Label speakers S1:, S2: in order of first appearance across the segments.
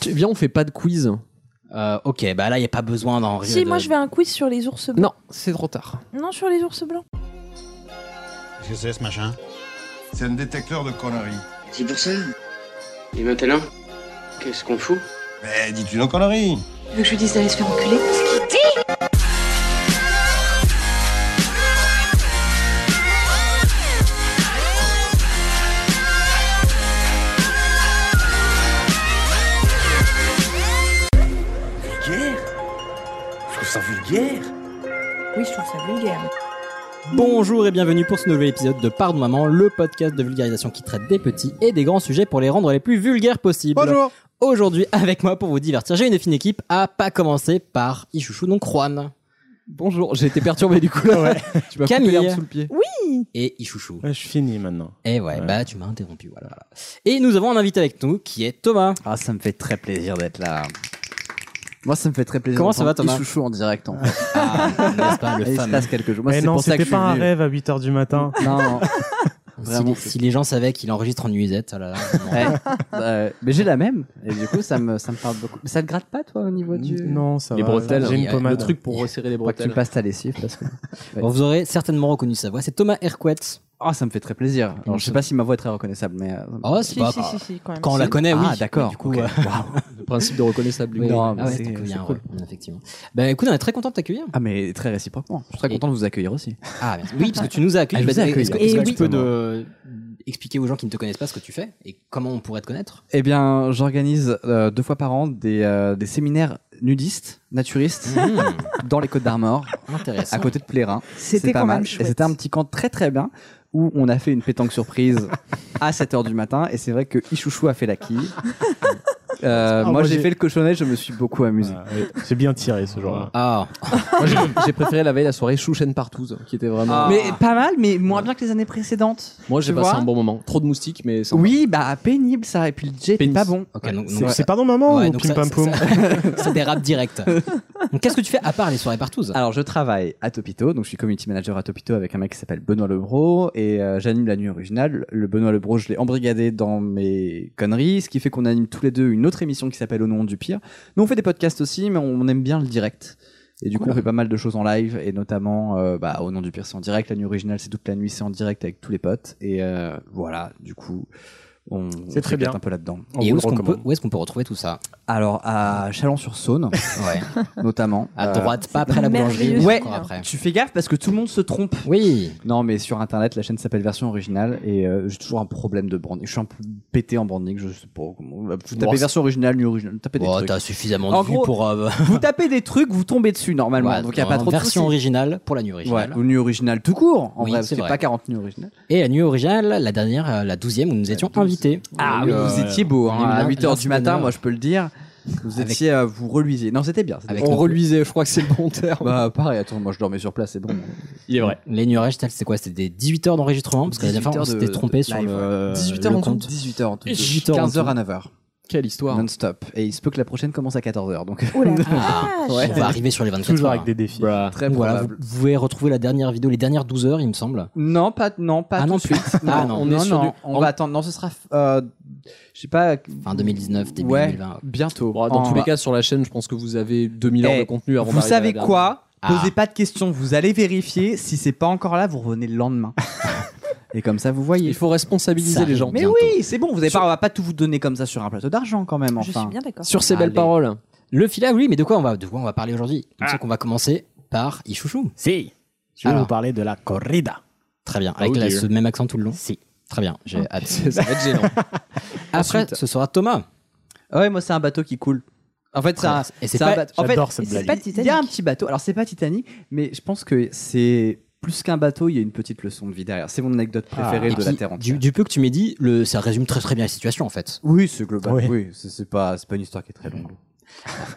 S1: Tu- Viens, on fait pas de quiz.
S2: Euh, ok, bah là, il n'y a pas besoin d'en rire.
S3: Si,
S2: de-
S3: moi je vais un quiz sur les ours blancs.
S1: Non, c'est trop tard.
S3: Non, sur les ours blancs.
S4: Qu'est-ce que c'est ce machin
S5: C'est un détecteur de conneries.
S6: C'est pour ça. Et maintenant, qu'est-ce qu'on fout
S5: Mais dis-tu nos conneries
S7: Tu veux que je lui dise d'aller se faire enculer
S8: Oui, je trouve ça vulgaire.
S2: Bonjour et bienvenue pour ce nouvel épisode de Pardon Maman, le podcast de vulgarisation qui traite des petits et des grands sujets pour les rendre les plus vulgaires possibles.
S1: Bonjour.
S2: Aujourd'hui, avec moi pour vous divertir, j'ai une fine équipe à pas commencer par Ichouchou, donc Juan.
S1: Bonjour, j'ai été perturbé du coup. Là, ouais. Tu m'as coupé
S2: Camille.
S1: l'herbe sous le pied.
S2: Et Ichouchou.
S9: Ouais, je suis fini maintenant.
S2: Et ouais,
S9: Ouais.
S2: bah tu m'as interrompu, voilà, voilà. Et nous avons un invité avec nous qui est Thomas.
S10: Ah, ça me fait très plaisir d'être là. Moi, ça me fait très plaisir.
S2: Comment ça va,
S10: d'entendre
S2: Thomas
S10: Ichouchou en direct, en fait.
S2: Ah, n'est-ce pas, le
S10: Il se
S2: fameux.
S10: passe quelque chose. Moi,
S9: Mais
S10: c'est
S9: Eh non,
S10: pour ça
S9: c'était
S10: que je suis
S9: pas un
S10: venu.
S9: rêve à 8h du matin.
S1: Oh
S10: Non, non.
S2: Si,
S10: Vraiment.
S2: les- si les gens savaient qu'il enregistre en nuisette, oh là là, vraiment.
S10: Ouais. Euh, mais j'ai la même. Et du coup, ça me, ça me parle beaucoup. Mais ça te gratte pas, toi, au niveau du.
S9: Non, ça
S1: Les
S9: va.
S1: bretelles.
S9: J'ai
S2: Il y
S9: une
S2: a
S9: pommade.
S1: Le truc pour resserrer les
S10: Faut Pas que tu
S1: bretelles.
S10: passes ta lessive parce que.
S2: Bon, vous aurez certainement reconnu sa voix, c'est Thomas Hercouet.
S10: Oh, ça me fait très plaisir. Alors, je sais pas si ma voix est très reconnaissable, mais. euh,
S2: Oh,
S3: Si, si, si, si, quand même.
S2: Quand on la connaît, oui.
S10: Ah, d'accord.
S2: Du coup,
S10: Ok.
S2: euh,
S10: Waouh.
S1: Le principe de reconnaissable.
S10: Oui. Non,
S2: ah
S10: mais
S2: ouais,
S10: c'est-
S2: donc il y a
S10: c'est
S2: un
S10: cool.
S2: rôle, effectivement. Ben écoute, on est très content de t'accueillir.
S10: Ah, mais très réciproquement. Je suis très
S2: Et-
S10: content de vous accueillir aussi.
S2: Ah, merci. oui, parce que tu nous as accueillis.
S10: Ah, je vous ai
S2: Bah, Est-ce que,
S10: accueillis,
S2: est-ce que tu peux
S10: exactement.
S2: de- expliquer aux gens qui ne te connaissent pas ce que tu fais et comment on pourrait te connaître
S10: Eh bien, j'organise euh, deux fois par an des, euh, des séminaires nudistes, naturistes, dans les Côtes d'Armor,
S2: Intéressant.
S10: à côté de Plérin.
S8: C'était
S10: C'est pas
S8: quand
S10: mal.
S8: même
S10: Et
S8: chouette.
S10: c'était un petit camp très très bien où on a fait une pétanque surprise à 7h du matin. Et c'est vrai que Ichouchou a fait la quille. Euh,
S9: Ah,
S10: moi
S9: moi,
S10: j'ai
S9: j'ai-
S10: fait le cochonnet, je me suis beaucoup amusé.
S9: Ah, oui, C'est bien tiré ce genre-là.
S2: Ah,
S1: Moi, j'ai- j'ai préféré la veille la soirée Chouchen Partouze, qui était vraiment.
S2: Ah.
S10: Mais pas mal, mais moins bien que les années précédentes.
S1: Moi, j'ai
S10: Tu
S1: passé
S10: vois
S1: un bon moment. Trop de moustiques, mais sympa.
S10: Oui, bah pénible ça. Et puis le jet, était
S1: Pénis.
S10: pas bon.
S2: ok, donc,
S9: C'est
S2: donc-
S9: c'est pardon maman
S2: ouais,
S9: ou
S2: donc
S9: pim
S2: ça-
S9: pam
S2: ça-
S9: poum
S2: ça- ça dérape direct. Donc qu'est-ce que tu fais à part les soirées partout
S10: Alors, je travaille à Topito, donc je suis community manager à Topito avec un mec qui s'appelle Benoît Lebro, et euh, j'anime la nuit originale. Le Benoît Lebro, je l'ai embrigadé dans mes conneries, ce qui fait qu'on anime tous les deux une autre émission qui s'appelle Au nom du pire. Nous, on fait des podcasts aussi, mais on aime bien le direct. Et du coup, on fait pas mal de choses en live, et notamment euh, bah, Au nom du pire, c'est en direct. La nuit originale, c'est toute la nuit, c'est en direct avec tous les potes. Et euh, voilà, du coup, on, on
S9: C'est très
S10: s'éclate
S9: bien.
S10: un peu là-dedans.
S9: On
S2: Et
S9: vous
S2: où
S9: le
S2: est-ce qu'on peut,
S9: recommande.
S2: où est-ce qu'on peut retrouver tout ça
S10: Alors, à Chalon-sur-Saône,
S2: Ouais.
S10: notamment.
S2: À
S10: euh,
S2: droite, pas après la boulangerie.
S3: merveilleux,
S2: mais
S10: Ouais.
S2: encore après.
S10: Tu fais gaffe parce que tout le monde se trompe.
S2: Oui.
S10: Non, mais sur internet, la chaîne s'appelle Version Originale et euh, j'ai toujours un problème de branding. Je suis un peu pété en branding, je sais pas comment. Vous tapez
S2: Bon,
S10: Version Originale, Nuit Originale, vous tapez des
S2: Bon,
S10: trucs.
S2: t'as suffisamment
S10: En
S2: de vues
S10: gros,
S2: pour. euh,
S10: Vous tapez des trucs, vous tombez dessus normalement.
S2: voilà,
S10: donc il n'y a pas
S2: en
S10: trop de
S2: Version
S10: soucis.
S2: originale pour la nuit originale.
S10: Ouais, ou Nuit Originale tout court, en
S2: Oui, c'est
S10: vrai, parce qu'il n'y a
S2: vrai.
S10: pas 40 Nuit Originales.
S2: Et la nuit originale, la dernière, euh, la douzième, où nous étions invités.
S10: Ah,
S1: oui,
S10: oui, vous
S1: euh,
S10: étiez beau,
S2: il y a
S10: hein,
S2: eu
S10: à
S2: l'in-
S10: 8h du matin,
S2: l'instant
S10: moi je peux le dire. Vous
S2: Avec-
S10: étiez, euh, vous reluisiez. Non, c'était bien. c'était
S2: Avec
S10: bien.
S1: On
S2: le-
S1: reluisait, je crois que c'est le bon terme.
S10: Bah, pareil, attends, moi je dormais sur place, c'est bon.
S1: Il est vrai.
S2: Les nuits originales, c'était quoi C'était des 18 heures d'enregistrement Parce que la dernière fois, on
S10: 18 heures
S2: s'était
S10: de-
S2: trompé
S10: de
S2: sur
S10: live,
S2: le,
S10: 18h
S2: le
S10: en tout,
S2: compte.
S10: 18h en tout.
S2: 18h en
S10: 15h
S2: tout.
S10: à 9h.
S1: Quelle histoire.
S10: Non-stop. Et il se peut que la prochaine commence à 14h. Donc, euh,
S3: Oh la
S2: Ah,
S3: vache.
S2: on va arriver sur les 24
S9: Toujours
S2: heures.
S9: avec des défis.
S1: Bruh.
S10: très
S2: Donc voilà, vous,
S10: probable.
S2: vous pouvez retrouver la dernière vidéo, les dernières 12 heures, il me semble.
S10: Non, pas, non, pas
S2: Ah
S10: tout
S2: non,
S10: de suite.
S2: Ah non,
S10: on
S1: on est
S10: est
S1: sur du-
S10: On
S1: en-
S10: va attendre. Non, ce sera, euh, je sais pas.
S2: Fin 2019, début
S10: ouais,
S2: 2020.
S10: bientôt.
S1: Bon, dans
S10: En- bah
S1: tous les cas, sur la chaîne, je pense que vous avez 2000 heures
S10: Eh,
S1: de contenu avant
S10: vous
S1: d'arriver à la
S10: savez
S1: dernière.
S10: quoi
S2: Ah.
S10: Posez pas de questions. Vous allez vérifier. Si c'est pas encore là, vous revenez le lendemain. Et comme ça, vous voyez.
S1: Il faut responsabiliser
S2: Ça
S1: les gens.
S2: arrive.
S10: Mais
S2: bientôt.
S10: oui, c'est bon. Vous avez pas, on va pas tout vous donner comme ça sur un plateau d'argent quand même.
S3: Je suis
S10: Enfin.
S3: bien d'accord.
S1: Sur ces belles
S2: Allez.
S1: paroles.
S2: Le filat, oui, mais de quoi on va, de quoi on va parler aujourd'hui Je sais qu'on va commencer par Ichouchou.
S9: Si, je vais
S2: Alors.
S9: vous parler de la corrida.
S2: Très bien. Avec
S1: Oh
S2: la-
S1: dear.
S2: ce même accent tout le long Si. Très bien, j'ai
S9: Ah.
S2: hâte.
S1: Ça va être gênant.
S2: Après, ce sera Thomas.
S10: Ah ouais, moi c'est un bateau qui coule. En fait, c'est un,
S2: Et c'est
S10: c'est un
S2: pas-
S10: bateau- en fait,
S9: J'adore cette
S3: et c'est
S9: blague.
S3: pas
S10: Il y a un petit bateau. Alors, c'est pas Titanic, mais je pense que c'est plus qu'un bateau, il y a une petite leçon de vie derrière. C'est mon anecdote préférée
S2: Et
S10: de la
S2: puis,
S10: Terre entière.
S2: du, du peu que tu m'aies dit, le, ça résume très très bien la situation en fait.
S10: Oui, c'est global.
S9: Oui.
S10: Oui, c'est- c'est pas, c'est pas une histoire qui est très longue.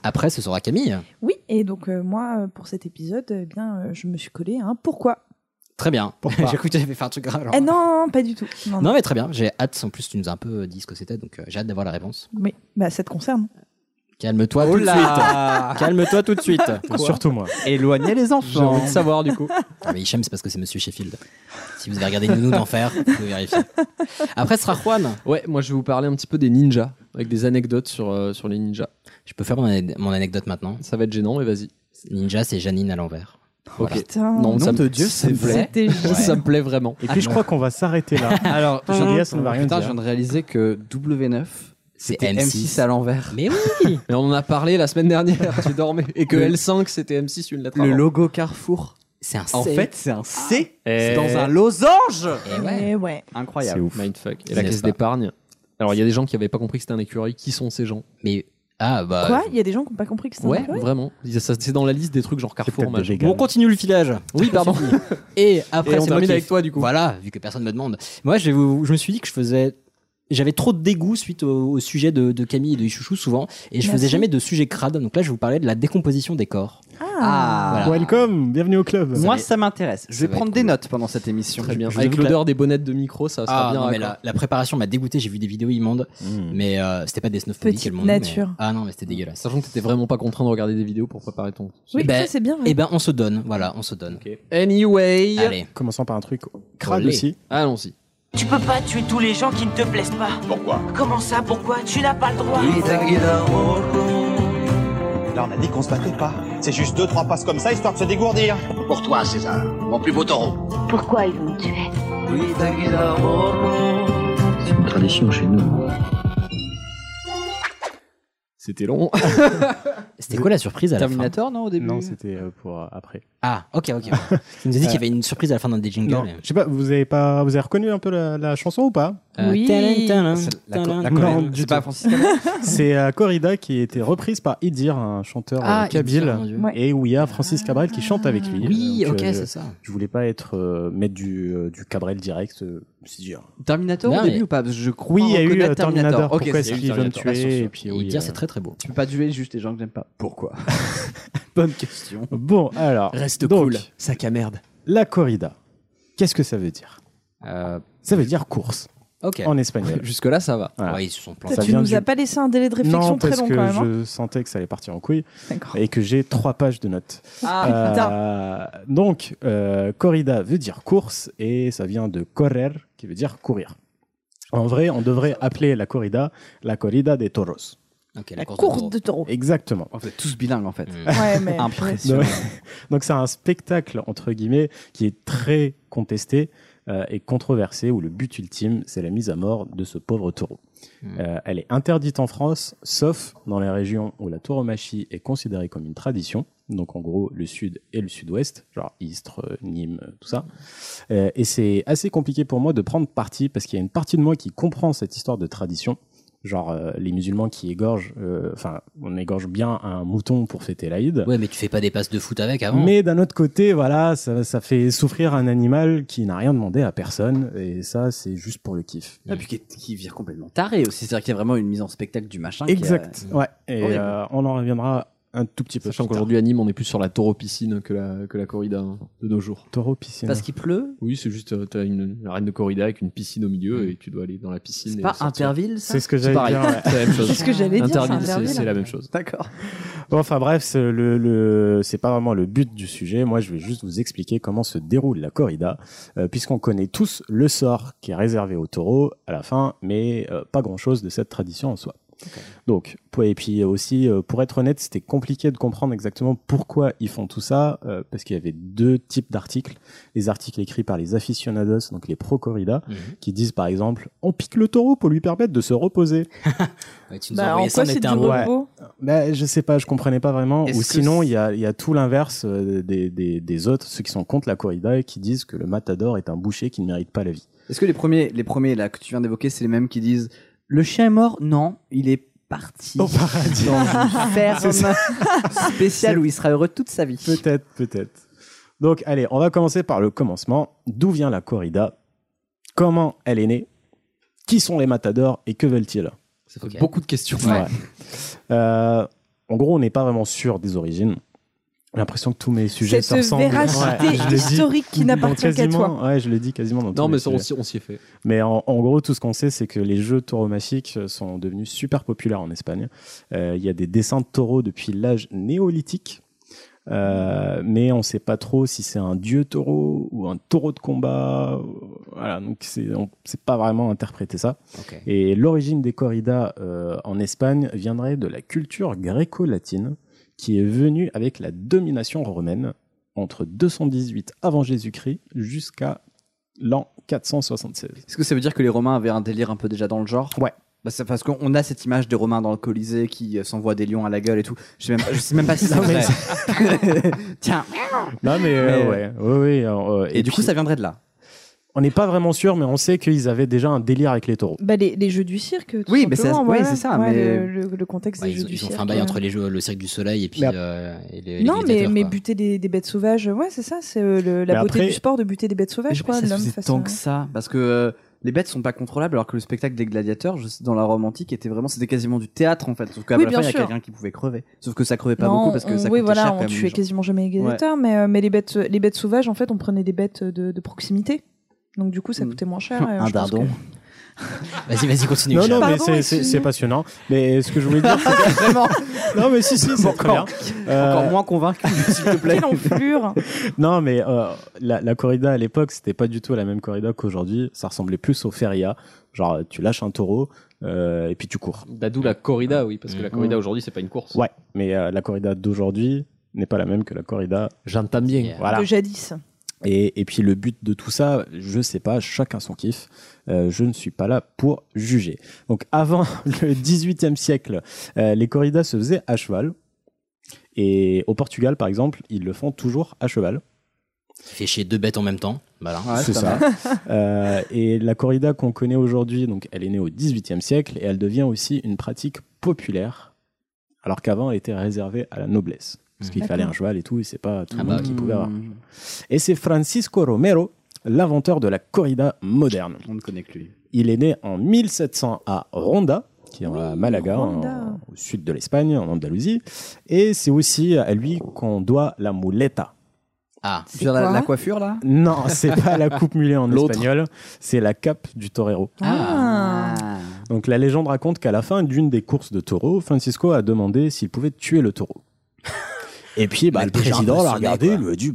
S2: Après, ce sera Camille.
S3: Oui, et donc euh, moi, euh, pour cet épisode, eh bien, euh, je me suis collée à un pourquoi.
S2: Très bien.
S9: Pourquoi
S2: J'ai cru que j'avais fait un truc grave. genre.
S3: Eh non, pas du tout. Non, non.
S2: Non mais très bien, j'ai hâte, en plus tu nous as un peu dit ce que c'était, donc euh, j'ai hâte d'avoir la réponse.
S3: Mais bah, ça te concerne.
S2: Calme-toi tout de suite
S10: là
S2: Oh Calme-toi tout de suite
S9: Surtout moi.
S10: Éloignez les
S1: J'ai envie
S10: enfants
S1: de savoir du coup.
S2: Ah, Mais Hicham, c'est parce que c'est Monsieur Sheffield. Si vous avez regardé Nounou d'enfer, vous pouvez vérifier. Après, ce sera Juan.
S1: Ouais, moi je vais vous parler un petit peu des ninjas. avec des anecdotes sur, euh, sur les ninjas.
S11: Je peux faire mon, ane- mon anecdote maintenant.
S1: Ça va être gênant, mais vas-y.
S11: Ninja, c'est Janine à l'envers.
S1: Ok.
S3: Putain.
S1: Non, ça
S10: Ah, Nom
S1: me-
S10: de Dieu,
S1: ça
S10: c'est
S1: me-
S10: vrai.
S3: C'était
S1: Ça me plaît vraiment.
S9: Et puis je crois qu'on va s'arrêter là.
S10: Alors,
S9: je- Yes, on ne va rien
S10: putain,
S9: dire.
S10: je viens de réaliser que W9,
S11: C'est
S10: c'était M6 à l'envers.
S11: Mais oui
S1: Mais on en a parlé la semaine dernière, tu dormais. Et que
S10: Le-
S1: L5, c'était M6 une lettre
S10: Le
S1: avant.
S10: logo Carrefour,
S11: C'est un
S10: en
S11: C.
S10: fait, c'est un C.
S1: Eh.
S10: C'est dans un losange
S11: Eh ouais.
S3: Ouais, ouais.
S10: Incroyable.
S9: ouf.
S1: Ah, Mindfuck. Et la
S11: N'est-ce
S1: caisse
S11: pas
S1: d'épargne. Alors, il y a des gens qui n'avaient pas compris que c'était un écureuil. Qui sont ces gens
S11: Mais. Ah bah.
S3: Quoi Il y a des gens qui n'ont pas compris que c'était
S1: Ouais,
S10: Eh
S3: un écureuil
S1: vraiment. Ça, C'est dans la liste des trucs genre Carrefour,
S9: peut-être des
S1: machin.
S9: vegans.
S11: Bon, on continue le filage.
S1: Oui, pardon.
S11: Et après,
S1: Et on
S11: c'est moi
S1: termine
S11: qui-
S1: avec toi, du coup.
S11: Voilà, vu que personne ne me demande. Moi, je, vais vous- je me suis dit que je faisais. J'avais trop de dégoût suite au, au sujet de, de Camille et de Ichouchou souvent, et je
S3: Merci.
S11: faisais jamais de sujet crade. Donc là, je vais vous parlais de la décomposition des corps.
S3: Ah,
S11: Voilà.
S9: Welcome, bienvenue au club.
S10: Moi, ça m'intéresse. Je
S11: ça
S10: vais
S11: va être
S10: prendre des
S11: cool.
S10: notes pendant cette émission.
S1: Très bien.
S11: je
S1: Avec
S11: doute la-
S1: l'odeur des bonnettes de micro, ça sera
S11: Ah,
S1: bien.
S11: non, mais
S1: raccord.
S11: la, la préparation m'a dégoûté. J'ai vu des vidéos immondes,
S9: Hmm.
S11: mais euh, c'était pas des snowphobies,
S3: Petite
S11: quel monde, mais-
S3: nature.
S11: Ah non, mais c'était dégueulasse.
S1: Sachant que t'étais vraiment pas contraint de regarder des vidéos pour préparer ton.
S3: Oui,
S11: ben,
S3: ça c'est bien. ouais.
S11: Eh ben, on se donne. Voilà, on se donne.
S1: Anyway,
S11: Allez.
S9: Commençons par un truc crade
S11: Olé.
S9: aussi.
S1: allons-y.
S7: Tu peux pas tuer tous les gens qui ne te plaisent pas.
S8: Pourquoi
S7: Comment ça, pourquoi Tu n'as pas le droit.
S4: Là, on a dit qu'on se battait pas. C'est juste deux, trois passes comme ça, histoire de se dégourdir.
S12: Pour toi, César, mon plus beau taureau.
S2: Pourquoi ils vont me tuer
S12: C'est une tradition chez nous.
S1: C'était long.
S11: C'était quoi la surprise à la fin
S10: Terminator, non, au début
S9: Non, c'était euh, pour euh, après.
S11: Ah, ok, ok. ok. Tu nous as dit qu'il y avait une surprise à la fin d'un des jingles.
S9: Non, je sais pas, vous avez pas, vous avez reconnu un peu la, la chanson ou pas
S11: Euh,
S3: Oui.
S11: tadam, tadam,
S10: C'est La, co-
S11: tadam.
S10: la
S9: Non,
S10: colonne.
S9: du
S10: C'est pas
S9: tout.
S10: Francis
S9: C'est euh, Corrida qui a été reprise par Idir, un chanteur euh,
S11: Ah,
S9: kabyle,
S11: mon Dieu.
S3: Ouais.
S9: et où il y a Francis Cabrel qui chante avec lui.
S11: Oui,
S9: Donc,
S11: ok,
S9: euh,
S11: c'est ça.
S9: Je voulais pas être euh, mettre du, euh, du Cabrel direct, euh, c'est dur.
S10: Terminator
S11: Non,
S10: au
S11: mais-
S10: début ou pas Parce que Je crois
S9: Oui, il y a eu
S10: reconnaître
S9: euh, Terminator.
S10: Ok,
S9: Pourquoi
S10: c'est-
S9: est-ce qu'il veut me
S10: Terminator. Pas sûr,
S9: tuer
S10: sûr.
S9: Et puis
S11: Et
S9: oui.
S11: dire,
S9: euh,
S11: c'est très très beau.
S10: Tu peux pas duer juste les gens que j'aime pas. Pourquoi Bonne question.
S9: Bon, alors.
S1: Reste
S9: donc,
S1: cool. Sac à merde.
S9: La corrida. Qu'est-ce que ça veut dire
S1: Euh,
S9: Ça veut dire course
S11: ok.
S9: en espagnol.
S1: Jusque là, ça va.
S9: Voilà.
S11: Ouais, ils se sont plantés.
S9: Ça
S3: tu
S9: vient
S3: nous
S9: du-
S3: as pas laissé un délai de réflexion
S9: Non,
S3: très
S9: parce
S3: long
S9: que
S3: quand même. hein.
S9: je sentais que ça allait partir en couille
S3: D'accord.
S9: et que j'ai trois pages de notes.
S3: Ah, putain.
S9: Euh, donc, euh, corrida veut dire course et ça vient de correr qui veut dire courir. En vrai, on devrait appeler la corrida la corrida des toros.
S11: Ok,
S3: La course de taureau.
S9: Exactement.
S10: On fait tous bilingues en fait.
S11: Mm.
S3: Ouais, mais.
S9: Non.
S10: Impressionnant.
S9: Donc, c'est un spectacle, entre guillemets, qui est très contesté euh, et controversé où le but ultime, c'est la mise à mort de ce pauvre taureau.
S11: Mm.
S9: Euh, elle est interdite en France, sauf dans les régions où la tauromachie est considérée comme une tradition. Donc en gros, le sud et le sud-ouest, genre Istres, euh, Nîmes, euh, tout ça. Euh, et c'est assez compliqué pour moi de prendre parti parce qu'il y a une partie de moi qui comprend cette histoire de tradition. Genre euh, les musulmans qui égorgent, euh, enfin, on égorge bien un mouton pour fêter l'Aïd.
S11: Ouais, mais tu fais pas des passes de foot avec avant.
S9: Mais d'un autre côté, voilà, ça, ça fait souffrir un animal qui n'a rien demandé à personne, et ça, c'est juste pour le kiff.
S10: Et puis qui, qui vire complètement taré aussi. C'est-à-dire qu'il y a vraiment une mise en spectacle du machin. qui est,
S9: Exact. euh, Ouais. Et
S10: Horrible.
S9: euh, on en reviendra un tout petit peu.
S1: Sachant
S9: plus tard.
S1: qu'aujourd'hui, à Nîmes, on est plus sur la taureau-piscine que la, que la corrida hein, de nos jours.
S9: Taureau piscine.
S10: Parce qu'il pleut,
S1: Oui, c'est juste, euh, t'as une une arène de corrida avec une piscine au milieu et tu dois aller dans la piscine.
S10: c'est
S1: et
S10: pas
S1: sortir.
S10: Interville ça
S9: C'est ce que
S1: C'est
S9: j'allais
S1: pareil,
S9: dire. ouais.
S1: c'est la même chose.
S3: C'est ce que j'allais dire.
S1: Interville,
S3: c'est
S1: c'est-
S3: Interville,
S1: c'est
S3: hein.
S1: la même chose.
S10: D'accord.
S9: Bon, enfin bref, c'est le, le- c'est pas vraiment le but du sujet. Moi, je vais juste vous expliquer comment se déroule la corrida, euh, puisqu'on connaît tous le sort qui est réservé au taureau à la fin, mais euh, pas grand-chose de cette tradition en soi. Donc, pour- et puis aussi, euh, pour être honnête, c'était compliqué de comprendre exactement pourquoi ils font tout ça, euh, parce qu'il y avait deux types d'articles. Les articles écrits par les aficionados, donc les pro-corrida,
S11: Mhm.
S9: qui disent par exemple, on pique le taureau pour lui permettre de se reposer.
S11: Ouais, tu nous as
S3: Bah, en
S11: envoyé ça,
S3: quoi
S11: on
S3: c'est
S11: était
S3: du
S11: un peu-
S9: Ouais.
S3: repos
S9: Bah, je sais pas, je comprenais pas vraiment.
S10: Est-ce
S9: Ou
S10: que
S9: sinon,
S10: c'est-
S9: il y a, il y a tout l'inverse euh, des, des, des autres, ceux qui sont contre la corrida et qui disent que le matador est un boucher qui ne mérite pas la vie.
S10: Est-ce que les premiers, les premiers là que tu viens d'évoquer, c'est les mêmes qui disent le chien est mort Non, il est parti
S9: Au paradis.
S10: dans une
S9: C'est ça.
S10: ferme spéciale où il sera heureux toute sa vie.
S9: Peut-être, peut-être. Donc, allez, on va commencer par le commencement. D'où vient la corrida Comment elle est née Qui sont les matadors et que veulent-ils
S1: Ça fait
S11: Ok.
S1: beaucoup de questions.
S9: Ouais. Euh, En gros, on n'est pas vraiment sûr des origines. J'ai l'impression que tous mes sujets se
S3: Cette
S9: ressemblent.
S3: véracité
S9: Ouais, je le dis
S3: historique qui
S9: dans
S3: n'appartient qu'à toi.
S9: quasiment- Ouais, je le dis quasiment dans
S1: Non,
S9: tous mes
S1: mais ça,
S9: sujets.
S1: on s'y- on s'y est fait.
S9: Mais en, en gros, tout ce qu'on sait, c'est que les jeux tauromachiques sont devenus Euh, super populaires en Espagne. Euh, Il y a des dessins de taureaux depuis l'âge néolithique. Euh, mais on ne sait pas trop si c'est un dieu taureau ou un taureau de combat. Voilà, donc c'est- on ne sait pas vraiment interpréter ça.
S10: Ok.
S9: Et l'origine des corridas euh, en Espagne viendrait de la culture gréco-latine qui est venue avec la domination romaine entre 218 avant Jésus-Christ jusqu'à l'an 476.
S10: Est-ce que ça veut dire que les Romains avaient un délire un peu déjà dans le genre
S9: Ouais.
S10: Bah, c'est parce qu'on a cette image des Romains dans le Colisée qui euh, s'envoient des lions à la gueule et tout. Je sais même, je sais même pas si c'est vrai. Tiens.
S9: Non mais, euh,
S10: Mais-
S9: ouais, ouais, ouais, euh,
S10: Et, du
S9: puis,
S10: coup, ça viendrait de là.
S9: on n'est pas vraiment sûr, mais on sait qu'ils avaient déjà un délire avec les taureaux.
S3: Bah, les, les jeux du cirque. tout
S10: Oui, mais
S3: simplement,
S10: c'est- ouais,
S3: ouais,
S10: c'est ça,
S3: ouais,
S10: mais-
S3: le, le- le contexte
S2: Ouais,
S3: des jeux
S2: Bah, ils,
S3: du
S2: ils ont
S3: cirque.
S2: fait un bail
S3: euh.
S2: entre les jeux, le cirque du soleil et puis
S9: Mais-
S2: euh, et les- les
S3: Non, mais,
S2: gladiateurs,
S3: mais
S2: quoi.
S3: buter des, des bêtes sauvages, ouais, c'est ça, c'est euh, le- la
S9: Mais
S3: beauté
S9: après-
S3: du sport de buter des bêtes sauvages, quoi.
S10: ça
S3: l'homme
S10: faisait
S3: face à-
S10: tant que ça. Parce que euh, les bêtes sont pas contrôlables, alors que le spectacle des gladiateurs, je sais, dans la Rome antique, était vraiment, c'était quasiment du théâtre en fait. Sauf qu'à
S3: Oui,
S10: la
S3: bien
S10: fin, il y a
S3: sûr.
S10: quelqu'un qui pouvait crever. Sauf que ça crevait pas
S3: Non,
S10: beaucoup parce que
S3: on-
S10: ça coûtait
S3: oui, voilà,
S10: cher quand
S3: on
S10: même, les
S3: tuait
S10: gens.
S3: quasiment jamais les gladiateurs, mais, euh, mais les, bêtes, les bêtes sauvages, en fait, on prenait des bêtes de, de proximité. Donc, du coup, ça
S10: Mm.
S3: coûtait moins cher. euh,
S10: Un dardon.
S2: Vas-y, vas-y, continue.
S9: Non,
S2: Charles.
S9: non,
S3: Pardon,
S9: mais c'est- c'est
S3: excuse-moi.
S9: c'est passionnant. Mais ce que je voulais dire, c'est que-
S10: Vraiment,
S9: non, mais si, si, c'est très
S10: Encore.
S9: bien. Euh,
S10: encore moins convaincu, s'il te plaît.
S3: Quelle enflure
S9: Non, mais euh, la, la corrida à l'époque, c'était pas du tout la même corrida qu'aujourd'hui. Ça ressemblait plus au feria. Genre, tu lâches un taureau euh, et puis tu cours.
S1: D'où la corrida, oui, parce que la corrida aujourd'hui, c'est pas une course.
S9: Ouais, mais euh, la corrida d'aujourd'hui n'est pas la même que la corrida.
S1: J'entends bien.
S2: Yeah.
S9: Voilà.
S3: de jadis.
S9: Et, et puis le but de tout ça, je sais pas, chacun son kiff. Euh, je ne suis pas là pour juger. Donc avant le 18e siècle, euh, les corridas se faisaient à cheval. Et au Portugal, par exemple, ils le font toujours à cheval.
S2: Il fait chier deux bêtes en même temps. Bah, Voilà.
S10: Ouais,
S9: c'est
S10: pas
S9: ça.
S10: mal.
S9: Euh, et la corrida qu'on connaît aujourd'hui, donc elle est née au XVIIIe siècle et elle devient aussi une pratique populaire, alors qu'avant elle était réservée à la noblesse. Parce
S2: Mmh.
S9: qu'il fallait un cheval et tout, et c'est pas tout le
S2: Ah
S9: monde
S2: bah
S9: qui
S2: oui.
S9: pouvait avoir.
S10: Hmm.
S9: Et c'est Francisco Romero, l'inventeur de la corrida moderne.
S10: On ne connaît que lui.
S9: Il est né en 1700 à Ronda, qui est à
S3: Oui,
S9: Malaga, en-
S3: Ronda.
S9: au sud de l'Espagne, en Andalousie. Et c'est aussi à lui qu'on doit la muleta.
S2: Ah,
S10: Tu veux dire la,
S3: quoi
S10: la coiffure là
S9: Non, c'est pas la coupe mulet en
S1: L'autre.
S9: espagnol, c'est la cape du torero.
S3: Ah.
S9: Donc la légende raconte qu'à la fin d'une des courses de taureaux, Francisco a demandé s'il pouvait tuer le taureau. Et puis bah,
S2: Mais
S9: le
S2: déjà
S9: président l'a
S2: impressionné,
S9: regardé,
S2: quoi.
S9: il lui a dit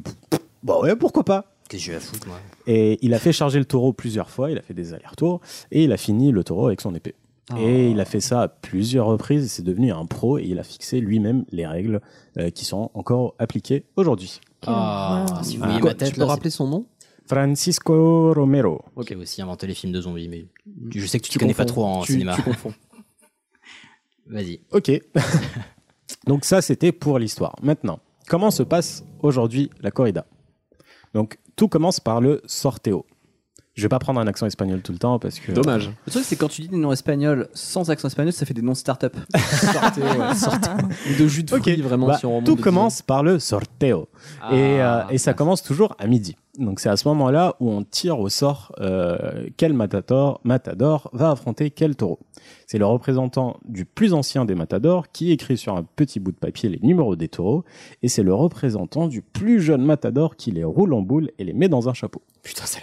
S9: bah ouais pourquoi pas.
S2: qu'est-ce que je vais foutre, moi
S9: Et il a fait charger le taureau plusieurs fois, il a fait des allers-retours et il a fini le taureau avec son épée.
S10: Ah.
S9: Et il a fait ça à plusieurs reprises, et c'est devenu un pro et il a fixé lui-même les règles euh, qui sont encore appliquées aujourd'hui.
S2: Ah,
S3: horreur.
S2: si vous
S1: Ah,
S2: voyez
S1: quoi,
S2: ma
S1: tu
S2: tête,
S1: peux
S2: là, c'est-
S1: rappeler son nom
S9: Francisco Romero.
S2: j'ai aussi inventé les films de zombies, mais tu- je sais que tu t'y connais pas trop en
S1: tu,
S2: cinéma.
S1: Tu confonds.
S2: Vas-y.
S9: Ok. Donc ça, c'était pour l'histoire. Maintenant, comment se passe aujourd'hui la corrida Donc tout commence par le sorteo. Je vais pas prendre un accent espagnol tout le temps parce que
S1: Dommage.
S10: Le truc, c'est quand tu dis des noms espagnols sans accent espagnol, ça fait des noms start-up.
S1: Sortez, ouais, sortez. Ou de jus de
S9: Ok,
S1: fruits, vraiment,
S9: bah,
S1: si on remonte
S9: tout
S1: de
S9: commence par le sorteo
S2: Ah,
S9: et, euh, et ça commence toujours à midi. Donc c'est à ce moment-là où on tire au sort euh, quel matador, matador va affronter quel taureau. C'est le représentant du plus ancien des matadors qui écrit sur un petit bout de papier les numéros des taureaux et c'est le représentant du plus jeune matador qui les roule en boule et les met dans un chapeau.
S2: Putain, c'est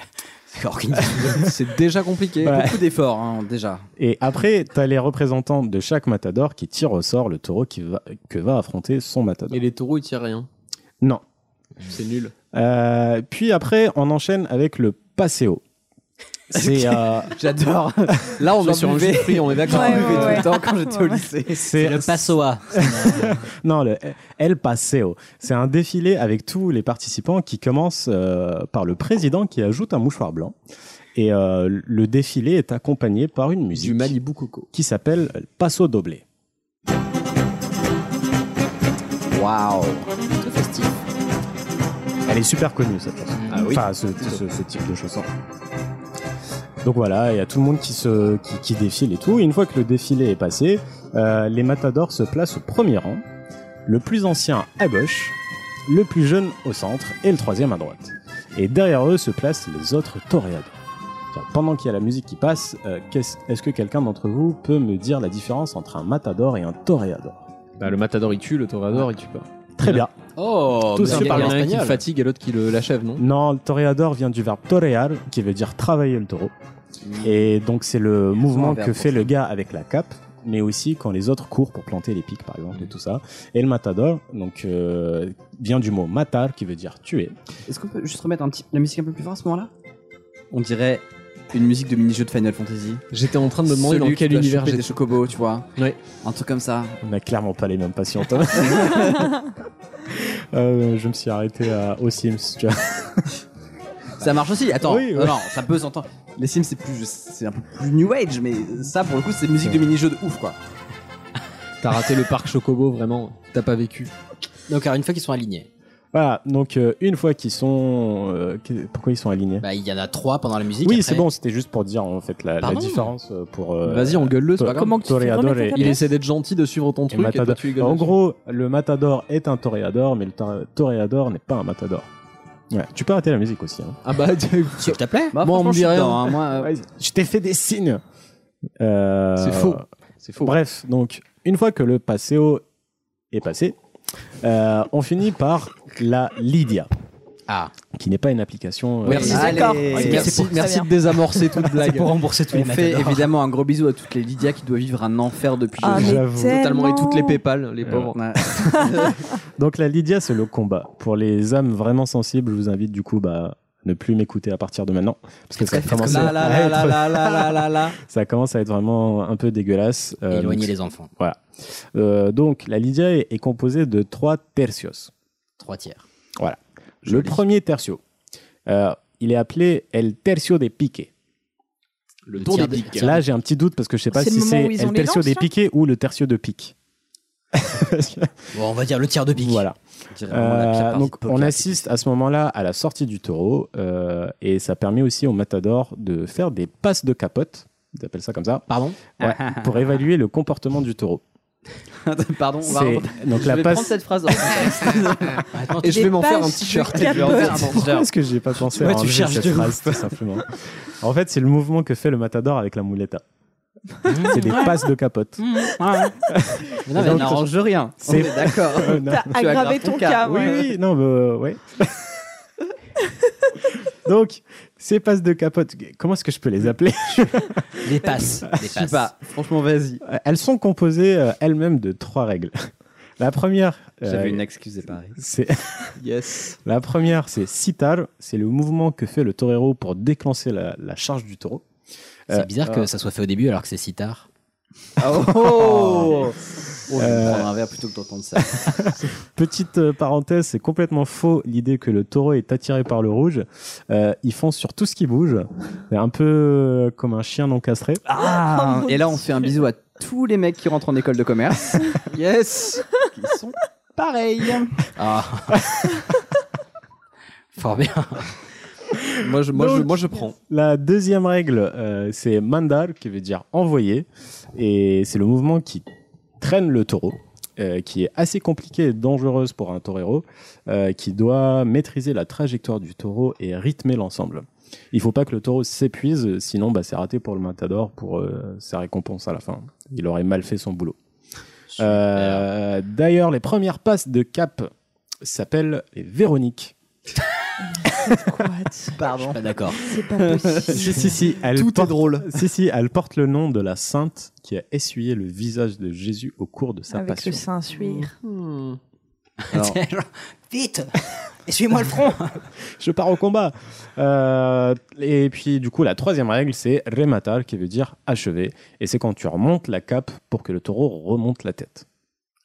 S2: c'est organisé.
S10: c'est déjà compliqué.
S9: Ouais.
S10: Beaucoup d'efforts, hein, déjà.
S9: Et après, tu as les représentants de chaque matador qui tirent au sort le taureau qui va, que va affronter son
S1: dix ans.
S9: matador.
S1: Et les taureaux, ils tirent rien.
S9: Non.
S1: C'est nul.
S9: Euh, puis après, on enchaîne avec le passeo. C'est euh,
S10: J'adore. Là, on
S1: On
S10: va
S1: est sur un jus de fruits, on est d'accord.
S3: Ouais,
S10: J'en buvais
S3: ouais,
S10: tout
S3: ouais.
S10: le temps quand j'étais au
S3: Ouais.
S10: lycée.
S9: c'est-
S2: Le Passoa.
S9: non le El Paseo. C'est un défilé avec tous les participants qui commence euh, par le président qui ajoute un mouchoir blanc. Et euh, le défilé est accompagné par une musique
S1: Du Malibu Coco.
S9: qui s'appelle El Paso Doble.
S10: Waouh.
S2: Plutôt festif.
S9: Elle est super connue cette chanson.
S1: Ah oui.
S9: Enfin, ce, ce- ce type de chanson. Donc voilà, il y a tout le monde qui, se, qui, qui défile et tout. Et une fois que le défilé est passé, euh, les matadors se placent au premier rang, le plus ancien à gauche, le plus jeune au centre et le troisième à droite. Et derrière eux se placent les autres toréadors. Tiens, Pendant qu'il y a la musique qui passe, euh, qu'est-ce- est-ce que quelqu'un d'entre vous peut me dire la différence entre un matador et un toréador
S1: Bah, le matador, il tue, le toréador, il tue pas.
S9: Très bien.
S1: Oh,
S9: Tous
S1: mais
S9: ceux
S1: il y en
S9: parlent
S1: a un qui
S9: espagnol.
S1: le fatigue et l'autre qui le- l'achève, non
S9: Non, le toréador vient du verbe torear, qui veut dire travailler le taureau. Et donc, c'est le mouvement
S10: un verbe
S9: que fait le gars avec la cape. mais aussi quand les autres courent pour planter les pics, par exemple, et tout ça. Et le matador, donc, euh, vient du mot matar, qui veut dire tuer.
S10: Est-ce qu'on peut juste remettre un petit, la musique un peu plus fort à ce moment-là On dirait une musique de mini-jeu de Final Fantasy.
S1: J'étais en train de me demander
S10: Celui
S1: dans
S10: où tu
S1: quel
S10: dois
S1: univers
S10: choper
S1: j'étais.
S10: des chocobos, tu vois.
S1: Ouais.
S10: Un truc comme ça.
S9: On n'a clairement pas les mêmes passions, Thomas. Euh, je me suis arrêté à, aux Sims, tu vois.
S10: Ça marche aussi. Attends,
S9: Oui,
S10: non,
S9: ouais.
S10: non, ça peut s'entendre. Les Sims, c'est plus, c'est un peu plus New Age, mais ça, pour le coup, c'est musique de mini-jeu de ouf, quoi.
S1: T'as raté le parc Chocobo, vraiment. T'as pas vécu.
S11: Donc, alors, une fois qu'ils sont alignés,
S9: Voilà, donc euh, une fois qu'ils sont. euh, qu'est- pourquoi ils sont alignés
S11: bah, il y en a trois pendant la musique.
S9: Oui,
S11: après-
S9: c'est bon, c'était juste pour dire en fait la, la
S11: Pardon
S9: différence euh, pour. euh,
S1: Vas-y, engueule-le, c'est
S9: Tor-
S1: pas grave.
S3: Comment que tu fais
S9: Toréador
S3: remettre
S9: et-
S3: la
S1: Il
S3: Yes.
S1: essaie d'être gentil de suivre ton truc et toi,
S9: matador.
S1: tu rigoles
S9: En
S1: dessus.
S9: gros, le matador est un toréador, mais le tor- toréador n'est pas un matador. Ouais, tu peux arrêter la musique aussi. hein.
S1: Ah bah,
S11: S'il te plaît.
S10: Bah,
S1: Moi, on
S10: franchement,
S1: me
S10: je suis
S1: dit rien.
S10: dedans, hein. Moi, euh,
S9: Je t'ai fait des signes. Euh,
S1: Ah C'est faux. c'est faux.
S9: Bref, donc une fois que le passeo est passé, euh, on finit par la Lydia.
S11: Ah.
S9: Qui n'est pas une application. euh,
S1: Merci.
S10: Allez.
S3: D'accord.
S10: Merci.
S1: Merci,
S3: Très
S1: merci
S3: bien.
S1: de désamorcer toute
S11: C'est
S1: blague.
S11: pour rembourser tous les
S10: on fait
S11: matadors.
S10: évidemment un gros bisou à toutes les Lydia qui doivent vivre un enfer depuis.
S3: Ah, mais
S9: J'avoue.
S1: Totalement,
S3: tellement.
S1: et toutes les PayPal, les
S9: Euh,
S1: pauvres.
S10: Ouais.
S9: Donc la Lydia, c'est le combat. Pour les âmes vraiment sensibles, je vous invite du coup bah, à ne plus m'écouter à partir de maintenant. Parce que ça commence
S11: Là,
S9: à
S11: là, là,
S9: à
S11: là,
S9: être-
S11: là, là, là, là.
S9: ça commence à être vraiment un peu dégueulasse. Euh,
S2: Éloigner
S9: donc,
S2: les enfants.
S9: euh, donc la Lydia est, est composée de trois tercios.
S2: Trois tiers.
S9: Le premier tercio, euh, il est appelé el tercio de pique.
S2: Le
S1: tour
S2: tiers
S1: des piques.
S9: Là, j'ai un petit doute parce que je sais pas
S3: C'est
S9: si
S3: le moment
S9: c'est
S3: où ils ont
S9: el
S3: les
S9: tercio
S3: lances,
S9: de
S3: là
S9: pique ou le tercio de pique. Parce que-
S11: Bon, on va dire le tiers de pique.
S9: Voilà.
S10: On dirait vraiment la pire
S9: Euh,
S10: partie
S9: donc
S10: de poker.
S9: on assiste à ce moment-là à la sortie du taureau euh, et ça permet aussi au matador de faire des passes de capote, ils appellent ça comme ça,
S11: Pardon
S9: Ouais, pour évaluer le comportement du taureau.
S10: Pardon, on va.
S9: C'est- donc
S10: je
S9: la
S10: vais
S9: passe.
S10: prendre cette phrase. hors contexte.
S11: Maintenant,
S1: Et je vais m'en
S3: Des
S1: faire un
S3: pages
S1: t-shirt.
S3: de
S1: Je vais en faire un
S3: capote.
S1: t-shirt.
S9: Pourquoi est-ce que j'ai pas pensé
S11: Ouais,
S9: à
S11: tu
S9: enlever
S11: cherches
S9: cette
S11: de ouf.
S9: phrase tout simplement En fait, c'est le mouvement que fait le matador avec la muleta. c'est des passes de capote.
S3: Mmh.
S10: Mais non, mais elle n'arrange rien. On Ah,
S9: C'est-
S10: est d'accord.
S9: Euh, non.
S3: T'as
S10: Tu
S3: aggravé
S10: aggraves
S3: ton
S10: ton
S3: cas.
S10: cas,
S9: Oui,
S3: ouais.
S9: oui, non, mais euh, ouais. Donc, ces passes de capote, comment est-ce que je peux les appeler
S11: les passes.
S2: Des
S10: Je sais pas. Franchement, vas-y.
S9: Euh, Elles sont composées euh, elles-mêmes de trois règles. La première, euh,
S10: J'avais une excuse pareil.
S9: c'est
S10: Yes.
S9: la première, c'est sitar, c'est le mouvement que fait le torero pour déclencher la, la charge du taureau. Euh,
S2: C'est bizarre que
S9: euh,
S2: ça soit fait au début alors que c'est si tard.
S10: Oh, oh, je vais
S9: Euh,
S10: prendre un verre plutôt que d'entendre ça.
S9: Petite euh, parenthèse, c'est complètement faux l'idée que le taureau est attiré par le rouge. Euh, il fonce sur tout ce qui bouge, C'est un peu euh, comme un chien non castré.
S10: Ah, et là, on fait un bisou à tous les mecs qui rentrent en école de commerce. yes. Ils sont pareils.
S2: Ah. Fort bien.
S1: Moi, je, moi, je,
S9: Donc-
S1: moi, je prends.
S9: La deuxième règle, euh, c'est mandar, qui veut dire envoyer. Et c'est le mouvement qui traîne le taureau, euh, qui est assez compliqué et dangereuse pour un torero, euh, qui doit maîtriser la trajectoire du taureau et rythmer l'ensemble. Il faut pas que le taureau s'épuise, sinon bah, c'est raté pour le matador pour euh, sa récompense à la fin. Il aurait mal fait son boulot. Euh, D'ailleurs, les premières passes de cap s'appellent les Véroniques.
S3: What
S10: Pardon.
S2: Pas Ah, d'accord.
S3: C'est pas possible.
S9: si, si, si, elle
S10: Tout est
S9: porte-
S10: drôle.
S9: Si, si, elle porte le nom de la sainte qui a essuyé le visage de Jésus au cours de sa
S3: Avec
S9: passion.
S3: le sein suir.
S10: Alors,
S2: C'est genre, Vite Essuyez-moi le front
S9: Je pars au combat. Euh, et puis, du coup, la troisième règle, c'est rematar, qui veut dire achever. Et c'est quand tu remontes la cape pour que le taureau remonte la tête.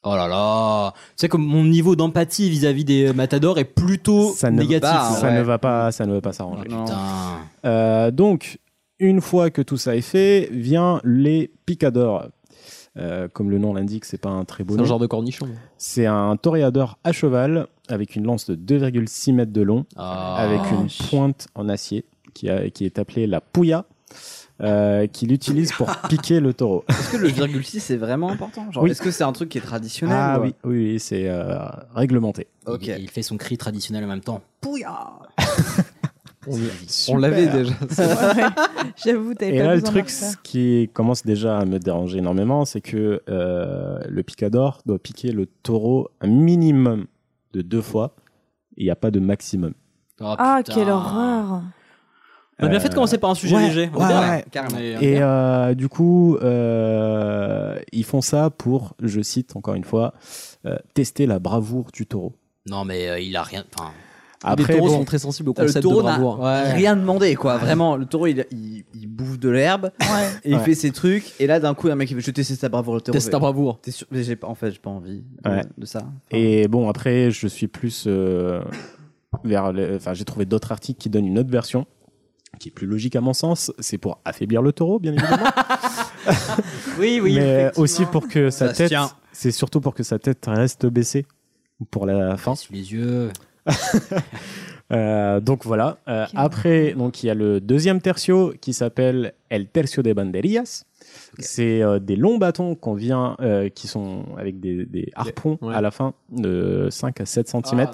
S11: Oh là là. C'est comme mon niveau d'empathie vis-à-vis des euh, matadors est plutôt
S9: Ça ne,
S11: négatif.
S10: va, Ah,
S9: ça
S10: ouais.
S9: ne va pas, ça ne va pas s'arranger.
S10: Non.
S2: Oh, Putain.
S9: Euh, donc, une fois que tout ça est fait, vient les picadors. Euh, comme le nom l'indique, c'est pas un très beau
S1: C'est un
S9: nom.
S1: genre de cornichon.
S9: C'est un toréador à cheval avec une lance de 2,6 mètres de long,
S2: Ah.
S9: avec une
S3: vache.
S9: pointe en acier qui, a- qui est appelée la pouya, euh, qu'il utilise pour piquer le taureau.
S10: est-ce que le virgule 6 c'est vraiment important Genre,
S9: Oui.
S10: Est-ce que c'est un truc qui est traditionnel
S9: Ah
S10: ou-
S9: oui, oui, oui, c'est euh, réglementé.
S10: Ok.
S2: Il, il fait son cri traditionnel en même temps.
S1: On,
S9: Super.
S1: l'avait déjà.
S3: J'avoue, t'avais
S9: Et
S3: pas
S9: là,
S3: besoin
S9: le
S3: de
S9: truc
S3: le refaire.
S9: ce qui commence déjà à me déranger énormément, c'est que euh, le picador doit piquer le taureau un minimum de deux fois. Il n'y a pas de maximum.
S2: Oh,
S3: Ah,
S2: putain.
S3: quelle horreur
S11: On a bien fait
S10: Euh,
S11: de commencer par un sujet
S9: ouais,
S11: léger.
S9: ouais, ouais. Et euh, du coup, euh, ils font ça pour, je cite encore une fois, euh, tester la bravoure du taureau.
S2: Non, mais euh, il a rien. enfin,
S9: Après,
S1: Ah, les taureaux
S9: bon,
S1: sont très sensibles au
S10: Le
S1: concept
S10: taureau
S1: de
S10: n'a
S1: bravoure.
S10: rien demandé, quoi. Vraiment, le taureau, il, il- il bouffe de l'herbe et il
S9: Ouais.
S10: fait ses trucs. Et là, d'un coup, il y a un mec qui veut Je tester sa bravoure. Le taureau.
S1: Teste ta bravoure.
S10: T'es sûr Mais j'ai pas- en fait, j'ai pas envie de,
S9: Ouais.
S10: de ça.
S9: Et bon, après, je suis plus euh, vers. le- Enfin, j'ai trouvé d'autres articles qui donnent une autre version, qui est plus logique à mon sens. C'est pour affaiblir le taureau, bien évidemment.
S11: Oui,
S9: mais aussi pour que sa
S11: Ça se
S9: tête.
S11: tient.
S9: C'est surtout pour que sa tête reste baissée pour la fin.
S2: sous les yeux.
S9: Euh, donc voilà. Euh,
S3: Ok.
S9: Après, donc il y a le deuxième tercio qui s'appelle El Tercio de Banderillas. C'est euh, des longs bâtons qu'on vient, euh, qui sont avec des, des harpons
S1: ouais.
S9: à la fin de 5 à 7 cm,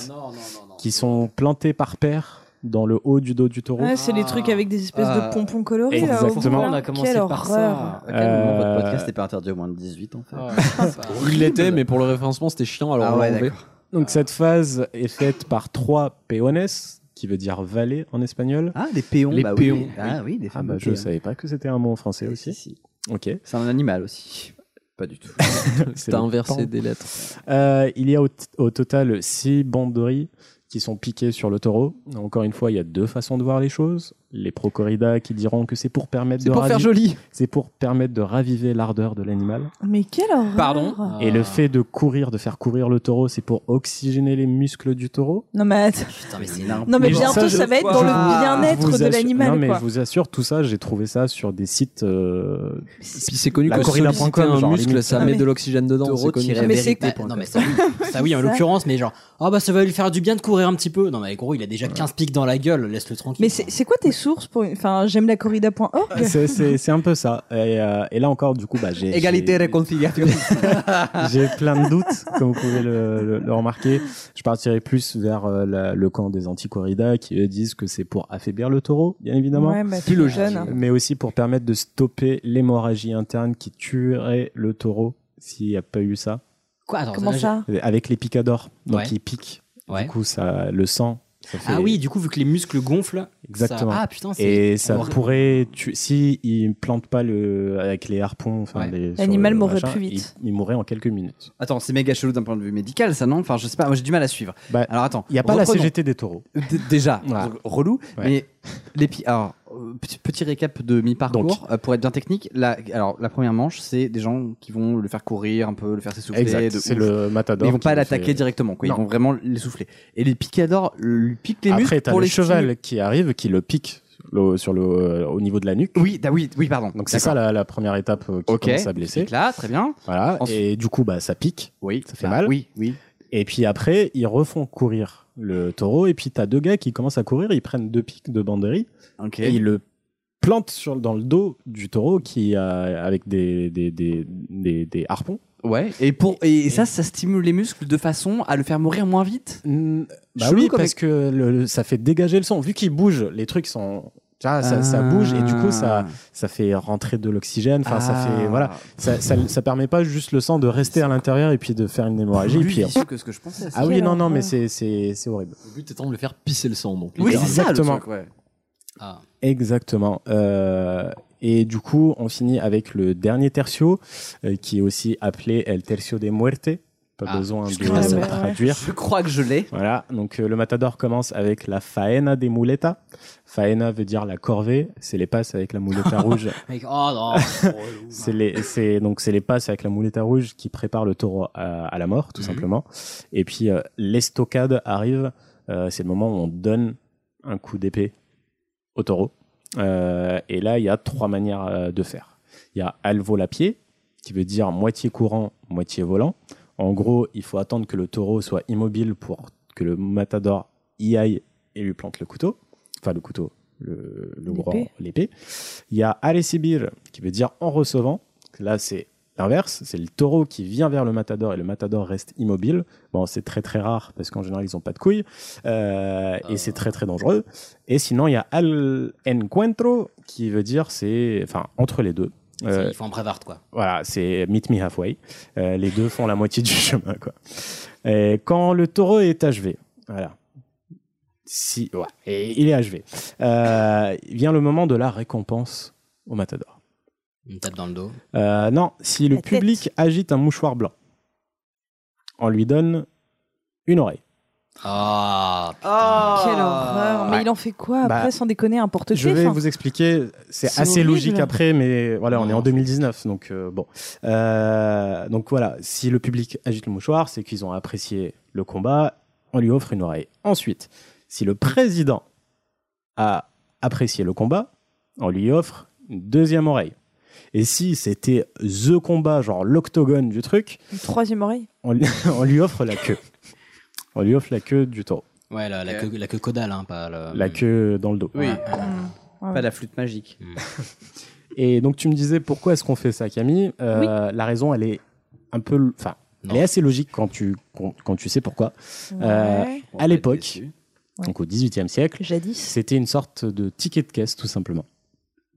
S9: qui sont plantés par paire dans le haut du dos du taureau.
S3: Ouais, c'est les trucs avec des espèces
S10: Ah.
S3: de pompons colorés. là, au bout,
S9: Exactement.
S3: là.
S9: On
S2: a commencé
S3: Quelle
S2: par ça.
S3: horreur.
S10: À quel moment
S9: Euh,
S10: votre podcast n'est pas interdit au moins de 18 en fait
S1: Il l'était, mais pour le référencement, c'était chiant, alors
S10: Ah
S1: on l'a
S10: ouais,
S1: enlevé.
S10: d'accord.
S9: Donc cette phase est faite par trois peones, qui veut dire vallée en espagnol.
S10: Ah, des péons,
S1: Les
S10: bah
S1: péons,
S10: oui. Ah oui, des
S9: Ah
S10: femmes.
S9: bah je savais pas que c'était un mot en français aussi. Ok.
S10: C'est un animal aussi. Pas du tout.
S9: C'est
S1: T'as
S9: le pan.
S1: inversé des lettres.
S9: Euh, il y a au, t- au total six banderies qui sont piquées sur le taureau. Encore une fois, il y a deux façons de voir les choses. Les pro-corrida qui diront que c'est pour permettre de ravi-
S1: joli.
S9: c'est pour permettre de raviver l'ardeur de l'animal.
S3: Mais quelle horreur.
S11: Pardon
S9: Et le fait de courir, de faire courir le taureau, c'est pour oxygéner les muscles du taureau.
S3: Non, mais attends.
S2: Putain, mais c'est énorme.
S3: Non, mais
S9: Mais
S3: bientôt,
S9: ça,
S3: ça,
S9: je-
S3: va être dans
S10: Ah,
S3: le bien-être
S9: Vous
S3: de
S9: assure- Non
S3: l'animal,
S9: mais
S3: quoi.
S9: je vous assure, tout ça, j'ai trouvé ça sur des sites. euh,
S1: Puis c'est connu
S9: La
S1: que
S9: corrida.com,
S1: solliciter un
S9: genre,
S1: muscle,
S9: limite.
S1: ça
S3: Ah,
S1: met
S3: mais-
S1: de l'oxygène dedans.
S10: Taureau
S1: C'est connu.
S10: tiré-
S1: ça.
S3: Mais c'est
S10: vérité,
S2: Ah,
S10: point
S2: non,
S10: com.
S2: mais ça oui,
S11: Ça oui, en
S3: Ça.
S11: l'occurrence, mais genre, ah
S2: oh,
S11: bah ça va lui faire du bien de courir un petit peu. Non, mais gros, il a déjà 15 pics dans la gueule, laisse-le tranquille.
S3: Mais c'est c'est quoi tes sources pour une- Enfin, j'aime la corrida.org.
S9: c'est- C'est c'est un peu ça. Et, euh, et là encore, du coup, bah, j'ai
S10: Égalité,
S9: j'ai-
S10: réconciliation.
S9: J'ai plein de doutes, comme vous pouvez le, le- le remarquer. Je partirais plus vers euh, la- le camp des anti-corrida qui eux disent que c'est pour affaiblir le taureau, bien évidemment,
S3: Ouais, bah,
S1: Plus
S3: tu
S1: logique.
S3: m'étonnes.
S9: mais aussi pour permettre de stopper l'hémorragie interne qui tuerait le taureau s'il n'y a pas eu ça,
S11: Quoi Attends,
S3: Comment
S11: là,
S3: ça
S9: avec les picadors. Donc
S11: Ouais.
S9: ils piquent,
S11: j'ai- Ouais.
S9: du coup, ça, le sang. ça fait-
S11: Ah oui, du coup, vu que les muscles gonflent.
S9: Exactement.
S11: ça- Ah putain, c'est.
S9: Et ça
S11: Alors-
S9: pourrait tuer. Si ils plantent pas le avec les harpons, enfin
S11: Ouais.
S9: les- sur
S3: L'animal
S9: le
S3: mourrait
S9: machin,
S3: plus vite.
S9: Il, il mourrait en quelques minutes.
S10: Attends, c'est méga chelou d'un point de vue médical, ça non Enfin, je sais pas, moi j'ai du mal à suivre.
S9: Bah,
S10: Alors attends,
S9: Il n'y a pas la
S10: reprenons.
S9: CGT des taureaux.
S10: D- déjà,
S9: Ouais.
S10: donc, relou.
S9: Ouais.
S10: Mais les pi- alors, euh, petit, petit récap de mi-parcours euh, pour être bien technique. La, alors, la première manche, c'est des gens qui vont le faire courir un peu, le faire s'essouffler.
S9: Exact,
S10: de
S9: c'est
S10: ouf.
S9: le matador.
S10: Mais ils vont
S9: qui
S10: pas
S9: le
S10: l'attaquer
S9: fait-
S10: directement, quoi. Ils
S9: Non.
S10: vont vraiment l'essouffler. Et les picadors lui piquent les muscles
S9: Après, t'as
S10: pour
S9: le
S10: les
S9: cheval
S10: stimuler.
S9: qui arrive, qui le pique le- sur le, au niveau de la nuque.
S10: Oui, da- oui, oui, pardon.
S9: Donc c'est ça la, la première étape euh, qui
S10: Ok.
S9: commence à blesser.
S10: Pique là, très bien.
S9: Voilà.
S10: Ensuite-
S9: Et du coup, bah, ça pique.
S10: Oui,
S9: Ça fait
S10: Ah,
S9: mal.
S10: Oui, oui.
S9: Et puis après, ils refont courir le taureau. Et puis t'as deux gars qui commencent à courir. Ils prennent deux pics de banderie
S10: Ok.
S9: et ils le plantent sur, dans le dos du taureau qui a, avec des, des, des, des, des harpons.
S10: Ouais. Et pour et, ça, ça stimule les muscles de façon à le faire mourir moins vite.
S9: bah
S10: Chelou
S9: oui,
S10: comme
S9: parce que le- le- ça fait dégager le son. Vu qu'ils bougent, les trucs sont. tu vois, ça, ça bouge et du coup, ça,
S10: Ah.
S9: ça fait rentrer de l'oxygène. Enfin, ça fait. Voilà. ça, ça, ça permet pas juste le sang de rester à l'intérieur et puis de faire une hémorragie. et puis,
S10: vicieux que ce que je pensais. ça.
S9: ah oui,
S3: Quelle
S9: non, non, mais
S3: horreur.
S9: c'est- c'est c'est horrible.
S1: Le but étant de le faire pisser le sang.
S9: Ah,
S1: Donc,
S10: Oui, c'est ça le
S9: Exactement.
S10: truc, ouais.
S2: Ah.
S9: Exactement. Euh, et du coup, on finit avec le dernier tertio, euh, qui est aussi appelé El Tercio de Muerte. Pas
S2: Ah,
S9: besoin de
S3: là,
S9: le
S3: ouais.
S9: traduire.
S10: Je crois que je l'ai.
S9: Voilà, donc euh, le matador commence avec la faena des muletas. Faena veut dire la corvée, c'est les passes avec la muleta rouge
S11: Mec, oh non, c'est trop relou.
S9: C'est les, c'est donc c'est les passes avec la mouletta rouge qui préparent le taureau à, à la mort, tout
S2: Mhm.
S9: simplement. Et puis euh, l'estocade arrive. euh, c'est le moment où on donne un coup d'épée au taureau. Euh, et là, il y a trois manières euh, de faire. Il y a alvolapied, qui veut dire moitié courant, moitié volant. En gros, il faut attendre que le taureau soit immobile pour que le matador y aille et lui plante le couteau. Enfin, le couteau, le, le
S3: L'épée.
S9: grand, l'épée. Il y a Alessibir, qui veut dire en recevant. Là, c'est l'inverse. C'est le taureau qui vient vers le matador et le matador reste immobile. Bon, c'est très très rare parce qu'en général, ils n'ont pas de couilles. Euh,
S2: Ah.
S9: Et c'est très très dangereux. Et sinon, il y a Al Encuentro, qui veut dire c'est. Enfin, entre les deux. Euh,
S2: Il faut un bravard, quoi.
S9: voilà, c'est Meet Me Halfway. Euh, les deux font la moitié du chemin, quoi. Et quand le taureau est achevé, voilà. Si, ouais. Et il est achevé. Euh, vient le moment de la récompense au Matador.
S2: Une tape dans le dos.
S9: Euh, non, si le
S2: La tête.
S9: public agite un mouchoir blanc, on lui donne une oreille.
S2: Ah
S3: Quelle horreur. Mais
S9: Ouais.
S3: il en fait quoi après,
S9: Bah,
S3: sans déconner, un porte
S9: Je vais vous expliquer, c'est
S3: C'est
S9: assez
S3: horrible.
S9: logique après, mais voilà, on est en 2019, donc euh, bon. Euh, donc voilà, si le public agite le mouchoir, c'est qu'ils ont apprécié le combat, on lui offre une oreille. Ensuite, si le président a apprécié le combat, on lui offre une deuxième oreille. Et si c'était The Combat, genre l'octogone du truc,
S3: Une troisième oreille
S9: on, lui- on lui offre la queue. On lui offre la queue du taureau.
S2: Ouais, la, la queue, la queue caudale, hein, pas le...
S9: La queue dans le dos.
S2: Oui.
S10: Pas la flûte magique.
S9: Et donc tu me disais pourquoi est-ce qu'on fait ça, Camille Euh, La raison, elle est un peu, enfin, elle est assez logique quand tu quand, quand tu sais pourquoi. Euh,
S3: Ouais.
S9: à l'époque,
S3: Ouais.
S9: donc au XVIIIe siècle,
S3: Jadis.
S9: c'était une sorte de ticket de caisse tout simplement.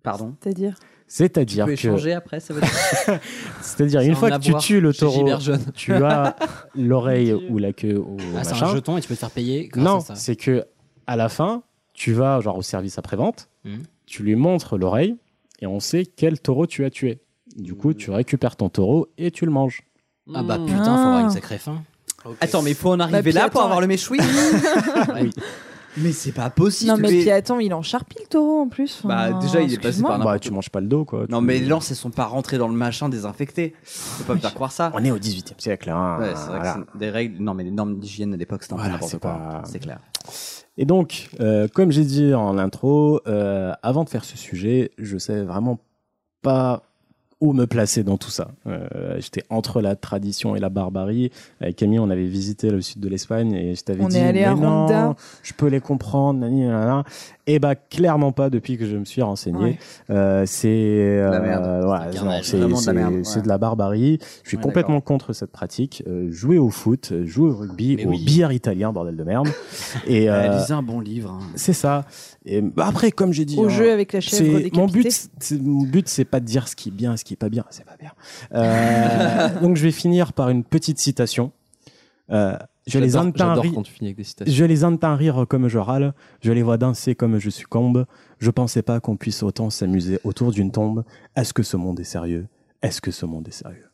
S10: Pardon.
S3: C'est-à-dire
S9: C'est-à-dire
S10: peux échanger
S9: que,
S10: après, ça veut dire.
S9: c'est-à-dire
S10: C'est
S9: une
S10: en
S9: fois que tu
S10: avoir
S9: tues le
S10: chez
S9: taureau,
S10: Gilbert Jaune.
S9: tu as l'oreille ou la queue ou
S2: Ah, c'est
S9: machin.
S2: un jeton et tu peux te faire payer grâce
S9: Non,
S2: à ça.
S9: c'est que à la fin, tu vas genre au service après-vente,
S2: Mhm.
S9: tu lui montres l'oreille et on sait quel taureau tu as tué. Du coup, tu récupères ton taureau et tu le manges.
S2: Ah bah putain, faut avoir une sacrée faim.
S10: Attends, mais faut en arriver
S3: Bah, puis
S10: là pour
S3: attends.
S10: avoir le méchoui Ah Mais c'est pas possible.
S3: Non, mais
S10: mais-
S3: puis attends, il en charpie le taureau en plus.
S10: Bah,
S3: Enfin,
S10: déjà, il est passé
S3: excuse-moi.
S10: par n'importe
S9: tu manges pas le dos, quoi.
S10: Non, mais les lances, elles sont pas rentrées dans le machin désinfecté. Faut pas me faire croire ça.
S9: On est au 18 e siècle, hein.
S10: Ouais, c'est vrai
S9: Ah, Voilà.
S10: que c'est des règles. Non, mais les normes d'hygiène à l'époque, c'était un peu
S9: Voilà,
S10: n'importe
S9: c'est
S10: quoi.
S9: pas-
S10: C'est clair.
S9: Et donc, euh, comme j'ai dit en intro, euh, avant de faire ce sujet, je sais vraiment pas où me placer dans tout ça. Euh, j'étais entre la tradition et la barbarie. Avec Camille, on avait visité le sud de l'Espagne et je t'avais
S3: On
S9: dit,
S3: est allé à
S9: mais non,
S3: Ronda.
S9: je peux les comprendre, nani, nanana. Et bah clairement pas depuis que je me suis renseigné.
S3: Ouais.
S9: Euh, c'est euh,
S10: La merde.
S9: voilà,
S2: C'est un
S9: non,
S2: carnage.
S9: c'est
S10: Vraiment de la
S9: c'est-
S10: merde, ouais.
S9: c'est de la barbarie. Je suis
S10: Ouais,
S9: complètement contre cette pratique. Euh, jouer au foot, jouer au rugby,
S2: Mais
S9: au
S2: oui.
S9: billard italien, bordel de merde. et euh,
S10: Euh, lisez un bon livre. hein.
S9: c'est ça. Et bah, après, comme j'ai dit,
S3: Au
S9: hein,
S3: jeu avec la chèvre
S9: c'est
S3: décapitée.
S9: mon but. c'est- Mon but, c'est pas de dire ce qui est bien, et ce qui est pas bien. C'est pas bien. Euh, donc je vais finir par une petite citation. Euh, je les
S1: J'adore-
S9: entends
S1: J'adore
S9: ri-
S1: quand tu finis avec des citations.
S9: je les entends rire comme je râle, je les vois danser comme je succombe. Je pensais pas qu'on puisse autant s'amuser autour d'une tombe. Est-ce que ce monde est sérieux Est-ce que ce monde est sérieux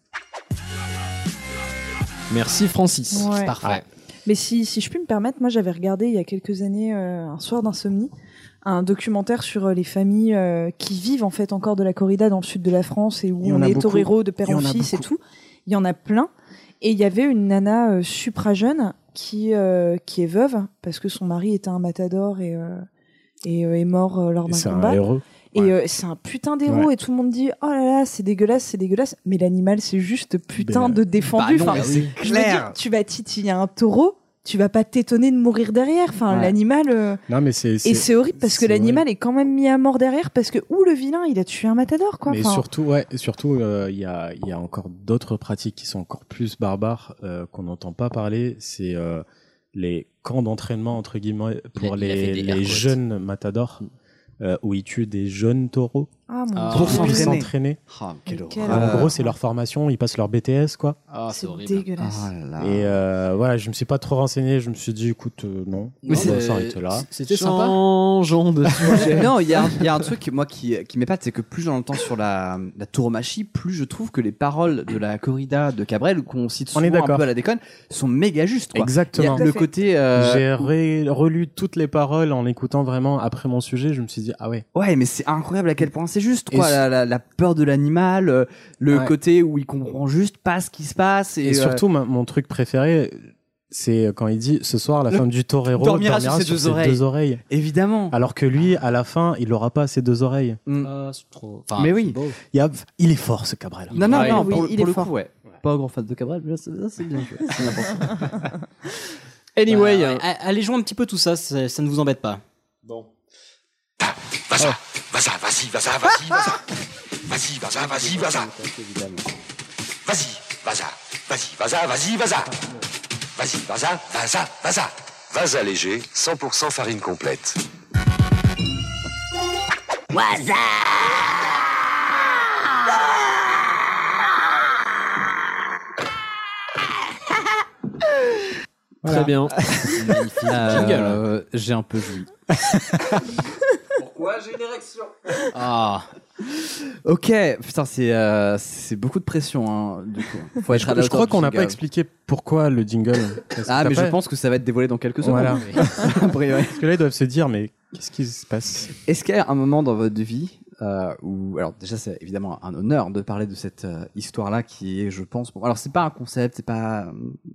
S11: Merci Francis.
S3: Ouais.
S2: Parfait.
S3: Mais si, si je puis me permettre, moi j'avais regardé il y a quelques années euh, un soir d'insomnie un documentaire sur euh, les familles euh, qui vivent en fait encore de la corrida dans le sud de la France et où
S9: Il y en
S3: on
S9: a
S3: est
S9: beaucoup.
S3: torero de père
S9: Il y
S3: en
S9: en a
S3: fils et
S9: beaucoup.
S3: tout. Il y en a plein. Et il y avait une nana euh, supra jeune qui euh, qui est veuve parce que son mari était un matador et euh, et euh, est mort euh, lors d'un
S9: C'est
S3: combat.
S9: un héros.
S3: Et
S9: Ouais.
S3: euh, c'est un putain d'héros et tout le monde dit oh là là c'est dégueulasse c'est dégueulasse mais l'animal c'est juste putain
S9: Ben,
S3: de défendu.
S10: Bah non,
S3: Enfin,
S10: mais c'est
S3: je veux dire,
S10: clair.
S3: tu vas titiller un taureau, tu vas pas t'étonner de mourir derrière. Enfin,
S10: Ouais.
S3: l'animal. euh,
S9: Non, mais c'est.
S3: Et c'est horrible parce que
S9: c'est vrai.
S3: l'animal est quand même mis à mort derrière parce que ou le vilain, il a tué un matador, quoi.
S9: Mais
S3: Enfin,
S9: surtout, ouais, surtout, euh, il y, a, il y a encore d'autres pratiques qui sont encore plus barbares euh, qu'on n'entend pas parler. C'est euh, les camps d'entraînement entre guillemets pour
S2: Il a- il a
S9: les,
S2: fait des
S9: les
S2: air quotes.
S9: jeunes matadors euh, où ils tuent des jeunes taureaux
S3: Ah, mon
S2: Ah,
S3: Dieu.
S10: Pour
S9: pour
S10: s'entraîner.
S9: s'entraîner.
S10: Oh, quelle
S3: Quel-
S10: horreur.
S9: En gros, c'est leur formation, ils passent leur BTS quoi.
S2: Ah, c'est
S3: C'est
S2: horrible.
S3: dégueulasse.
S10: Ah là là.
S9: Et euh, voilà, je me suis pas trop renseigné. Je me suis dit, écoute, euh, non,
S2: Mais
S9: on va
S2: c'est-
S9: s'arrêter là.
S11: C'était sympa.
S1: Changeons de sujet.
S10: non, il y, a un- il y a un truc moi qui, qui m'épate, c'est que plus j'en entends sur la, la tauromachie, plus je trouve que les paroles de la corrida de Cabrel, qu'on cite
S9: On est
S10: souvent un
S9: d'accord.
S10: peu à la déconne, sont méga justes. quoi. Il y a
S9: Exactement.
S10: le côté. euh,
S9: J'ai ré- relu toutes les paroles en écoutant vraiment après mon sujet. Je me suis dit, ah ouais.
S10: Ouais, mais c'est incroyable à quel point c'est juste,
S9: Et
S10: quoi.
S9: su-
S10: La, la- la peur de l'animal, euh, le
S9: Ouais.
S10: côté où il comprend juste pas ce qui se passe. Et, euh,
S9: Et, surtout, ma- mon truc préféré, c'est quand il dit ce soir, la
S10: Le-
S9: femme du torero
S10: dormira sur ses deux oreilles.
S9: oreilles.
S10: euh, évidemment.
S9: Alors que lui, à la fin, il n'aura pas ses deux oreilles.
S2: Ah, c'est trop...
S9: bah,
S2: enfin,
S10: Mais oui.
S2: c'est beau.
S9: Il, y a- il est fort, ce Cabrel.
S10: Non, non,
S2: Ouais,
S10: non,
S2: oui,
S10: pour,
S3: il
S10: pour
S3: est
S10: le
S3: fort.
S10: coup, ouais. Pas grand fan de Cabral, mais là, c'est là, c'est bien joué. C'est n'importe quoi.
S2: Ouais,
S1: Anyway,
S2: ouais, a- Allez jouer un petit peu tout ça, ça ça ne vous embête pas.
S13: Ah.
S8: Vas-y, vas-y, vas-y, vas-y, vas-y. Vas-y, vas-y, vas-y, vas-y. Vas-y, vas-y, vas-y, vas-y, vas-y, vas-y. Vas-y, vas-y, vas-y, vas-y.
S13: Vasa léger, 100% farine complète.
S11: Voilà.
S1: Très bien.
S11: Magnifique.
S9: hein.
S10: Euh, J'ai un peu joui.
S12: Pourquoi j'ai une érection
S10: Ah. Ok, putain, c'est euh, c'est beaucoup de pression. Hein, du coup. Faut être à la
S9: je crois
S10: hauteur du
S9: qu'on n'a
S10: jingle.
S9: pas expliqué pourquoi le jingle.
S10: Ah, mais je pense que ça va être dévoilé dans quelques secondes.
S9: Voilà.
S10: A priori.
S9: Parce que là, ils doivent se dire, mais qu'est-ce qui se passe
S10: Est-ce qu'il y a un moment dans votre vie euh, où, alors déjà, c'est évidemment un honneur de parler de cette euh, histoire-là qui est, je pense, bon, alors c'est pas un concept, c'est pas,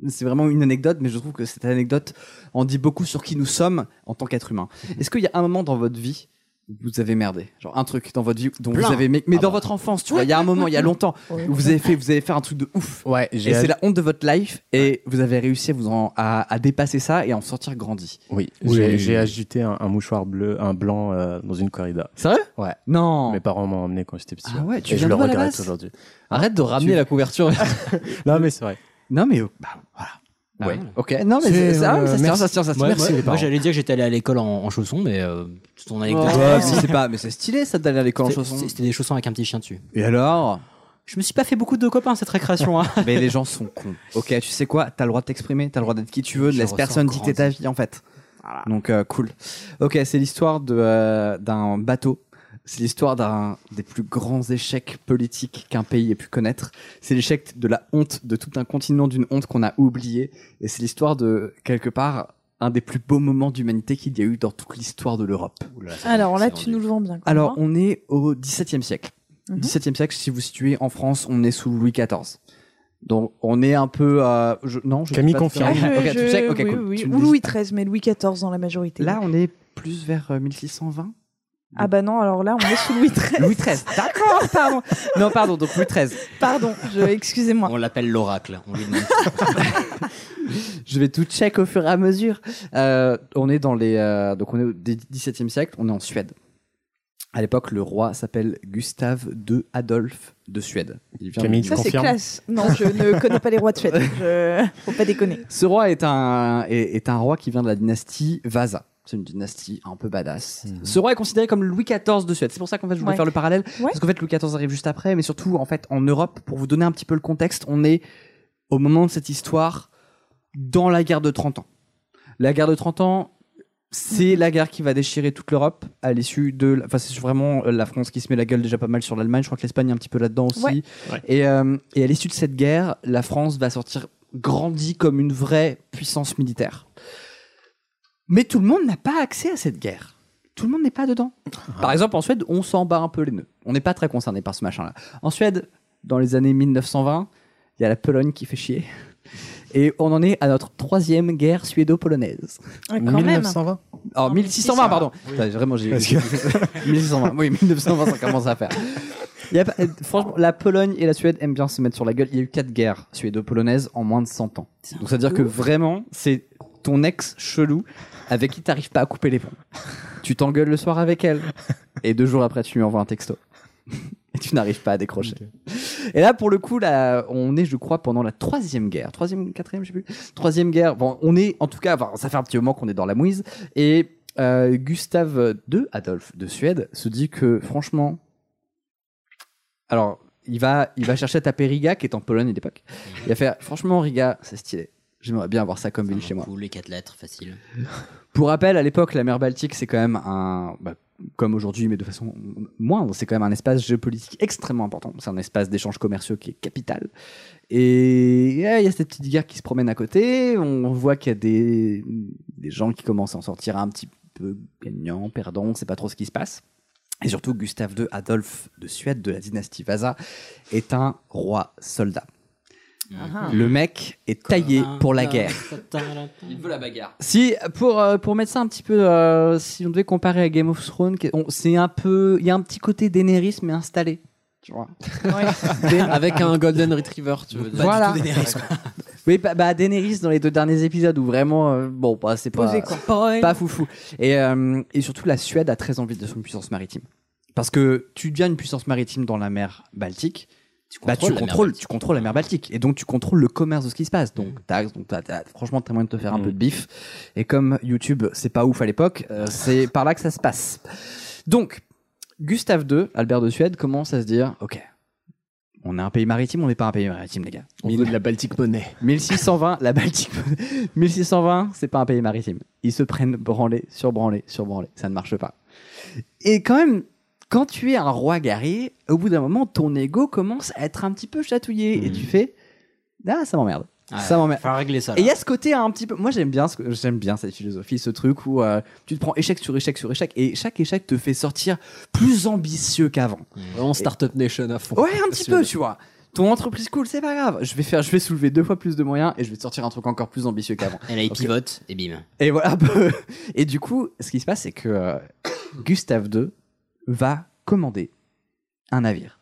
S10: c'est vraiment une anecdote, mais je trouve que cette anecdote en dit beaucoup sur qui nous sommes en tant qu'être humain.
S11: Mhm.
S10: Est-ce qu'il y a un moment dans votre vie où vous avez merdé, genre un truc dans votre vie dont
S11: Plein.
S10: vous avez, mais, mais
S11: Ah
S10: dans
S11: bah.
S10: votre enfance, tu vois, il y a un moment, il y a longtemps, où vous avez fait, vous avez fait un truc de ouf.
S9: Ouais,
S10: Et c'est la honte de votre life et vous avez réussi à vous en- à, à dépasser ça et à en sortir grandi.
S9: Oui,
S10: Oui.
S9: j'ai j'ai agité un, un mouchoir bleu, un blanc euh, dans une corrida.
S10: Sérieux
S9: Ouais.
S10: Non.
S9: Mes parents m'ont emmené quand j'étais petit.
S10: Ah ouais, tu
S9: Et je
S10: viens
S9: le
S10: de Balabas
S9: regrette aujourd'hui.
S10: Arrête de ramener la couverture.
S9: non, mais c'est vrai.
S10: Non, mais bah,
S9: voilà.
S2: Bah,
S9: Ouais. euh,
S10: Ok, non mais c'est- ça, ça se tient, ça se tient, ça se tient.
S11: Moi, moi, moi, j'allais dire que j'étais allé à l'école en, en chaussons, mais euh, c'est ton anecdote.
S10: Ouais, mais c'est pas, mais c'est stylé ça d'aller à l'école en
S11: C'est-
S10: chaussons.
S11: c'est- C'était des chaussons avec un petit chien dessus.
S10: Et alors
S11: Je me suis pas fait beaucoup de copains à cette récréation. hein.
S10: Mais les gens sont cons. Ok, tu sais quoi T'as le droit de t'exprimer, t'as le droit d'être qui tu veux, ne
S11: Je
S10: laisse
S11: ressens
S10: personne dicter ta vie en fait. Donc euh, cool. Ok, c'est l'histoire de, euh, d'un bateau. C'est l'histoire d'un des plus grands échecs politiques qu'un pays ait pu connaître. C'est l'échec de la honte de tout un continent d'une honte qu'on a oubliée. Et c'est l'histoire de quelque part un des plus beaux moments d'humanité qu'il y a eu dans toute l'histoire de l'Europe.
S3: Alors là, tu nous le vends bien. Hein quand
S10: Alors,
S3: même,
S10: on est au XVIIe siècle.
S3: Mhm.
S10: XVIIe siècle, si vous situez en France, on est sous Louis XIV. Donc, on est un peu. euh, je- non, je
S9: Camille
S10: sais pas
S3: hein.
S9: confirme.
S10: très
S3: Ah,
S10: bien.
S3: je-
S10: Ok, tu
S3: je-
S10: check, ok,
S3: oui,
S10: cool.
S3: oui.
S10: Tu me
S3: Ou
S10: dis-
S3: Louis XIII, mais Louis XIV dans la majorité.
S10: Là, on est plus vers euh, 1620.
S3: ah bah non, alors là, on est sous Louis XIII.
S10: Louis XIII, d'accord, pardon. Non, pardon, donc Louis XIII.
S3: Pardon, je- excusez-moi.
S11: On l'appelle l'oracle. On lui demande.
S10: Je vais tout check au fur et à mesure. Euh, on est dans les. euh, donc, on est au XVIIe siècle, on est en Suède. À l'époque, le roi s'appelle Gustave II Adolphe de Suède. Il vient de-
S9: Camille,
S3: Ça, c'est
S9: confirme.
S3: classe. Non, je ne connais pas les rois de Suède. Je... Faut pas déconner.
S10: Ce roi est un, est, est un roi qui vient de la dynastie Vasa. C'est une dynastie un peu badass. Ce roi est considéré comme Louis XIV de Suède. C'est pour ça qu'en fait, je voulais
S3: Ouais.
S10: faire le parallèle.
S3: Ouais.
S10: Parce qu'en fait, Louis XIV arrive juste après. Mais surtout, en fait, en Europe, pour vous donner un petit peu le contexte, on est au moment de cette histoire dans la guerre de 30 ans. La guerre de 30 ans,
S3: Mhm.
S10: c'est la guerre qui va déchirer toute l'Europe à l'issue de. la- Enfin, c'est vraiment euh, la France qui se met la gueule déjà pas mal sur l'Allemagne. Je crois que l'Espagne est un petit peu là-dedans aussi.
S3: Ouais.
S9: Ouais.
S10: Et, euh, et à l'issue de cette guerre, la France va sortir grandie comme une vraie puissance militaire. Mais tout le monde n'a pas accès à cette guerre. Tout le monde n'est pas dedans. Par exemple, en Suède, on s'en bat un peu les nœuds. On n'est pas très concerné par ce machin-là. En Suède, dans les années 1920, il y a la Pologne qui fait chier. Et on en est à notre troisième guerre suédo-polonaise.
S3: Ouais, Ah, quand même.
S9: 1920
S10: Oh, 1620,
S3: 1620,
S10: pardon. Putain, Vraiment, j'ai.
S9: Parce que-
S10: 1620, oui, 1920, ça commence à faire. Il y a pas- euh, franchement, la Pologne et la Suède aiment bien se mettre sur la gueule. Il y a eu quatre guerres suédo-polonaises en moins de 100 ans. Donc ça veut dire que vraiment, c'est ton ex chelou avec qui t'arrives pas à couper les ponts. Tu t'engueules le soir avec elle et deux jours après, tu lui envoies un texto. Et tu n'arrives pas à décrocher. Et là, pour le coup, là, on est, je crois, pendant la troisième guerre. Troisième, quatrième, je sais plus. Troisième guerre. Bon, on est, en tout cas, enfin, ça fait un petit moment qu'on est dans la mouise. Et euh, Gustave II, Adolphe de Suède, se dit que, franchement, alors, il va, il va chercher à taper Riga, qui est en Pologne à l'époque. Il va faire, franchement, Riga, c'est stylé. J'aimerais bien avoir ça comme ville chez moi.
S2: Cool, les quatre lettres, facile.
S10: Pour rappel, à l'époque, la mer Baltique, c'est quand même un. bah, comme aujourd'hui, mais de façon moindre, c'est quand même un espace géopolitique extrêmement important. C'est un espace d'échanges commerciaux qui est capital. Et euh, il y a cette petite guerre qui se promène à côté. On voit qu'il y a des, des gens qui commencent à en sortir un petit peu gagnants, perdants, on ne sait pas trop ce qui se passe. Et surtout, Gustave II Adolphe de Suède, de la dynastie Vasa, est un roi soldat. Le mec est taillé pour la guerre.
S2: Il veut la bagarre.
S10: Si pour euh, pour mettre ça un petit peu, euh, si on devait comparer à Game of Thrones, que- on- c'est un peu, il y a un petit côté Daenerys mais installé. Tu vois.
S1: Avec un Golden Retriever, tu veux dire.
S10: voilà. oui, bah, bah, Daenerys dans les deux derniers épisodes où vraiment, euh, bon, bah, c'est pas
S3: Posé, quoi.
S10: pas foufou. Et euh, et surtout la Suède a très envie de son puissance maritime parce que tu deviens une puissance maritime dans la mer Baltique.
S2: Tu
S10: Bah, tu
S2: la mer
S10: contrôles,
S2: Baltique. Mm.
S10: tu contrôles la mer Baltique et donc tu contrôles le commerce de ce qui se passe. Donc taxes, donc t'as- t'as- franchement t'as moyen de te faire un peu de bif. Et comme YouTube c'est pas ouf à l'époque, euh, c'est par là que ça se passe. Donc Gustave II, Albert de Suède, commence à se dire, ok, On est un pays maritime, on n'est pas un pays maritime, les gars.
S1: On veut de la Baltic Money.
S10: 1620, la Baltique. 1620, c'est pas un pays maritime. Ils se prennent branlés, sur branlés, sur branlés. Ça ne marche pas. Et quand même, quand tu es un roi guerrier, au bout d'un moment, ton ego commence à être un petit peu chatouillé et tu fais Ah, ça m'emmerde. ça m'emmerde.
S11: Faut régler ça.
S10: Et il y a ce côté un petit peu. Moi, j'aime bien, ce que- j'aime bien cette philosophie, ce truc où euh, tu te prends échec sur échec sur échec et chaque échec te fait sortir plus ambitieux qu'avant.
S1: Vraiment Startup Nation à fond.
S10: Ouais, un petit peu, tu vois. Ton entreprise cool, c'est pas grave. Je vais faire, je vais soulever deux fois plus de moyens et je vais te sortir un truc encore plus ambitieux qu'avant.
S2: Et là, il
S10: Parce que-
S2: pivote et bim.
S10: et voilà un peu. Et du coup, ce qui se passe, c'est que euh, Gustave II va commander un navire.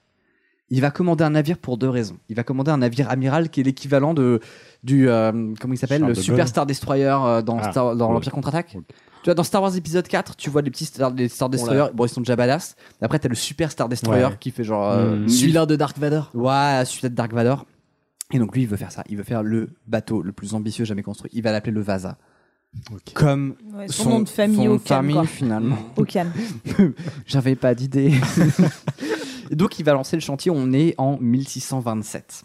S10: Il va commander un navire pour deux raisons. Il va commander un navire amiral qui est l'équivalent de du euh, comment il s'appelle
S9: Charles
S10: le
S9: de
S10: Super
S9: Gaulle.
S10: Star Destroyer euh, dans,
S9: Ah,
S10: Star- dans
S9: oui.
S10: l'Empire contre-attaque. Tu vois, dans Star Wars épisode 4, tu vois les petits Star, les Star Destroyers, bon, ils sont déjà badass. Après, t'as le Super Star Destroyer
S9: Ouais.
S10: qui fait genre. euh,
S1: Mm.
S10: mille-
S1: Celui-là de Dark Vador.
S10: Ouais, celui-là de Dark Vador. Et donc lui, il veut faire ça. Il veut faire le bateau le plus ambitieux jamais construit. Il va l'appeler le Vasa. Comme
S3: Ouais, son, nom de famille
S10: son
S3: au calme.
S10: famille,
S3: quoi.
S10: finalement.
S3: Au calme.
S10: J'avais pas d'idée. Et donc il va lancer le chantier. On est en 1627.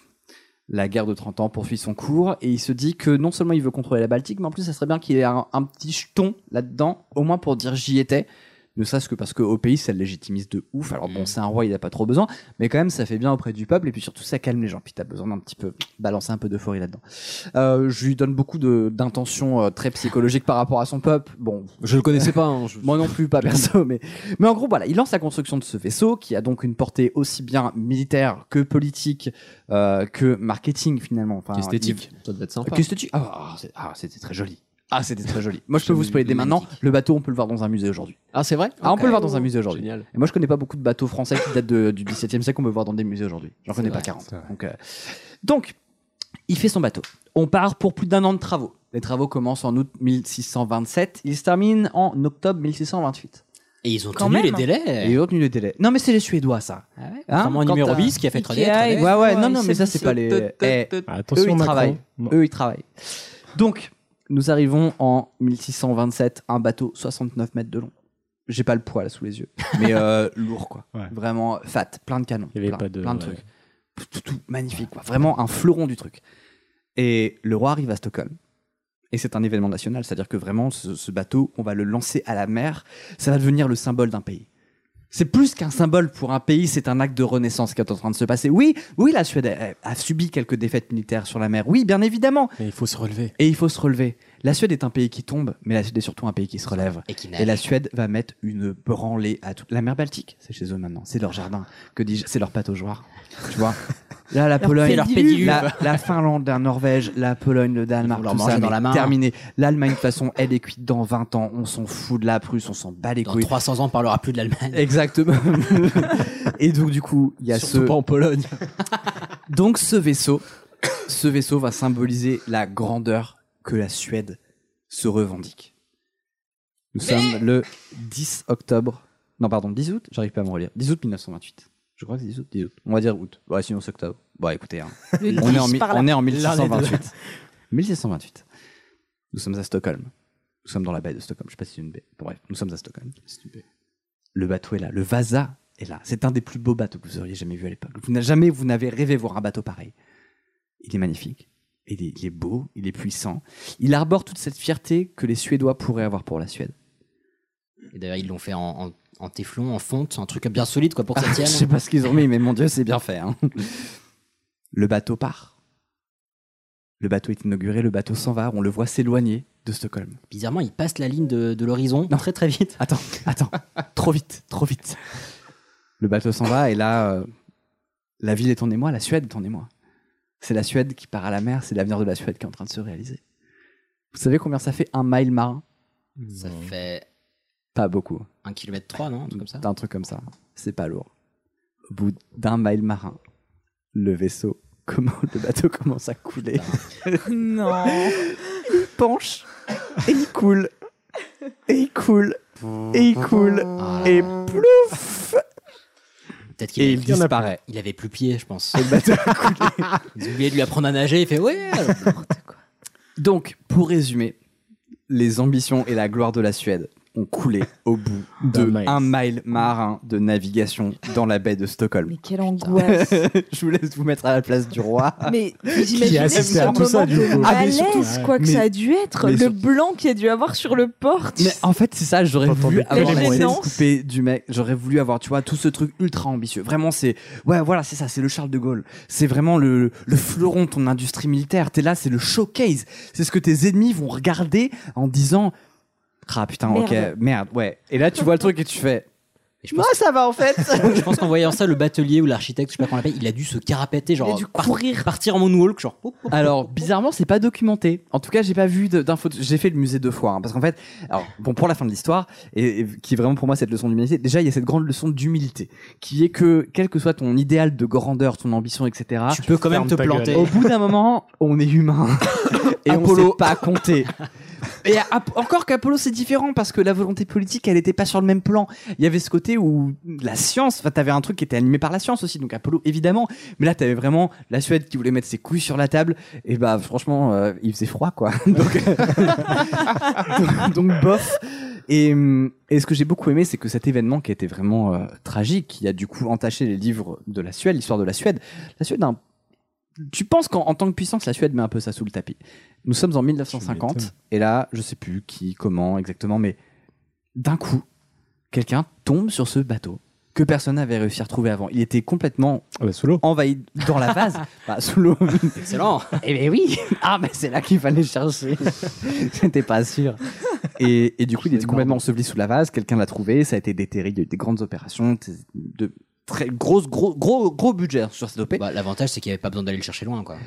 S10: La guerre de 30 ans poursuit son cours et il se dit que non seulement il veut contrôler la Baltique, mais en plus ça serait bien qu'il ait un, un petit jeton là-dedans, au moins pour dire j'y étais. Ne serait-ce que parce qu'au pays ça le légitimise de ouf. Alors bon, c'est un roi, il n'a pas trop besoin, mais quand même ça fait bien auprès du peuple et puis surtout ça calme les gens. Puis t'as besoin d'un petit peu balancer un peu d'euphorie là-dedans. Euh, je lui donne beaucoup de- d'intentions euh, très psychologiques par rapport à son peuple. Bon,
S1: Je le connaissais pas. hein, je-
S10: moi non plus, pas perso, mais, mais en gros, voilà, il lance la construction de ce vaisseau qui a donc une portée aussi bien militaire que politique, euh, que marketing finalement. Enfin,
S1: Esthétique. Ça devait être
S10: il-
S1: sympa.
S10: Qu'esthétique Ah, ah, c'est- ah, c'était très joli. Ah, c'était très joli. Moi, je peux vous spoiler dès maintenant. Le bateau, on peut le voir dans un musée aujourd'hui.
S1: Ah, c'est vrai
S10: Ah, on peut le voir dans un musée aujourd'hui.
S1: Génial.
S10: Et moi, je connais pas beaucoup de bateaux français qui datent de- du XVIIe siècle qu'on peut voir dans des musées aujourd'hui. J'en connais
S1: vrai,
S10: pas 40. Donc, euh, donc, il fait son bateau. On part pour plus d'un an de travaux. Les travaux commencent en août 1627. Ils se terminent en octobre 1628.
S2: Et ils ont
S14: Quand
S2: tenu
S14: même.
S2: les
S10: Et
S2: délais.
S10: ils ont tenu les délais. Non, mais c'est les Suédois, ça. Hein,
S11: Vraiment,
S10: quand
S11: numéro
S10: t'as-
S11: 10 qui a fait
S3: Ikea
S11: traduire.
S3: et-
S10: Ouais, ouais, non,
S3: il
S10: non,
S3: s'est
S10: mais ça,
S3: mis
S10: c'est
S3: sur-
S10: pas les. Eh,
S9: Ah, Attention,
S10: eux, ils
S9: Macron.
S10: travaillent.
S9: Non.
S10: Eux, ils travaillent. Donc, nous arrivons en 1627, un bateau 69 mètres de long. J'ai pas le poids là sous les yeux, mais euh, lourd quoi.
S9: Ouais.
S10: Vraiment fat, plein de canons,
S9: Il y avait
S10: plein,
S9: pas de-
S10: plein de
S9: ouais.
S10: trucs. Tout, tout, tout, magnifique quoi. Vraiment un fleuron du truc. Et le roi arrive à Stockholm. Et c'est un événement national, c'est-à-dire que vraiment, ce, ce bateau, on va le lancer à la mer, ça va devenir le symbole d'un pays. C'est plus qu'un symbole pour un pays, c'est un acte de renaissance qui est en train de se passer. Oui, oui, la Suède a, a subi quelques défaites militaires sur la mer, oui, bien évidemment,
S9: Mais il faut se relever.
S10: et il faut se relever. La Suède est un pays qui tombe, mais la Suède est surtout un pays qui se relève.
S2: Et qui
S10: Et la
S2: nage.
S10: Suède va mettre une branlée à toute la mer Baltique. C'est chez eux maintenant. C'est leur jardin. Que dis-je C'est leur pâte aux joueurs. Tu vois Là, la Pologne,
S2: leur pédiluve.
S10: la, la Finlande, la Norvège, la Pologne, le Danemark,
S2: Ils vont leur
S10: tout
S2: manger
S10: ça,
S2: dans
S10: mais
S2: la main.
S10: terminé. L'Allemagne, de toute façon, elle est cuite dans 20 ans. On s'en fout de la Prusse, on s'en bat les
S2: Dans
S10: couilles.
S2: 300 ans, on parlera plus de l'Allemagne.
S10: Exactement. Et donc, du coup, il y a
S1: Surtout
S10: ce...
S1: pas en Pologne.
S10: Donc ce vaisseau, ce vaisseau va symboliser la grandeur que la Suède se revendique. Nous sommes le 10 octobre, non pardon, 10 août, j'arrive pas à me relire, 10 août 1928. Je crois que c'est 10 août, 10 août. On va dire août. Ouais, sinon c'est octobre. Bon, écoutez, hein.
S3: Le
S10: on, est en,
S3: 10
S10: mi-
S3: par là.
S10: on est en
S11: L'un des
S10: 1628. 1628. Nous sommes à Stockholm. Nous sommes dans la baie de Stockholm. Je sais pas si c'est une baie. Bon, bref, nous sommes à Stockholm. Le bateau est là. Le Vasa est là. C'est un des plus beaux bateaux que vous auriez jamais vu à l'époque. Vous n'avez jamais, vous n'avez rêvé voir un bateau pareil. Il est magnifique. Il est, il est beau. Il est puissant. Il arbore toute cette fierté que les Suédois pourraient avoir pour la Suède.
S2: Et D'ailleurs, ils l'ont fait en, en- en téflon, en fonte, un truc bien solide quoi pour que ça
S10: Ah, Je sais
S2: tienne.
S10: pas ce qu'ils ont mis, mais mon Dieu, c'est bien fait. hein. Le bateau part. Le bateau est inauguré. Le bateau s'en va. On le voit s'éloigner de Stockholm.
S2: Bizarrement, ils passent la ligne de, de l'horizon très très vite.
S10: Attends, attends, trop vite, trop vite. Le bateau s'en va et là, euh, la ville est en émoi, la Suède est en émoi. C'est la Suède qui part à la mer, c'est l'avenir de la Suède qui est en train de se réaliser. Vous savez combien ça fait un mile marin
S2: Ça fait
S10: Pas beaucoup.
S2: 1 km 3, non Un truc comme ça
S10: T'as un truc comme ça. C'est pas lourd. Au bout d'un mile marin, le vaisseau, comment, le bateau commence à couler.
S3: Non.
S10: Il penche et il coule. Et il coule. Et il coule. Et plouf
S2: Ah, Peut-être qu'il
S10: Et il
S2: avait,
S10: disparaît.
S2: il avait plus pied, je pense.
S10: Le bateau a coulé.
S2: Ils ont oublié de lui apprendre à nager. Il fait ouais. alors.
S10: Donc, pour résumer, les ambitions et la gloire de la Suède. ont coulé au bout
S9: D'un
S10: de
S9: mile.
S10: un mile marin de navigation dans la baie de Stockholm.
S3: Mais quelle angoisse.
S10: Je vous laisse vous mettre à la place du roi.
S3: Mais vous imaginez le moment de malaise, quoi que ça a dû être,
S10: mais
S3: le
S10: surtout-
S3: blanc qu'il y a dû avoir sur le port.
S10: Mais en fait, c'est ça, j'aurais voulu
S3: t'entends des
S10: avoir la
S3: bruits.
S10: scène
S3: Gênance.
S10: coupée du mec. J'aurais voulu avoir, tu vois, tout ce truc ultra ambitieux. Vraiment, c'est. Ouais, voilà, c'est ça, c'est le Charles de Gaulle. C'est vraiment le, le fleuron de ton industrie militaire. T'es là, c'est le showcase. C'est ce que tes ennemis vont regarder en disant Ah putain,
S2: Merde.
S10: ok, merde, ouais. Et là, tu vois le truc et tu fais. Moi, ça va en fait.
S2: je pense qu'en voyant ça, le batelier ou l'architecte, je sais pas comment on l'appelle, il a dû se carapater, genre par- partir en moonwalk, genre. oh, hop, hop.
S10: Alors, bizarrement, c'est pas documenté. En tout cas, j'ai pas vu de- d'infos. J'ai fait le musée deux fois. hein, parce qu'en fait, alors, bon, pour la fin de l'histoire, et, et qui est vraiment pour moi cette leçon d'humilité, déjà, il y a cette grande leçon d'humilité, qui est que, quel que soit ton idéal de grandeur, ton ambition, etc., tu
S2: peux quand même te planter.
S1: Oh.
S10: Au bout d'un moment, on est humain. et on
S2: Apollo.
S10: sait pas compter. Et à- encore qu'Apollo c'est différent parce que la volonté politique elle était pas sur le même plan. Il y avait ce côté où la science, enfin t'avais un truc qui était animé par la science aussi, donc Apollo évidemment. Mais là t'avais vraiment la Suède qui voulait mettre ses couilles sur la table. Et bah franchement euh, il faisait froid quoi. donc, donc- donc bof. Et, hum, et ce que j'ai beaucoup aimé, c'est que cet événement qui était vraiment euh, tragique, qui a du coup entaché les livres de la Suède, l'histoire de la Suède, la Suède a un tu penses qu'en en tant que puissance, la Suède met un peu ça sous le tapis. Nous sommes en 1950, et là, je sais plus qui, comment exactement, mais d'un coup, quelqu'un tombe sur ce bateau que personne n'avait réussi à retrouver avant. Il était complètement envahi dans la vase. Bah, sous l'eau. Excellent. Eh bien oui. Ah, mais c'est là qu'il fallait chercher. J'étais pas sûr. Et, et du coup, il était complètement enseveli sous la vase. Quelqu'un l'a trouvé. Ça a été déterré. Il y a eu des grandes opérations. De très grosses, gros, gros, gros budget sur cette OP.
S2: Bah, L'avantage, c'est qu'il n'y avait pas besoin d'aller le chercher loin, quoi.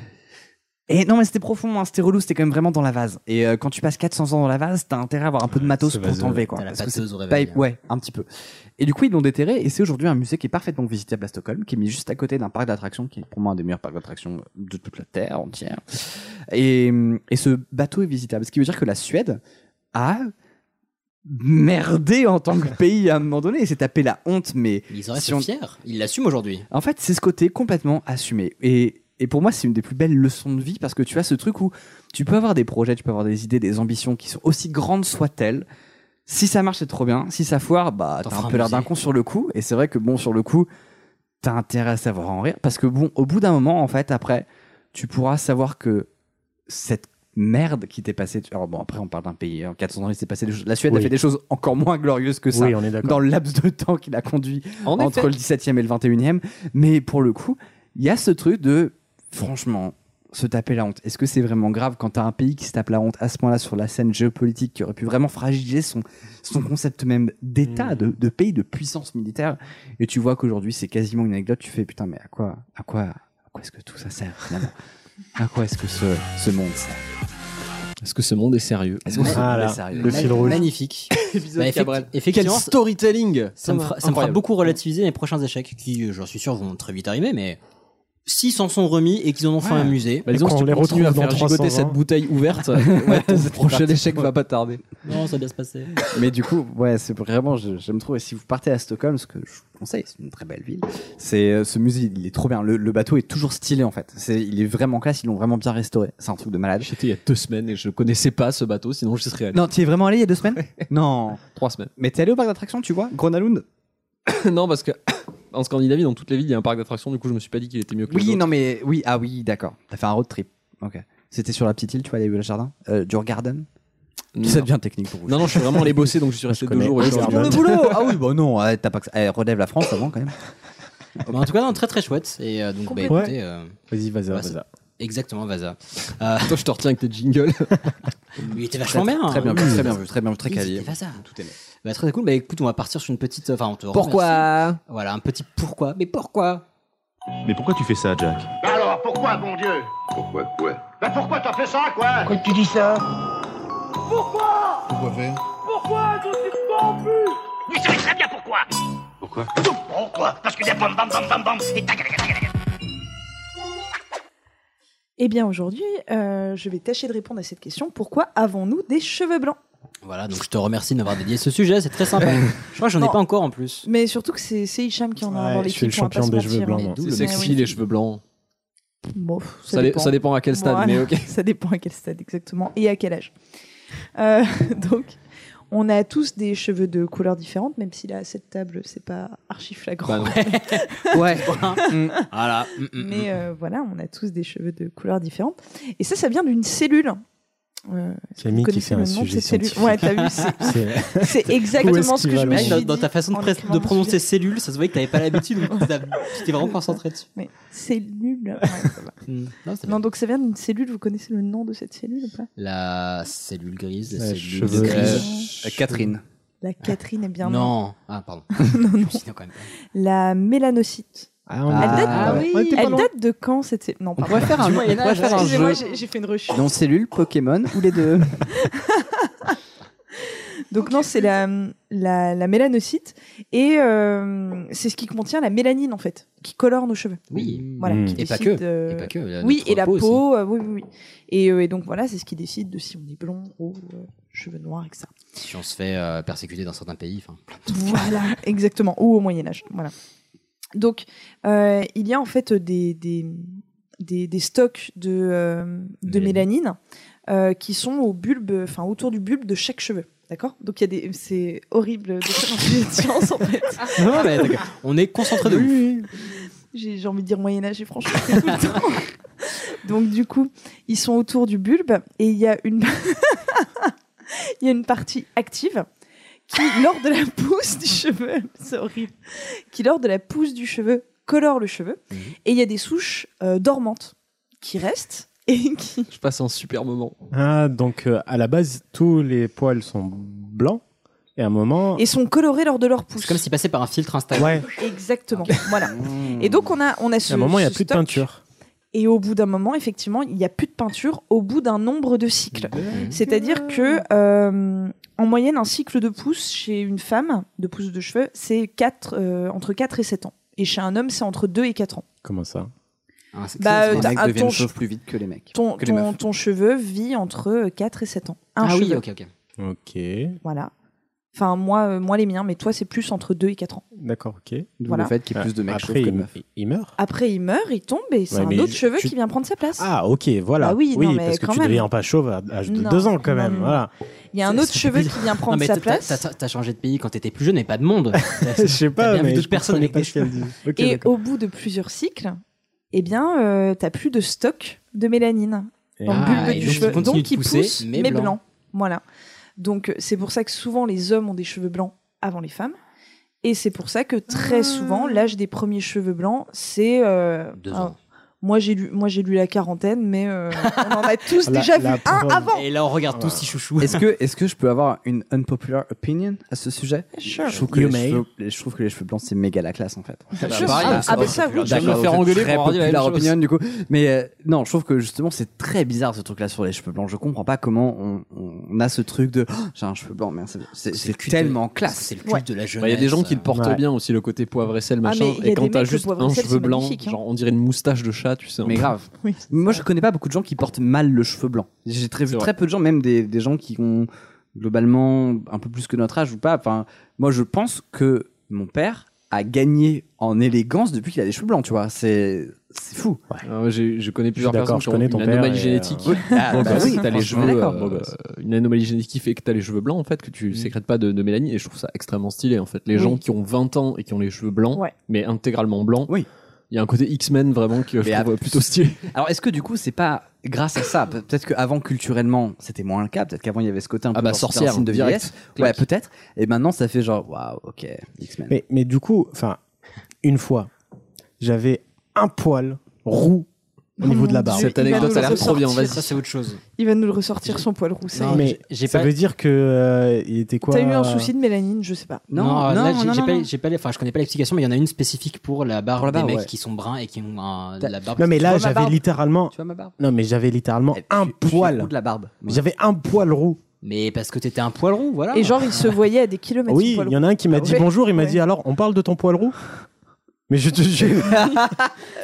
S10: Et non, mais c'était profond, hein, c'était relou, c'était quand même vraiment dans la vase. Et euh, quand tu passes 400 ans dans la vase, t'as intérêt à avoir un peu de matos pour
S2: vaseux.
S10: t'enlever, quoi.
S2: T'as la
S10: Parce que
S2: pâteuse
S10: c'est
S2: au réveil,
S10: pas-
S2: hein.
S10: Ouais, un petit peu. Et du coup, ils l'ont déterré, et c'est aujourd'hui un musée qui est parfaitement visitable à Stockholm, qui est mis juste à côté d'un parc d'attractions, qui est pour moi un des meilleurs parcs d'attractions de toute la Terre entière. Et, et ce bateau est visitable, ce qui veut dire que la Suède a merdé en tant que pays à un moment donné, et s'est tapé la honte, mais...
S2: Ils en restent
S10: si on-
S2: fiers. Ils l'assument aujourd'hui.
S10: en fait, c'est ce côté complètement assumé. Et, et pour moi, c'est une des plus belles leçons de vie parce que tu as ce truc où tu peux avoir des projets, tu peux avoir des idées, des ambitions qui sont aussi grandes soient-elles. Si ça marche, c'est trop bien. Si ça foire, bah, t'as
S2: feras
S10: un
S2: un
S10: peu l'air d'un
S2: musée.
S10: con sur le coup. Et c'est vrai que bon, sur le coup, t'as intérêt à savoir en rire parce que bon, au bout d'un moment, en fait, après, tu pourras savoir que cette merde qui t'est passée. Alors bon, après, on parle d'un pays. En 400 ans, il s'est passé des choses. La Suède a
S9: Oui.
S10: fait des choses encore moins glorieuses que ça
S9: Oui, on est d'accord.
S10: dans le laps de temps qu'il a conduit
S9: En
S10: entre
S9: effet.
S10: le 17e et le 21e. Mais pour le coup, il y a ce truc de, franchement, se taper la honte. Est-ce que c'est vraiment grave quand t'as un pays qui se tape la honte à ce point-là sur la scène géopolitique qui aurait pu vraiment fragiliser son, son concept même
S1: Hmm.
S10: d'État, de, de pays, de puissance militaire Et tu vois qu'aujourd'hui, c'est quasiment une anecdote. Tu fais, putain, mais à quoi, à quoi, à quoi est-ce que tout ça sert finalement À quoi est-ce que ce, ce monde sert
S1: Est-ce que ce monde est sérieux
S10: Est-ce que ce
S1: Ah
S10: monde est
S1: là,
S10: sérieux
S1: le fil rouge.
S2: Magnifique.
S1: Épisode
S2: effecti-
S1: Cabrel.
S2: effectivement,
S1: Quel
S2: ça-
S1: storytelling
S2: Ça
S1: Ça
S2: me, fera,
S1: me-
S2: ça me fera
S1: incroyable.
S2: beaucoup relativiser mes prochains échecs, qui, euh, j'en suis sûr, vont très vite arriver, mais s'ils s'en sont remis et qu'ils en ont fait
S1: Ouais.
S2: un musée,
S1: Bah, disons, si tu continues à faire gigoter cette bouteille ouverte, ouais, ton prochain échec va pas tarder.
S2: Non, ça va bien se passer.
S10: Mais du coup, ouais, c'est vraiment, je- j'aime trop. Et si vous partez à Stockholm, ce que je vous conseille, c'est une très belle ville. C'est euh, ce musée, il est trop bien. Le, le bateau est toujours stylé en fait. C'est, il est vraiment classe. Ils l'ont vraiment bien restauré. C'est un truc de malade.
S1: J'étais il y a deux semaines et je connaissais pas ce bateau, sinon je serais allé.
S10: Non, tu es vraiment allé il y a deux semaines Non,
S1: trois semaines.
S10: Mais t'es allé au parc d'attractions, tu vois, Gronalund
S1: Non, parce que en Scandinavie, dans toutes les villes, il y a un parc d'attractions. Du coup, je me suis pas dit qu'il était mieux que les
S10: Oui,
S1: autres.
S10: non, mais oui, ah oui, d'accord. T'as fait un road trip. Ok. C'était sur la petite île, tu vois, il y a eu le jardin, euh, du Garden. Ça devient technique pour vous.
S1: Non, non, je suis vraiment allé bosser, donc je suis resté deux jours. au
S10: Ah, c'est pour le
S1: Jardin.
S10: boulot Ah oui, bah non, ouais, t'as pas que ça. Eh, relève la France avant quand même.
S2: Mais en tout cas, non, très très chouette. Et euh, donc, bah,
S10: Complètement.
S2: écoutez,
S10: Ouais.
S2: euh,
S9: Vas-y, vas-y,
S2: ouais,
S9: vas-y.
S2: ça- Exactement, Vaza.
S1: Toi, je te retiens avec tes jingles.
S2: Il était vachement
S10: Très-
S2: bien.
S10: très bien
S2: hein.
S10: vu,
S2: Oui.
S10: très bien vu, très bien vu, très
S2: Oui,
S10: quali.
S2: c'était Vaza.
S10: Tout est net.
S2: Bah, très, très cool. Bah écoute, on va partir sur une petite. Enfin, on te
S10: Pourquoi
S2: remercie. Voilà, un petit pourquoi. Mais pourquoi
S15: Mais pourquoi tu fais ça, Jack
S8: Bah alors, pourquoi, bon Dieu
S13: Pourquoi quoi
S8: Bah pourquoi t'as fait ça, quoi
S13: Pourquoi tu dis ça
S8: Pourquoi
S13: Pourquoi faire
S8: Pourquoi je suis pas en plus Oui, je sais très bien pourquoi Pourquoi Pourquoi Parce que des bam bam bam bam bam et tac, tac, tac, tac, tac.
S3: Eh bien aujourd'hui, euh, je vais tâcher de répondre à cette question. Pourquoi avons-nous des cheveux blancs
S2: Voilà, donc je te remercie de m'avoir dédié ce sujet, c'est très sympa. je crois que j'en ai
S3: Non.
S2: pas encore en plus.
S3: Mais surtout que c'est c'est Hicham qui en a
S2: Ouais,
S3: dans
S2: je
S3: l'équipe.
S2: suis le
S3: on va pas
S2: champion
S3: se
S2: des cheveux
S3: mentir,
S2: blancs,
S3: hein.
S2: moi.
S1: C'est
S2: Mais
S10: Eh
S1: sexy
S2: oui.
S1: les cheveux blancs.
S3: Bon,
S1: Ça dé- ça dépend à quel stade, mais ok.
S3: Ça dépend à quel stade exactement et à quel âge. Euh, donc, On a tous des cheveux de couleurs différentes, même si là, à cette table, c'est pas archi flagrant.
S2: ouais. Mm. Voilà. Mm, mm, mm.
S3: Mais euh, voilà, on a tous des cheveux de couleurs différentes. Et ça, ça vient d'une cellule. Euh, est-ce que
S9: Camille
S3: vous
S9: qui
S3: connaissez
S9: fait
S3: le
S9: un
S3: nom de
S9: sujet
S3: cette cellule
S9: scientifique.
S3: Ouais, t'as vu, c'est- c'est exactement ce que je me
S2: Là,
S3: suis
S2: dans,
S3: dit
S2: dans ta façon de,
S3: en
S2: pres- de
S3: préparant
S2: prononcer
S3: le sujet.
S2: cellule, ça se voyait que t'avais pas l'habitude, donc t'as- tu t'es vraiment concentré dessus.
S3: Mais cellule. ouais, ça va.
S2: Mm. Non, c'est
S3: non, donc ça vient d'une cellule. Vous connaissez le nom de cette cellule ou pas
S2: La cellule grise, la
S10: Euh,
S2: cellule
S10: cheveux-
S2: grise.
S10: euh, euh, Catherine.
S3: La Catherine est bien.
S2: Non. Ah, pardon.
S3: non, non.
S2: Non, quand même pas.
S3: La mélanocyte.
S9: Ah, on
S3: elle
S10: est-
S3: date,
S10: Ah oui. On était pas
S3: elle
S10: loin.
S3: date de quand cette cellule Non,
S10: On
S3: pardon.
S10: pourrait faire un,
S3: Du
S10: on
S3: Moyen
S10: pourrait
S3: Âge.
S10: faire un jeu.
S3: Excusez-moi, j'ai j'ai fait une rechute.
S10: Dont cellule, Pokémon ou les deux.
S3: Donc non, c'est la, la, la mélanocyte et euh, c'est ce qui contient la mélanine en fait, qui colore nos cheveux.
S2: Oui.
S3: Voilà.
S2: Mm.
S3: qui
S2: Et pas
S3: décide,
S2: que.
S3: euh,
S2: Et pas que, la-
S3: oui,
S2: notre
S3: et la
S2: peau aussi.
S3: peau. euh, oui, oui, oui. Et, euh, et donc voilà, c'est ce qui décide de si on est blond, ou cheveux noirs, etc.
S2: Si on se fait euh, persécuter dans certains pays, enfin.
S3: Voilà, exactement. Ou au Moyen Âge. Voilà. Donc, euh, il y a en fait des, des, des, des stocks de, euh, de mélanine euh, qui sont au bulbe, enfin autour du bulbe de chaque cheveu. D'accord Donc, il y a des, c'est horrible de faire un sujet de science en fait.
S2: Non, mais d'accord. on est concentré de ouf.
S3: J'ai j'ai envie de dire Moyen Âge et franchement, c'est tout le temps. Donc du coup, ils sont autour du bulbe et il y a une il y a une partie active qui lors de la pousse du cheveu, c'est horrible, qui lors de la pousse du cheveu colore le cheveu
S9: Mhm.
S3: et il y a des souches euh, dormantes qui restent et qui
S1: Je passe un super moment.
S9: Ah, donc euh, à la base, tous les poils sont blancs et à un moment.
S3: et sont colorées lors de leur pousse.
S2: C'est comme s'il passait par un filtre Instagram.
S9: Ouais,
S3: Exactement. Voilà. Et donc on a on a
S9: Mmh. à
S3: ce
S9: un moment, il n'y a
S3: ce
S9: plus de
S3: stock.
S9: peinture.
S3: Et au bout d'un moment, effectivement, il n'y a plus de peinture au bout d'un nombre de cycles. C'est-à-dire que, euh, en moyenne, un cycle de pouces chez une femme, de pouces de cheveux, c'est quatre, euh, entre 4 et 7 ans. Et chez un homme, c'est entre 2 et 4 ans.
S9: Comment ça
S10: Ah, c'est
S3: Bah,
S10: que les
S3: t'as
S10: mecs
S3: un
S10: deviennent
S3: ton-
S10: chauves plus vite que les mecs.
S3: Ton,
S10: que les
S3: ton-
S10: meufs.
S3: ton cheveu vit entre 4 et 7 ans. Un
S2: ah oui,
S3: cheveu.
S2: ok, ok.
S9: Ok,
S3: Voilà. Enfin, moi, euh, moi, les miens, mais toi, c'est plus entre 2 et 4 ans.
S9: d'accord, ok.
S10: D'où
S3: voilà.
S10: le fait qu'il y ait plus de mecs chauves
S9: Après,
S10: que de
S9: il,
S10: meufs.
S9: il meurt.
S3: Après, il meurt, il tombe, et c'est
S9: Ouais,
S3: un
S9: mais
S3: autre
S9: je-
S3: cheveu
S9: tu-
S3: qui vient prendre sa place.
S9: Ah, ok, voilà.
S3: Bah oui,
S9: oui,
S3: non, mais
S9: parce que
S3: quand
S9: tu
S3: même.
S9: deviens pas chauve à l'âge de
S3: Non,
S9: 2 ans quand même.
S3: non, non.
S9: Voilà.
S3: Il y a un autre cheveu qui vient prendre
S2: non, mais
S3: sa
S2: t'as- t'as-
S3: place.
S2: T'as t'as changé de pays quand t'étais plus jeune et pas de monde.
S9: Je sais pas,
S2: bien vu
S9: mais
S2: d'autres
S9: je
S2: personnes
S9: comprenais
S2: avec
S9: pas
S2: des
S9: ce qu'elle dit. Ok,
S3: et
S9: d'accord.
S3: au bout de plusieurs cycles, eh bien, euh, t'as plus de stock de mélanine dans
S2: Ah,
S3: le bulbe
S2: et
S3: du
S2: donc,
S3: cheveu.
S2: il continue
S3: donc,
S2: de
S3: il
S2: pousser,
S3: pousse, mais,
S2: mais
S3: blanc.
S2: blanc.
S3: Voilà. Donc, euh, c'est pour ça que souvent les hommes ont des cheveux blancs avant les femmes. Et c'est pour ça que
S1: Ah.
S3: très souvent, l'âge des premiers cheveux blancs, c'est. euh,
S2: Deux
S3: un-
S2: ans.
S3: Moi, j'ai lu, moi, j'ai lu la quarantaine, mais euh, on en a tous
S9: La-
S3: déjà
S9: la
S3: vu un
S9: preuve.
S3: avant.
S2: Et là, on regarde
S1: Ah.
S2: tous si chouchou.
S10: Est-ce que, est que je peux avoir une unpopular opinion à ce sujet
S3: Sure.
S10: je, trouve que
S9: You
S10: les
S9: may.
S10: cheveux, les- je trouve que les cheveux blancs, c'est méga la classe en fait.
S1: bah,
S3: Sure.
S1: pareil,
S3: ah,
S1: ça
S3: bah
S1: va.
S3: ça, oui.
S1: Je vais me faire
S10: vous êtes
S1: engueuler
S10: très
S1: pour avoir dit la même
S10: populaire
S1: chose.
S10: opinion, du coup. Mais euh, non, je trouve que justement c'est très bizarre ce truc-là sur les cheveux blancs. Je comprends pas comment on, on a ce truc de Oh, j'ai un cheveu blanc, mais c'est- c'est
S2: C'est le
S10: c'est
S2: culte-
S10: tellement
S2: C'est
S10: classe.
S2: le culte
S3: Ouais.
S2: de la
S1: Il
S2: jeunesse.
S1: Bah, y a des gens qui le portent
S9: Ouais.
S1: bien aussi, le côté poivre et sel,
S3: Ah,
S1: machin.
S3: mais il y a
S1: et
S3: des
S1: quand t'as
S3: mecs, le
S1: juste
S3: poivre et
S1: un
S3: sel,
S1: cheveu
S3: c'est
S1: blanc,
S3: magnifique, hein.
S1: genre on dirait une moustache de chat, tu sais. un
S10: Mais
S1: peu.
S10: grave.
S3: Oui.
S10: Moi, je connais pas beaucoup de gens qui portent mal le cheveu blanc. J'ai très vu
S1: C'est
S10: très peu de gens, même des, des gens qui ont globalement un peu plus que notre âge ou pas. Enfin, moi, je pense que mon père a gagné en élégance depuis qu'il a des cheveux blancs, tu vois. C'est c'est fou.
S1: Ah ouais, j'ai- je connais plusieurs
S9: d'accord,
S1: personnes
S9: je
S1: qui ont
S9: connais
S1: une
S9: ton père
S1: anomalie
S9: et, euh,
S1: génétique.
S9: oui.
S10: Ah,
S1: Bon
S10: bah
S1: gosse,
S10: oui,
S1: t'as les
S10: franchement,
S1: cheveux,
S10: d'accord.
S1: euh,
S9: Bon gosse.
S1: une anomalie génétique qui fait que t'as les cheveux blancs en fait, que tu sécrètes pas de, de mélanine et je trouve ça extrêmement stylé en fait. Les
S3: Mm. Oui.
S1: gens qui ont 20 ans et qui ont les cheveux blancs,
S3: Ouais.
S1: mais intégralement blancs, il
S10: Oui.
S1: y a un côté X-Men vraiment que je
S10: Mais
S1: trouve
S10: à-
S1: plutôt stylé.
S10: Alors, est-ce que du coup, c'est pas grâce à ça Pe- Peut-être qu'avant, culturellement, c'était moins le cas. Peut-être qu'avant, il y avait ce côté un peu
S1: Ah bah
S10: genre, c'était un
S1: sorcière,
S10: signe de
S1: direct.
S10: vieillesse. Ouais,
S1: Claque.
S10: peut-être. Et maintenant, ça fait genre, waouh, ok, X-Men.
S9: Mais, mais du coup, enfin, une fois, j'avais un poil roux au
S3: Oh
S9: niveau
S3: mon
S9: de la
S3: Dieu,
S9: barbe.
S1: Cette
S3: il va
S1: anecdote,
S3: nous le
S1: elle a l'air trop bien,
S3: ressortir.
S1: vas-y.
S2: Ça, c'est autre chose.
S3: Il va nous le ressortir son poil roussé.
S2: Non, mais-
S9: mais
S2: j'ai
S9: ça
S2: pas-
S9: veut dire que euh, il était quoi
S3: T'as eu un souci de mélanine, je sais pas.
S10: Non,
S2: là,
S10: non,
S2: j'ai-
S10: non,
S2: j'ai
S10: non,
S2: pas,
S10: non.
S2: j'ai pas les- enfin, je connais pas l'explication, mais il y en a une spécifique pour la barbe
S10: Pour la barbe,
S2: des mecs
S10: ouais.
S2: qui sont bruns et qui ont un- de
S10: T'as-
S2: la barbe.
S9: Non mais
S2: qui-
S9: là,
S2: Tu vois ma
S9: j'avais
S2: barbe
S9: littéralement,
S10: Tu vois ma barbe
S9: non mais j'avais littéralement
S10: Eh,
S9: un
S10: je suis- je suis au
S9: poil.
S10: bout de la barbe. Moi.
S9: J'avais un poil roux.
S2: Mais parce que t'étais un poil roux, voilà.
S3: Et genre, il se voyait à des kilomètres. son
S9: Oui,
S3: poil
S9: il y en a un qui m'a
S3: Ah
S9: dit
S3: ouais.
S9: bonjour, il m'a
S3: Ouais.
S9: dit alors, on parle de ton poil roux Mais je te jure.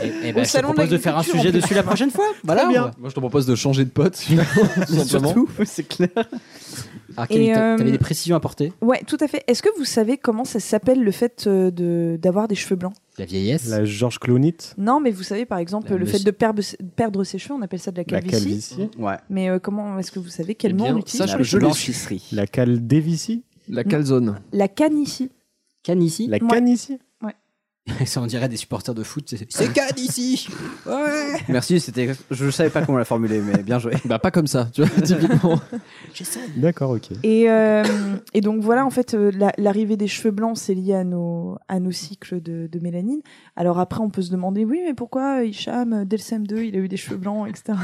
S2: Et, et ben, je
S3: Au
S2: te
S3: salon de
S2: propose de faire un
S3: l'agriculture,
S2: sujet
S3: en plus.
S2: dessus la prochaine fois. Voilà.
S9: bien.
S2: ouais.
S1: Moi je te propose de changer de pote, tout simplement.
S10: Surtout, c'est clair.
S11: Alors, Kelly,
S3: Et,
S11: t'a- t'avais
S3: euh,
S11: des précisions à porter
S3: Ouais, tout à fait. Est-ce que vous savez comment ça s'appelle le fait euh, de d'avoir des cheveux blancs
S11: La vieillesse
S9: La Georges Cloonite
S3: Non, mais vous savez par exemple
S9: La
S3: le fait
S9: messi-
S3: de perdre, perdre ses cheveux, on appelle ça de la
S9: La
S3: calvitie.
S9: calvitie
S10: Ouais.
S3: Mais euh, comment est-ce que vous savez quel
S9: Eh
S3: mot
S9: bien,
S3: on utilise
S9: sache
S3: pour
S9: que
S3: les
S9: je
S3: cheveux
S9: l'ai su. La caldevici
S1: La
S11: calzone.
S3: La canicie.
S11: Canicie
S9: La
S3: Ouais.
S9: canicie
S3: Ouais.
S11: Ça, on dirait des supporters de foot. c'est- C'est Can ici Ouais
S10: Merci, c'était. Je savais pas comment la formuler, mais bien joué.
S1: Bah pas comme ça, tu vois, typiquement.
S9: D'accord, ok.
S3: Et, euh, et donc voilà, en fait, euh, la- l'arrivée des cheveux blancs, c'est lié à nos, à nos cycles de, de mélanine. Alors après, on peut se demander, oui, mais pourquoi Hicham, euh, dès le CM2, il a eu des cheveux blancs, etc.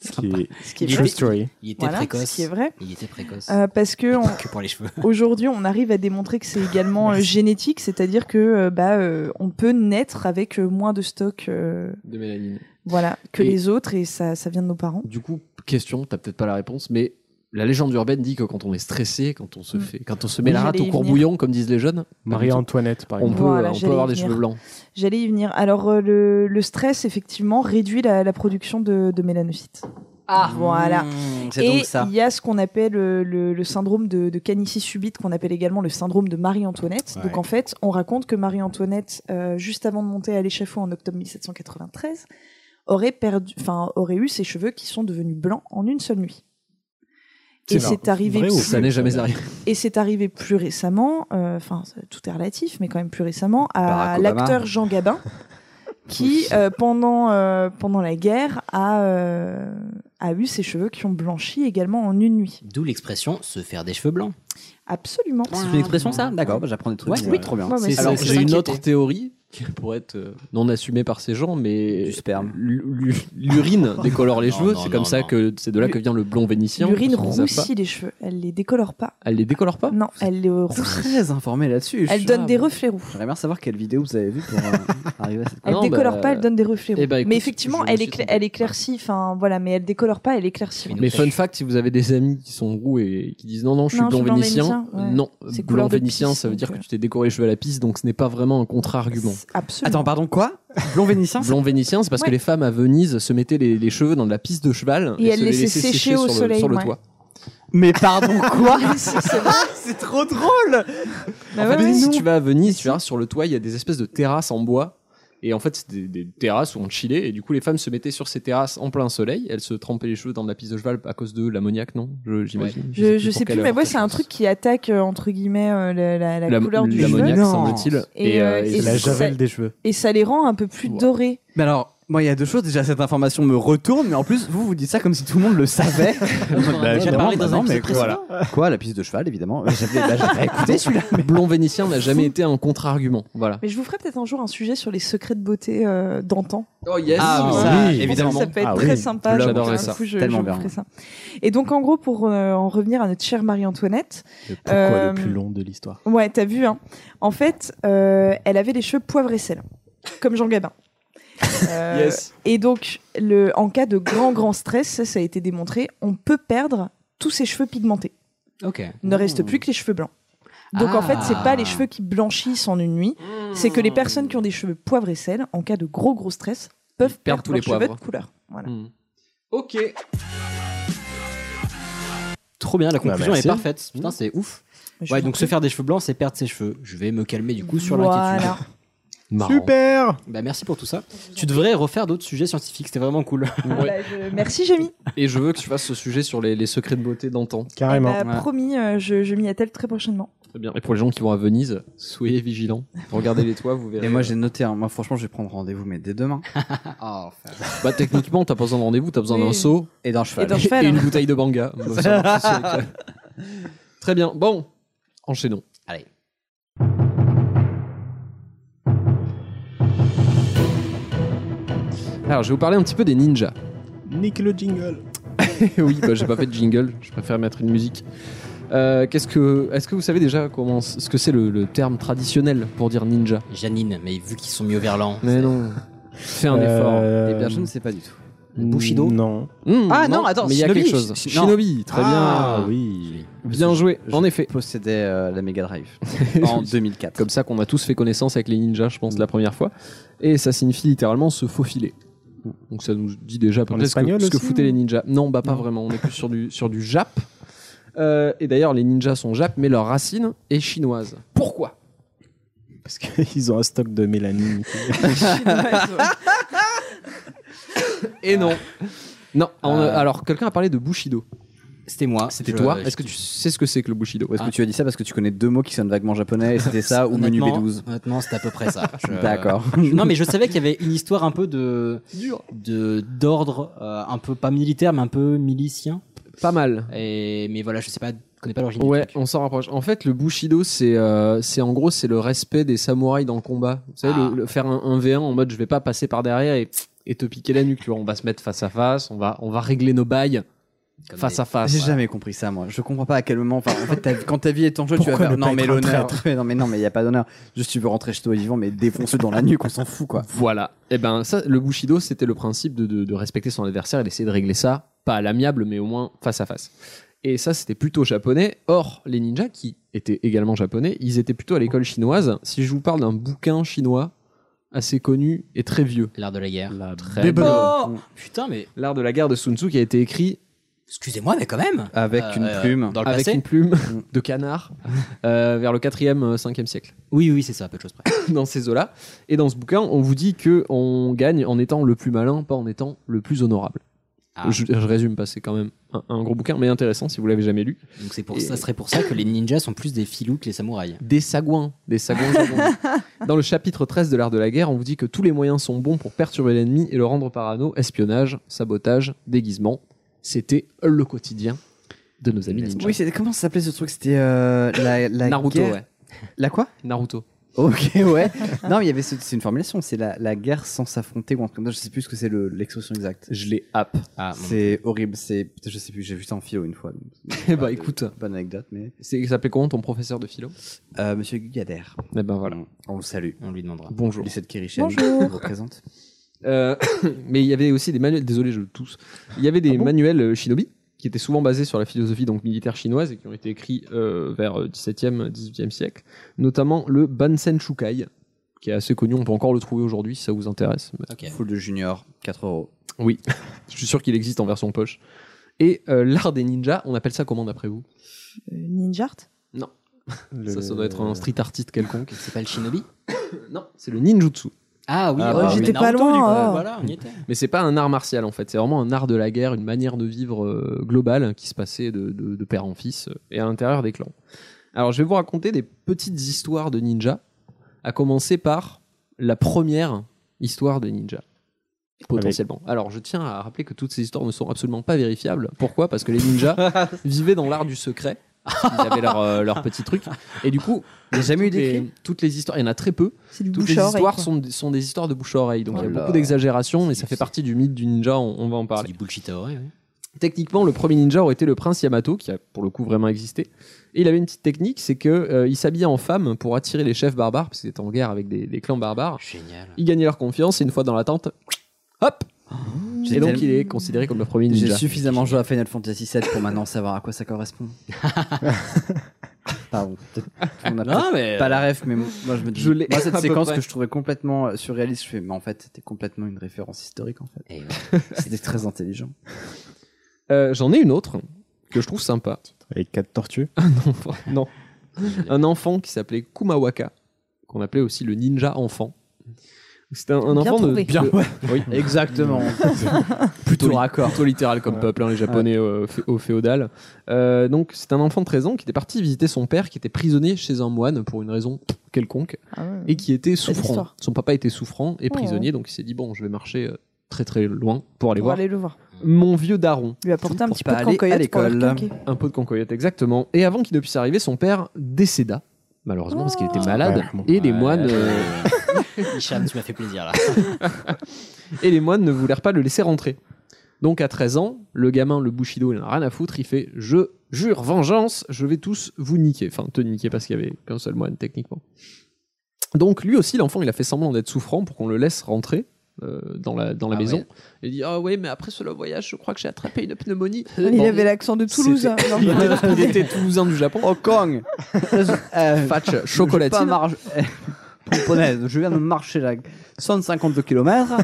S9: Ce qui est,
S3: qui est
S9: true
S3: vrai.
S9: story.
S11: Il était
S3: Voilà,
S11: précoce.
S3: ce qui est vrai.
S11: Il était précoce.
S3: Euh, parce que on-
S11: Que pour les cheveux.
S3: aujourd'hui, on arrive à démontrer que c'est également euh, génétique, c'est-à-dire que euh, bah, euh, on peut naître avec euh, moins de stock euh,
S1: De mélanine.
S3: voilà, que
S1: Et-
S3: les autres, et ça, ça vient de nos parents.
S1: Du coup, question, t'as peut-être pas la réponse, mais la légende urbaine dit que quand on est stressé, quand on se fait, quand on se met
S3: Mm. Oui,
S1: la rate
S3: j'allais
S1: au
S3: y
S1: courbouillon, comme disent les jeunes, pas du
S9: Marie-Antoinette, par
S1: tout. on
S9: exemple.
S1: peut,
S3: Voilà,
S1: on peut
S3: j'allais
S1: avoir
S3: y
S1: des
S3: venir.
S1: cheveux blancs.
S3: J'allais y venir. Alors, euh, le, le stress, effectivement, réduit la, la production de, de mélanocytes. Ah, voilà.
S10: Hmm, c'est
S3: Et
S10: donc ça.
S3: il y a ce qu'on appelle euh, le, le syndrome de, de canicie subite, qu'on appelle également le syndrome de Marie-Antoinette. Donc
S10: Ouais.
S3: en fait, on raconte que Marie-Antoinette, euh, juste avant de monter à l'échafaud en octobre 1793, aurait perdu, enfin aurait eu ses cheveux qui sont devenus blancs en une seule nuit. Et
S1: marrant.
S3: c'est arrivé.
S1: Vrai ou
S3: plus-
S1: Ça n'est jamais arrivé.
S3: Et c'est arrivé plus récemment, euh, enfin ça- tout est relatif, mais quand même plus récemment, à
S1: Barack Obama.
S3: l'acteur Jean Gabin, qui euh, pendant euh, pendant la guerre a euh, a eu ses cheveux qui ont blanchi également en une nuit.
S11: D'où l'expression se faire des cheveux blancs.
S3: Absolument.
S10: Ah.
S11: C'est une expression, ça D'accord.
S10: bah, j'apprends des trucs.
S11: Ouais,
S10: Ouais,
S11: oui.
S10: trop bien.
S3: Ouais, ouais,
S1: C'est-
S3: c'est
S1: Alors,
S3: ça.
S1: j'ai une autre
S3: S'inquiéter.
S1: théorie qui pourrait être euh, non assumée par ces gens, mais L'u- l'u- l'urine décolore les
S11: Non,
S1: cheveux.
S11: non,
S1: C'est
S11: non,
S1: comme ça
S11: non.
S1: que c'est de là que vient le blond vénitien.
S3: L'urine
S1: pour ceux qui ne savent
S3: roussit les cheveux, elle les décolore pas.
S1: pas. Elle les décolore pas.
S3: Non, elle les roussit.
S10: Très informé là-dessus.
S3: Elle
S10: je-
S3: donne des reflets roux.
S10: J'aimerais bien savoir quelle vidéo vous avez vue pour euh, arriver à cette
S3: Elle
S10: conclusion.
S3: décolore pas, elle donne des reflets roux.
S1: Ah bah, eh ben, écoute,
S3: mais effectivement,
S1: je me
S3: elle,
S1: suis
S3: écla- elle éclaircit, enfin voilà, mais elle décolore pas, elle éclaircit.
S1: Mais fun fact, si vous avez des amis qui sont roux et qui disent non, non, je suis
S3: Non, je
S1: blond
S3: suis blanc
S1: vénitien,
S3: vénitien, ouais.
S1: non,
S3: C'est
S1: blond
S3: couleur de
S1: vénitien,
S3: pisse,
S1: ça veut dire que
S3: donc,
S1: tu t'es décoré les cheveux à la pisse, donc ce n'est pas vraiment un contre-argument.
S3: Absolument.
S10: Attends, pardon, quoi Blond vénitien ça
S1: Blond vénitien, c'est parce
S3: Ouais.
S1: que les femmes à Venise se mettaient les, les cheveux dans de la pisse de cheval
S3: Et
S1: et,
S3: elles
S1: se les
S3: laissaient
S1: laissaient sécher,
S3: sécher au
S1: sur, le,
S3: soleil,
S1: sur le
S3: ouais.
S1: toit.
S10: Mais pardon, quoi Ah,
S3: Si, c'est vrai.
S10: C'est trop drôle
S3: Bah
S1: en
S3: ouais,
S1: fait,
S3: ouais,
S1: si
S3: non.
S1: tu vas à Venise, tu verras sur le toit, il y a des espèces de terrasses en bois. Et en fait, c'est des, des terrasses où on chillait. Et du coup, les femmes se mettaient sur ces terrasses en plein soleil. Elles se trempaient les cheveux dans de la pisse de cheval à cause de l'ammoniac, non Je- J'imagine.
S3: Je, je sais
S1: pour
S3: plus,
S1: quelle
S3: mais
S1: heure.
S3: ouais, c'est un truc qui attaque euh, entre guillemets euh, la, la- la
S1: La-
S3: couleur du
S1: l'ammoniac,
S3: cheveu.
S10: Non.
S1: semble-t-il.
S3: Et, euh, et
S1: c'est
S9: La
S3: ça-
S9: javel des cheveux.
S3: Et ça les rend un peu plus dorés.
S10: Mais alors, moi, il y a deux choses. Déjà, cette information me retourne, mais en plus, vous, vous dites ça comme si tout le monde le savait.
S11: On en a déjà
S10: évidemment,
S11: parlé
S10: bah
S11: dans un
S10: non, mais
S11: épisode précédent.
S10: voilà. Quoi, la piste de cheval, évidemment. Euh, J'avais bah, j'avais écouté celui-là.
S1: Blond vénitien n'a jamais été un contre-argument. Voilà.
S3: Mais je vous ferai peut-être un jour un sujet sur les secrets de beauté euh, d'antan.
S1: Oh yes
S10: Ah,
S3: oui,
S10: ça,
S3: Je pense que
S10: évidemment.
S3: Ça peut être
S10: Ah
S3: très
S10: oui.
S3: sympa.
S1: J'adorerais
S3: donc,
S1: ça.
S3: du coup, je,
S10: Tellement
S3: je vous
S10: bien.
S3: ferai ça. Et donc, en gros, pour euh, en revenir à notre chère Marie-Antoinette.
S9: Le pourquoi
S3: Euh,
S9: le plus long de l'histoire.
S3: Ouais, t'as vu, hein. En fait, euh, elle avait les cheveux poivre et sel, comme Jean Gabin. Euh,
S1: Yes.
S3: Et donc, le, en cas de grand, grand stress, ça, ça a été démontré, on peut perdre tous ses cheveux pigmentés.
S11: Ok.
S3: Il ne reste
S1: Mmh.
S3: plus que les cheveux blancs. Donc en fait, c'est
S1: Ah.
S3: pas les cheveux qui blanchissent en une nuit, c'est que les
S1: Mmh.
S3: personnes qui ont des cheveux poivre et sel, en cas de gros gros stress, peuvent
S1: perdent
S3: perdre
S1: tous
S3: leurs
S1: les
S3: cheveux
S1: poivres. Mmh.
S3: de couleur. Voilà.
S1: Hmm. Ok.
S11: Trop bien, la conclusion
S9: merci.
S11: est parfaite. Putain, c'est ouf.
S3: Mmh. Je
S11: Ouais,
S3: vous
S11: donc
S3: en
S11: se
S3: prie.
S11: faire des cheveux blancs, c'est perdre ses cheveux. Je vais me calmer du coup sur
S3: voilà.
S11: l'inquiétude.
S9: Super
S11: Bah, merci pour tout ça. Tu devrais refaire d'autres sujets scientifiques, c'était vraiment cool.
S3: Bah, je- Merci Jamie.
S1: Et je veux que tu fasses ce sujet sur les, les secrets de beauté d'antan.
S9: Carrément.
S3: Bah, Promis, euh, je, je m'y attelle très prochainement.
S1: Très bien. Et pour les gens qui vont à Venise, soyez vigilants. Regardez les toits, vous verrez.
S10: Et moi, j'ai noté, hein, moi, franchement, je vais prendre rendez-vous, mais dès demain. Oh, enfin.
S1: Bah, techniquement, t'as pas besoin de rendez-vous, t'as besoin d'un
S3: Oui.
S1: seau
S10: Et d'un cheval.
S3: Et d'un cheval,
S1: et une
S3: hein.
S1: bouteille de banga. Bah, ça marche aussi avec la- Très bien. Bon, enchaînons.
S11: Allez.
S1: Alors, je vais vous parler un petit peu des ninjas.
S3: ben,
S9: Nick le jingle.
S1: oui, bah, j'ai pas fait de jingle, je préfère mettre une musique. Euh, Qu'est-ce que, est-ce que vous savez déjà comment, ce que c'est le, le terme traditionnel pour dire ninja
S11: Janine, mais vu qu'ils sont mis au verlan.
S1: Mais non. Fais un
S9: Euh,
S10: Eh bien, je ne sais pas du tout.
S11: Bushido
S9: Mm, Non.
S1: effort. Mmh,
S10: Ah, non, attends,
S1: mais il y a
S10: Shinobi.
S1: quelque chose.
S10: Shi- non.
S1: Shinobi, très
S9: Ah
S1: bien.
S9: oui.
S1: Bien joué, en effet.
S10: Possédait euh, la Mega Drive en 2004.
S1: Comme ça qu'on a tous fait connaissance avec les ninjas, je pense, la première fois. Et ça signifie littéralement se faufiler. Donc ça nous dit déjà à peu
S9: En
S1: près ce que,
S9: espagnol
S1: ce que
S9: aussi,
S1: foutaient
S9: ou-
S1: les ninjas. Non, bah pas vraiment. On est plus sur du, sur du jap. Euh, et d'ailleurs, les ninjas sont jap, mais leur racine est chinoise. Pourquoi
S9: Parce qu'ils ont un stock de mélanine.
S3: Euh,
S1: Et non.
S9: Ah.
S1: Non, on a- alors quelqu'un a parlé de Bushido.
S2: C'était moi.
S1: C'était
S10: Je-
S1: toi.
S10: je-
S1: Est-ce que tu sais ce que c'est que le Bushido
S10: Ou est-ce que tu as dit ça parce que tu connais deux mots qui sonnent vaguement japonais et c'était ça ou menu
S2: Honnêtement,
S10: B12
S2: Honnêtement, c'était à peu près ça.
S10: euh,
S2: Je-
S10: D'accord.
S2: non, mais je savais qu'il y avait une histoire un peu de de- d'ordre, euh, un peu pas militaire, mais un peu milicien.
S1: Pas mal.
S2: Et mais voilà, je sais pas, je connais pas l'origine. du
S1: Ouais,
S2: truc.
S1: on s'en rapproche. En fait, le Bushido, c'est euh, c'est en gros, c'est le respect des samouraïs dans le combat. Vous savez,
S2: Ah.
S1: le, le- faire un, un V1 en mode je vais pas passer par derrière et, et te piquer la nuque. Tu vois, on va se mettre face à face, on va, on va régler nos bails
S2: Comme
S1: face
S2: des-
S1: à face.
S10: J'ai jamais compris ça, moi. Je comprends pas à quel moment. Enfin, en fait, ta- quand ta vie est en jeu, tu
S9: Pourquoi
S10: vas
S9: ne
S10: faire.
S9: pas
S10: Non, mais
S9: être un
S10: l'honneur.
S9: traître
S10: Mais non, mais non, mais il y a pas d'honneur. Juste, tu veux rentrer chez toi vivant, mais défonce dans la nuque, on s'en fout, quoi.
S1: Voilà. Et ben, ça, le Bushido, c'était le principe de, de- de respecter son adversaire et d'essayer de régler ça, pas à l'amiable, mais au moins face à face. Et ça, c'était plutôt japonais. Or, les ninjas, qui étaient également japonais, ils étaient plutôt à l'école chinoise. Si je vous parle d'un bouquin chinois assez connu et très vieux,
S2: L'art de la guerre.
S1: très bon.
S2: Oh Putain, mais
S1: L'art de la guerre de Sun Tzu qui a été écrit
S2: excusez-moi, mais quand même.
S10: Avec
S2: Euh,
S10: une
S2: euh,
S10: plume.
S2: Dans le
S1: avec
S2: passé.
S1: une plume de canard euh, vers le 4e, euh, 5e siècle,
S2: Oui, oui, c'est ça, peu de choses près.
S1: dans ces eaux-là. Et dans ce bouquin, on vous dit que on gagne en étant le plus malin, pas en étant le plus honorable.
S2: Ah.
S1: Je, je résume pas, c'est quand même un, un gros bouquin, mais intéressant si vous l'avez jamais lu.
S2: Donc c'est pour
S1: Et-
S2: ça, serait pour ça que les ninjas sont plus des filous que les samouraïs.
S1: Des sagouins, des sagouins. japonais. dans le chapitre 13 de l'art de la guerre, on vous dit que tous les moyens sont bons pour perturber l'ennemi et le rendre parano, espionnage, sabotage, déguisement. C'était le quotidien de nos amis ninjas.
S10: Oui, c'était- comment ça s'appelait ce truc C'était euh, la, la
S1: Naruto,
S10: guerre-
S1: ouais.
S10: La quoi
S1: Naruto.
S10: Ok, ouais. non, mais il y avait ce- c'est une formulation. C'est la, la guerre sans s'affronter ou un truc comme ça. Je sais plus ce que c'est le- l'expression exacte.
S1: Je l'ai hap.
S2: Ah, bon.
S10: C'est horrible. C'est putain, je sais plus. J'ai vu ça en philo une fois. donc c'est
S1: Eh
S10: pas
S1: bah
S10: de-
S1: écoute,
S10: bonne anecdote, mais
S1: c'est il s'appelait comment ton professeur de philo
S10: Euh, Monsieur Gugader.
S1: Eh ben voilà.
S10: On le salue.
S2: On lui demandera.
S1: Bonjour.
S10: Lycée de Kirichen.
S3: Bonjour.
S10: Représente.
S1: Euh, mais il y avait aussi des manuels, désolé je tousse, il y avait des manuels euh, shinobi qui étaient souvent basés sur la philosophie donc militaire chinoise et qui ont été écrits euh, vers euh, 17e, 18e siècle, notamment le Bansen Shukai, qui est assez connu, on peut encore le trouver aujourd'hui si ça vous intéresse.
S2: Ok.
S10: Full de Junior, 4 euros.
S1: Oui, je suis sûr qu'il existe en version poche. Et euh, l'art des ninjas, on appelle ça comment d'après vous
S3: Euh, Ninja Art
S1: ça, ça doit être un street artiste quelconque.
S2: C'est pas le shinobi
S1: Non, c'est le ninjutsu.
S2: Ah oui,
S10: Ah,
S2: bah,
S10: bah,
S2: oui,
S10: j'étais
S2: mais
S3: pas
S2: Naruto,
S3: loin,
S2: du coup,
S3: ah.
S2: Voilà, on y était.
S1: Mais c'est pas un art martial en fait, c'est vraiment un art de la guerre, une manière de vivre euh, globale qui se passait de, de- de père en fils euh, et à l'intérieur des clans. Alors je vais vous raconter des petites histoires de ninja, à commencer par la première histoire de ninja. Potentiellement. Alors, je tiens à rappeler que toutes ces histoires ne sont absolument pas vérifiables. Pourquoi Parce que les ninjas vivaient dans l'art du secret. Ils avaient leur, euh, leur petit truc. Et du coup,
S10: Il n'y a jamais eu
S1: toutes les,
S10: d'écrit.
S1: toutes les histoires, il y en a très peu.
S3: C'est du
S1: Toutes
S3: bouche
S1: les
S3: à oreille,
S1: histoires
S3: quoi.
S1: sont, sont des histoires de bouche à oreille, donc il y
S10: Voilà.
S1: a beaucoup d'exagération, mais ça fait partie du mythe du ninja, on, on va en
S2: C'est
S1: parler.
S2: du bullshit à oreille, ouais.
S1: Techniquement, le premier ninja aurait été le prince Yamato, qui a pour le coup vraiment existé. Et il avait une petite technique, c'est que euh, il s'habillait en femme pour attirer les chefs barbares, parce qu'il était en guerre avec des, des clans barbares.
S2: Génial.
S1: Il gagnait leur confiance, et une fois dans la tente, hop
S10: J'ai
S1: Et donc
S10: tellement-
S1: il est considéré comme le premier
S10: J'ai
S1: ninja.
S10: suffisamment joué à Final Fantasy VII pour maintenant savoir à quoi ça correspond. Pardon. peut-être qu'on a
S2: Non,
S1: Ah,
S10: peut-être
S2: mais.
S10: pas la ref, mais moi je me dis.
S1: Je l'ai
S10: moi, cette
S1: à peu
S10: séquence
S1: près.
S10: que je trouvais complètement euh, surréaliste, je fais, mais en fait, c'était complètement une référence historique en fait.
S2: Eh ouais.
S10: C'était très intelligent.
S1: Euh, J'en ai une autre que je trouve sympa.
S9: Avec quatre tortues.
S1: non. Un enfant qui s'appelait Kumawaka, qu'on appelait aussi le ninja enfant. C'était un, un
S3: Bien
S1: enfant de-
S3: trouvé.
S1: de,
S3: Bien,
S1: oui,
S10: Exactement.
S1: plutôt raccord. Plutôt littéral comme peuple, hein, les Japonais euh, fé- au féodal. Euh, donc, c'est un enfant de 13 ans qui était parti visiter son père qui était prisonnier chez un moine pour une raison quelconque
S3: Ah ouais.
S1: et qui était souffrant.
S3: histoire.
S1: Son papa était souffrant et
S3: Oh.
S1: prisonnier, donc il s'est dit bon, je vais marcher euh, très très loin pour aller
S3: Pour
S1: voir
S3: aller le voir.
S1: mon vieux daron.
S3: Lui apporter un
S10: Pour
S3: petit
S10: pas
S3: peu de
S10: aller à
S3: cancoyote pour le
S10: l'école.
S3: requinquer.
S1: Un pot de concoyote, exactement. Et avant qu'il ne puisse arriver, son père décéda. Malheureusement, parce qu'il
S3: Oh.
S1: était malade.
S9: Ouais.
S1: Et les moines. euh,
S2: euh, Hicham, tu m'as fait plaisir là.
S1: et les moines ne voulèrent pas le laisser rentrer. Donc à 13 ans, le gamin, le Bushido, il n'a rien à foutre, il fait je jure vengeance, je vais tous vous niquer. Enfin, te niquer parce qu'il y avait qu'un seul moine techniquement. Donc lui aussi, l'enfant, il a fait semblant d'être souffrant pour qu'on le laisse rentrer. euh, dans la, dans la
S2: Ah
S1: maison.
S2: ouais.
S1: Il dit Ah ouais, mais après ce long voyage, je crois que j'ai attrapé une pneumonie.
S3: Il
S1: Bon, Ah
S3: avait l'accent de Toulouse. hein. Non,
S1: il
S3: mais-
S1: était- il était toulousain du Japon.
S10: Oh Kong euh,
S1: Fatch,
S10: Je,
S1: chocolatine.
S10: vais pas marge- Pomponnaise, je viens de marcher là 152 km.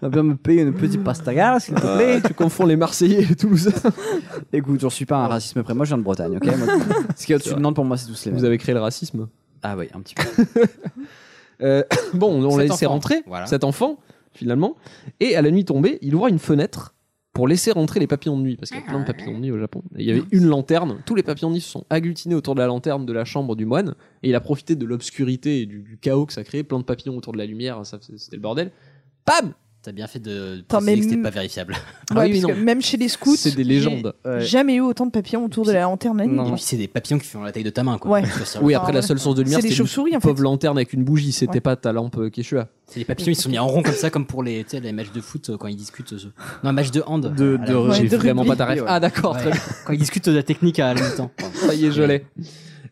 S10: On va bien me payer une petite pastaga, s'il te plaît.
S1: tu confonds les Marseillais et les Toulousains.
S10: Écoute, j'en suis pas un racisme après. Moi, je viens de Bretagne, ok Moi, Ce qui est au-dessus de Nantes, pour moi, c'est tous les mêmes.
S1: Vous avez créé le racisme
S10: Ah oui, un petit peu.
S1: Euh, bon, on
S10: Cet
S1: l'a laissé
S10: enfant.
S1: rentrer,
S10: Voilà.
S1: cet enfant, finalement. Et à la nuit tombée, il ouvre une fenêtre pour laisser rentrer les papillons de nuit, parce qu'il y a plein de papillons de nuit au Japon. Et il y avait une lanterne, tous les papillons de nuit se sont agglutinés autour de la lanterne de la chambre du moine, et il a profité de l'obscurité et du, du chaos que ça créait, plein de papillons autour de la lumière, ça, c'était le bordel. Pam
S2: T'as bien fait de
S3: Attends,
S2: préciser
S3: mais
S2: que c'était
S3: m-
S2: pas vérifiable.
S3: Ouais, parce que même chez les scouts,
S1: C'est des légendes.
S3: j'ai
S1: Ouais.
S10: Euh,
S3: Jamais eu autant de papillons autour de la lanterne la nuit.
S2: Et puis c'est des papillons qui font la taille de ta main, quoi.
S3: Oh. Ouais.
S2: Parce que
S1: Oui,
S2: ça-
S1: après la seule source de lumière,
S3: C'est des
S1: c'était
S3: chauves-souris,
S1: une
S3: en fait.
S1: pauvre lanterne avec une bougie, c'était
S3: Ouais.
S1: pas ta lampe euh, Quechua.
S2: C'est les papillons, ils se sont mis en rond comme ça, comme pour les, tu sais, les matchs de foot euh, quand ils discutent. euh, Non, un match de hand.
S1: De-
S2: à
S1: de-
S2: la-
S1: Ouais, j'ai de vraiment rugby. pas ta ref. Ah, d'accord, très bien.
S2: Quand ils discutent de la technique à la mi-temps.
S1: Ça y est, je l'ai.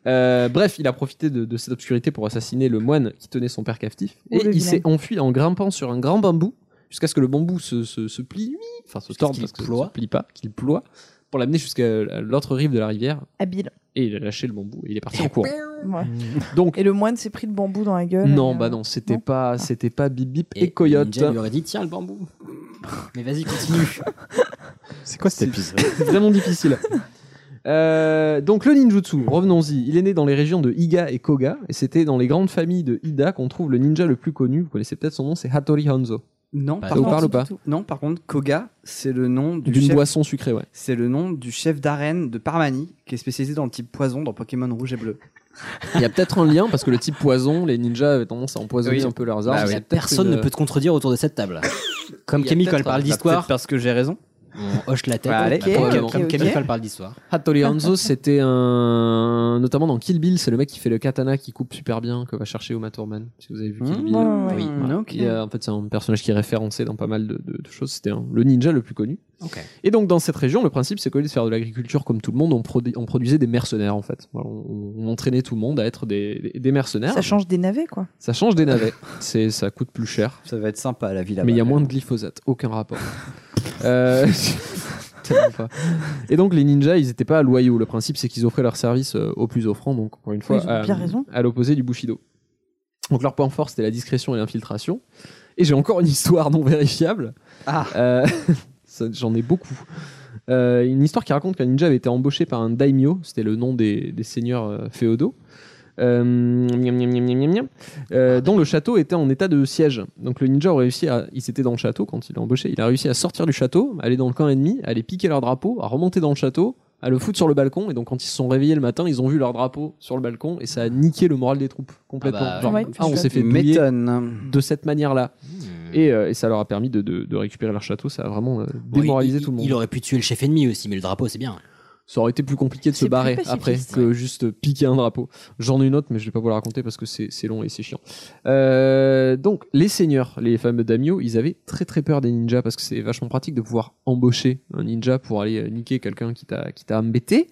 S1: Euh, bref, il a profité de, de cette obscurité pour assassiner le moine qui tenait son père captif.
S2: Oh,
S1: et
S2: le
S1: il
S2: vilain.
S1: s'est enfui en grimpant sur un grand bambou jusqu'à ce que le bambou se, se, se plie, enfin se torde,
S2: qu'il
S1: parce que
S2: ploie.
S1: ça se plie pas, qu'il ploie, pour l'amener jusqu'à l'autre rive de la rivière.
S3: Habile.
S1: Et il a lâché le bambou et il est parti en courant.
S3: Ouais.
S1: Donc,
S3: Et le moine s'est pris le bambou dans la gueule.
S1: non,
S3: et,
S1: bah
S3: euh,
S1: non, c'était pas, c'était pas Bip Bip et,
S2: Et
S1: Coyote.
S2: Ninja lui aurait dit tiens le bambou. Mais vas-y, continue.
S10: Ah,
S1: C'est quoi cet épisode C'est vraiment difficile. Euh, donc le ninjutsu, revenons-y. Il est né dans les régions de Iga et Koga, et c'était dans les grandes familles de Ida qu'on trouve le ninja le plus connu. Vous connaissez peut-être son nom, c'est Hattori Hanzo.
S2: Bah,
S10: Non, par
S1: ça vous
S10: contre,
S1: parle ou pas
S10: Non, par contre, Koga, c'est le nom du
S1: D'une
S10: chef-
S1: boisson sucrée, ouais.
S10: C'est le nom du chef d'arène de Parmanie, qui est spécialisé dans le type poison dans Pokémon Rouge et Bleu.
S1: Il y a peut-être un lien parce que le type poison, les ninjas avaient tendance à empoisonner
S10: Oui.
S1: un peu leurs
S10: Bah
S1: armes.
S10: oui.
S1: Il y a peut-être
S2: Personne
S1: une-
S2: ne peut te contredire autour de cette table. Comme
S10: Il y a
S2: Camille quand elle
S10: peut-être-
S2: parle
S10: bah,
S2: d'histoire.
S10: peut-être parce que j'ai raison.
S2: On hoche la tête.
S10: Bah, allez,
S2: Bah, comme-
S10: ok,
S2: comme
S10: ok,
S2: comme
S10: ok.
S2: Camille quand elle parle d'histoire.
S1: Hattori Hanzo, c'était un. Notamment dans Kill Bill, c'est le mec qui fait le katana qui coupe super bien, que va chercher Uma Thurman. Si vous avez vu Kill
S10: Mmh,
S1: Bill.
S10: ouais, ouais,
S1: Oui,
S10: ouais.
S1: voilà.
S10: Ok.
S1: Il y a- en fait, c'est un personnage qui est référencé dans pas mal de, de- de choses. C'était un- le ninja le plus connu. Et donc, dans cette région, le principe, c'est qu'au lieu de faire de l'agriculture comme tout le monde, on, produ- on produisait des mercenaires, en fait. Voilà, on, on entraînait tout le monde à être des, des- des mercenaires.
S3: Ça change des navets, quoi.
S1: Ça change des navets. C'est, ça coûte plus cher.
S10: Ça va être sympa la vie là-bas.
S1: Mais il y a moins de glyphosate. Aucun rapport. Euh, tellement pas. Et donc les ninjas, ils n'étaient pas loyaux. Le principe, c'est qu'ils offraient leur service euh, aux plus offrants. Donc encore une fois,
S3: Ils ont
S1: à,
S3: bien raison.
S1: à l'opposé du bushido. Donc leur point fort, c'était la discrétion et l'infiltration. Et j'ai encore une histoire non vérifiable. Euh, ça, J'en ai beaucoup. Euh, une histoire qui raconte qu'un ninja avait été embauché par un daimyo, c'était le nom des, des seigneurs euh, féodaux, euh, miam, miam, miam, miam, miam, miam, euh, dont le château était en état de siège. Donc le ninja aurait réussi à. Il était dans le château quand il l'a embauché, il a réussi à sortir du château, aller dans le camp ennemi, aller piquer leur drapeau, à remonter dans le château, à le foutre sur le balcon, et donc quand ils se sont réveillés le matin, ils ont vu leur drapeau sur le balcon, et ça a niqué le moral des troupes complètement.
S10: Ah bah,
S1: Genre,
S10: ouais,
S1: ah, on s'est fait douiller
S10: M'étonne.
S1: de cette manière-là. Et, euh, et ça leur a permis de, de- de récupérer leur château, ça a vraiment euh, démoralisé
S2: il,
S1: tout le monde.
S2: il aurait pu tuer le chef ennemi aussi, mais le drapeau c'est bien.
S1: Ça aurait été plus compliqué de
S2: C'est
S1: se
S2: plus
S1: barrer
S2: pacifiste.
S1: après que juste piquer un drapeau. J'en ai une autre, mais je vais pas vous la raconter parce que c'est c'est long et c'est chiant. Euh, donc, les seigneurs, les fameux daimyo, ils avaient très très peur des ninjas parce que c'est vachement pratique de pouvoir embaucher un ninja pour aller euh, niquer quelqu'un qui t'a qui t'a embêté.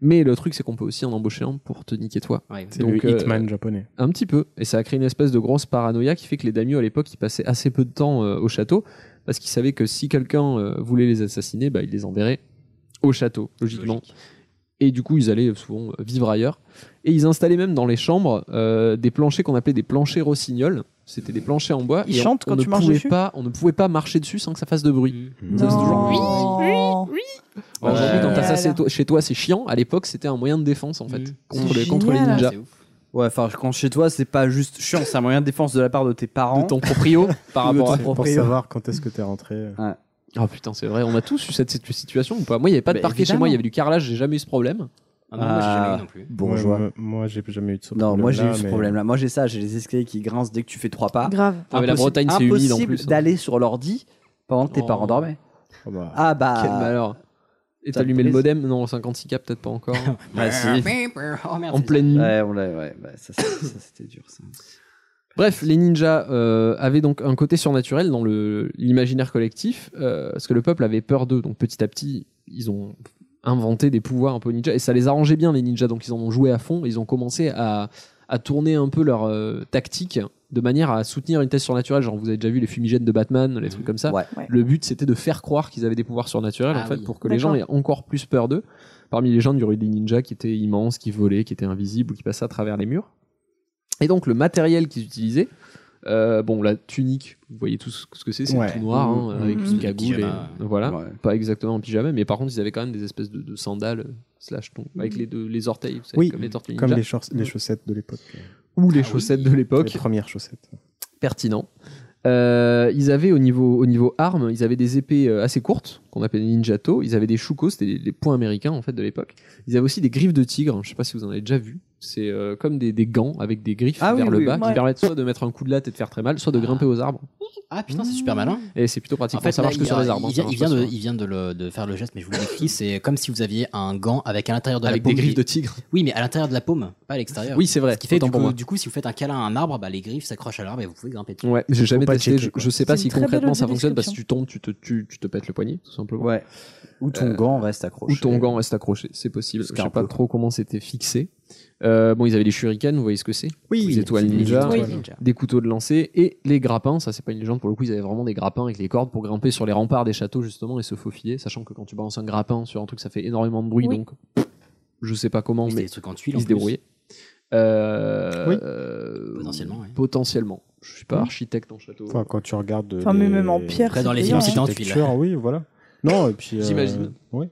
S1: Mais le truc, c'est qu'on peut aussi en embaucher un pour te niquer toi.
S9: C'est
S1: euh,
S9: le Hitman japonais.
S1: Un petit peu. Et ça a créé une espèce de grosse paranoïa qui fait que les daimyo à l'époque, ils passaient assez peu de temps euh, au château parce qu'ils savaient que si quelqu'un euh, voulait les assassiner, bah, ils les enverraient au château, logiquement. Et du coup, ils allaient souvent euh, vivre ailleurs. Et ils installaient même dans les chambres euh, des planchers qu'on appelait des planchers rossignols. C'était des planchers en bois.
S3: Ils
S1: et on-
S3: chantent
S1: on
S3: quand
S1: ne
S3: tu marches
S1: pouvait
S3: dessus
S1: pas, On ne pouvait pas marcher dessus sans que ça fasse de bruit. Ça faisait toujours
S3: toujours. Oui, oui,
S1: Alors, Aujourd'hui, quand t'as ça
S3: Génial.
S1: c'est toi- chez toi, c'est chiant. À l'époque, c'était un moyen de défense en fait contre, les,
S3: C'est
S1: contre les
S3: génial.
S1: ninjas.
S3: C'est
S10: Ouais, enfin, quand chez toi, c'est pas juste chiant, c'est un moyen de défense de la part de tes parents.
S1: De ton proprio par
S10: Ou de
S1: rapport à
S10: ton
S9: Pour
S10: proprio.
S9: savoir quand est-ce que t'es rentré.
S1: Oh putain, c'est vrai, on a tous eu cette cette situation ou pas Moi, il n'y avait pas de
S10: Bah,
S1: parquet chez
S10: évidemment.
S1: moi, il y avait du carrelage, j'ai jamais eu ce problème.
S10: Ah, Bourgeois.
S9: Ouais, moi, j'ai jamais eu de ce
S10: Non,
S9: problème.
S10: moi j'ai eu ce problème-là. Moi j'ai ça, j'ai les escaliers qui grincent dès que tu fais trois pas.
S3: Grave.
S1: Ah, mais la
S10: Impossible-
S1: Bretagne, c'est humide en
S10: impossible
S1: plus, hein. Oh.
S10: d'aller sur l'ordi pendant que tes parents dormaient.
S9: oh
S10: Ah bah.
S1: Quel malheur. Et
S10: Ça
S1: t'allumais le
S10: brise.
S1: modem Non, 56K, peut-être pas encore.
S10: Ouais, Bah, si.
S2: Ah, Oh, merde,
S1: en
S2: c'est
S1: pleine nuit.
S10: Ouais, on l'a- ouais, bah, ça, ça- ça, c'était dur ça.
S1: Bref, les ninjas euh, avaient donc un côté surnaturel dans le- l'imaginaire collectif, euh, parce que le peuple avait peur d'eux. Donc petit à petit, ils ont inventé des pouvoirs un peu ninja, et ça les arrangeait bien les ninjas, donc ils en ont joué à fond, et ils ont commencé à, à tourner un peu leur euh, tactique de manière à soutenir une thèse surnaturelle, genre vous avez déjà vu les fumigènes de Batman, les trucs comme ça.
S3: Ouais.
S1: Le but c'était de faire croire qu'ils avaient des pouvoirs surnaturels
S2: Ah
S1: en fait
S2: oui.
S1: pour que les gens aient
S2: D'accord.
S1: encore plus peur d'eux. Parmi les gens, il y aurait des ninjas qui étaient immenses, qui volaient, qui étaient invisibles ou qui passaient à travers les murs. Et donc le matériel qu'ils utilisaient Euh, bon, la tunique, vous voyez tous ce que c'est, c'est
S10: Ouais.
S1: tout noir, hein,
S10: Mmh.
S1: avec
S10: Mmh.
S1: une
S10: De
S1: cagoule.
S10: pyjama.
S1: et- voilà,
S10: Ouais.
S1: pas exactement en pyjama, mais par contre, ils avaient quand même des espèces de, de sandales euh, slash ton, avec les, deux, les orteils, vous savez,
S9: Oui,
S1: comme les tortues
S9: comme
S1: ninja.
S9: les, chors- les chaussettes de l'époque.
S1: Ou
S10: Ah
S1: les chaussettes de l'époque.
S9: Les premières chaussettes.
S1: pertinent. Euh, ils avaient au niveau, au niveau armes, ils avaient des épées euh, assez courtes qu'on appelait ninjato. Ils avaient des shukos, c'était les, les points américains en fait de l'époque. Ils avaient aussi des griffes de tigre. Je sais pas si vous en avez déjà vu. C'est euh, comme des, des gants avec des griffes
S2: Ah oui,
S1: vers le
S2: oui,
S1: bas
S2: oui.
S1: qui
S2: Ouais.
S1: permettent soit de mettre un coup de latte et de faire très mal, soit de grimper aux arbres.
S2: Ah putain, c'est super malin.
S1: Et c'est plutôt pratique.
S2: En fait,
S1: ça
S2: là,
S1: marche que
S2: il
S1: sur
S2: a-
S1: les arbres.
S2: Il
S1: hein,
S2: vient,
S1: ça
S2: il vient
S1: marche
S2: de,
S1: pas sur-
S2: il vient de, le- de faire le geste, mais je vous le décris. C'est comme si vous aviez un gant avec à l'intérieur de
S1: Avec
S2: la paume.
S1: des griffes
S2: qui-
S1: de tigre.
S2: Oui, mais à l'intérieur de la paume, pas à l'extérieur.
S1: Oui, c'est vrai.
S2: Ce qui fait
S1: Autant
S2: du
S1: pour
S2: coup,
S1: moi.
S2: du coup, si vous faites un câlin à un arbre, bah, les griffes s'accrochent à l'arbre et vous pouvez grimper dessus.
S1: Ouais, j'ai jamais
S2: pas
S1: testé.
S2: checker,
S1: je,
S2: quoi.
S1: je sais pas
S2: C'est
S1: si
S2: une très belle
S1: concrètement ça fonctionne parce que
S2: description.
S1: tu tombes, tu te, tu, tu te pètes le poignet, tout simplement.
S10: Ouais. Euh, Ou ton gant reste accroché.
S1: Ou ton gant reste accroché, c'est possible. Je sais
S10: Scarpeau.
S1: pas trop comment c'était fixé. Euh, bon, ils avaient les shurikens, vous voyez ce que c'est
S10: Oui,
S1: les étoiles
S10: les
S1: ninja,
S10: étoiles ninja.
S1: des couteaux de lancer et les grappins. Ça, c'est pas une légende pour le coup. Ils avaient vraiment des grappins avec les cordes pour grimper sur les remparts des châteaux justement et se faufiler. Sachant que quand tu balances un grappin sur un truc, ça fait énormément de bruit.
S2: Oui.
S1: Donc, je sais pas comment,
S2: C'était
S1: mais
S2: des trucs en tuiles,
S1: ils
S2: en
S1: se
S2: plus.
S1: débrouillaient. Euh,
S2: Oui.
S1: euh,
S2: Potentiellement, ouais.
S1: Potentiellement. Je suis pas
S9: Mhm.
S1: architecte en château.
S9: Enfin, quand tu regardes.
S3: Enfin, mais même en pierre, Après, dans c'est les films, payant, hein.
S9: architectures, oui, voilà. Non, et puis. euh,
S1: J'imagine.
S9: Oui.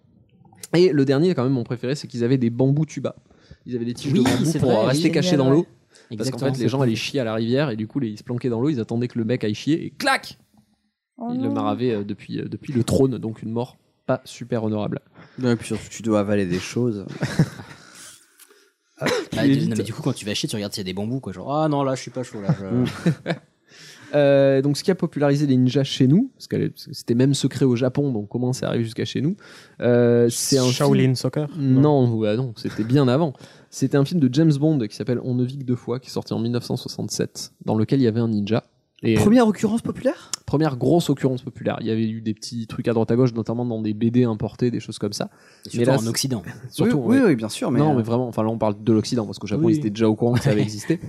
S1: Et le dernier, quand même, mon préféré, c'est qu'ils avaient des bambous tuba. Ils avaient des tiges
S2: Oui,
S1: de bambou
S2: c'est
S1: pour
S2: vrai,
S1: euh,
S2: oui,
S1: rester
S2: génial,
S1: cachés dans
S2: ouais.
S1: l'eau. Parce qu'en
S2: Exactement, Bah,
S1: fait, les
S2: c'est
S1: gens
S2: vrai.
S1: allaient chier à la rivière et du coup, les- ils se planquaient dans l'eau, ils attendaient que le mec aille chier et clac
S3: Oh
S1: Ils le maravaient euh, depuis, euh, depuis le trône, donc une mort pas super honorable.
S10: Non, et puis surtout, tu dois avaler des choses.
S2: Bah,
S1: Il est
S2: non,
S1: vite. Hum.
S2: mais du coup, quand tu vas chier, tu regardes s'il y a des bambous, quoi. Genre, ah non, là, je suis pas chaud, là. je-
S1: Euh, donc, ce qui a popularisé les ninjas chez nous, parce que c'était même secret au Japon, donc comment ça arrive jusqu'à chez nous, euh, c'est un
S9: Shaolin
S1: film-
S9: Soccer
S1: Non, ouais, non, c'était bien avant. C'était un film de James Bond qui s'appelle On ne vit que deux fois, qui est sorti en 1967, dans lequel il y avait un ninja. Et
S10: Première occurrence populaire
S1: première grosse occurrence populaire. Il y avait eu des petits trucs à droite à gauche, notamment dans des BD importés, des choses comme ça.
S2: surtout en
S1: c'est-
S2: Occident.
S1: Surtout,
S10: Oui,
S1: ouais.
S10: oui, bien sûr, mais,
S1: non,
S10: euh,
S1: mais vraiment. Enfin, là, on parle de l'Occident parce qu'au Japon,
S10: Oui.
S1: ils étaient déjà au courant que ça avait existé.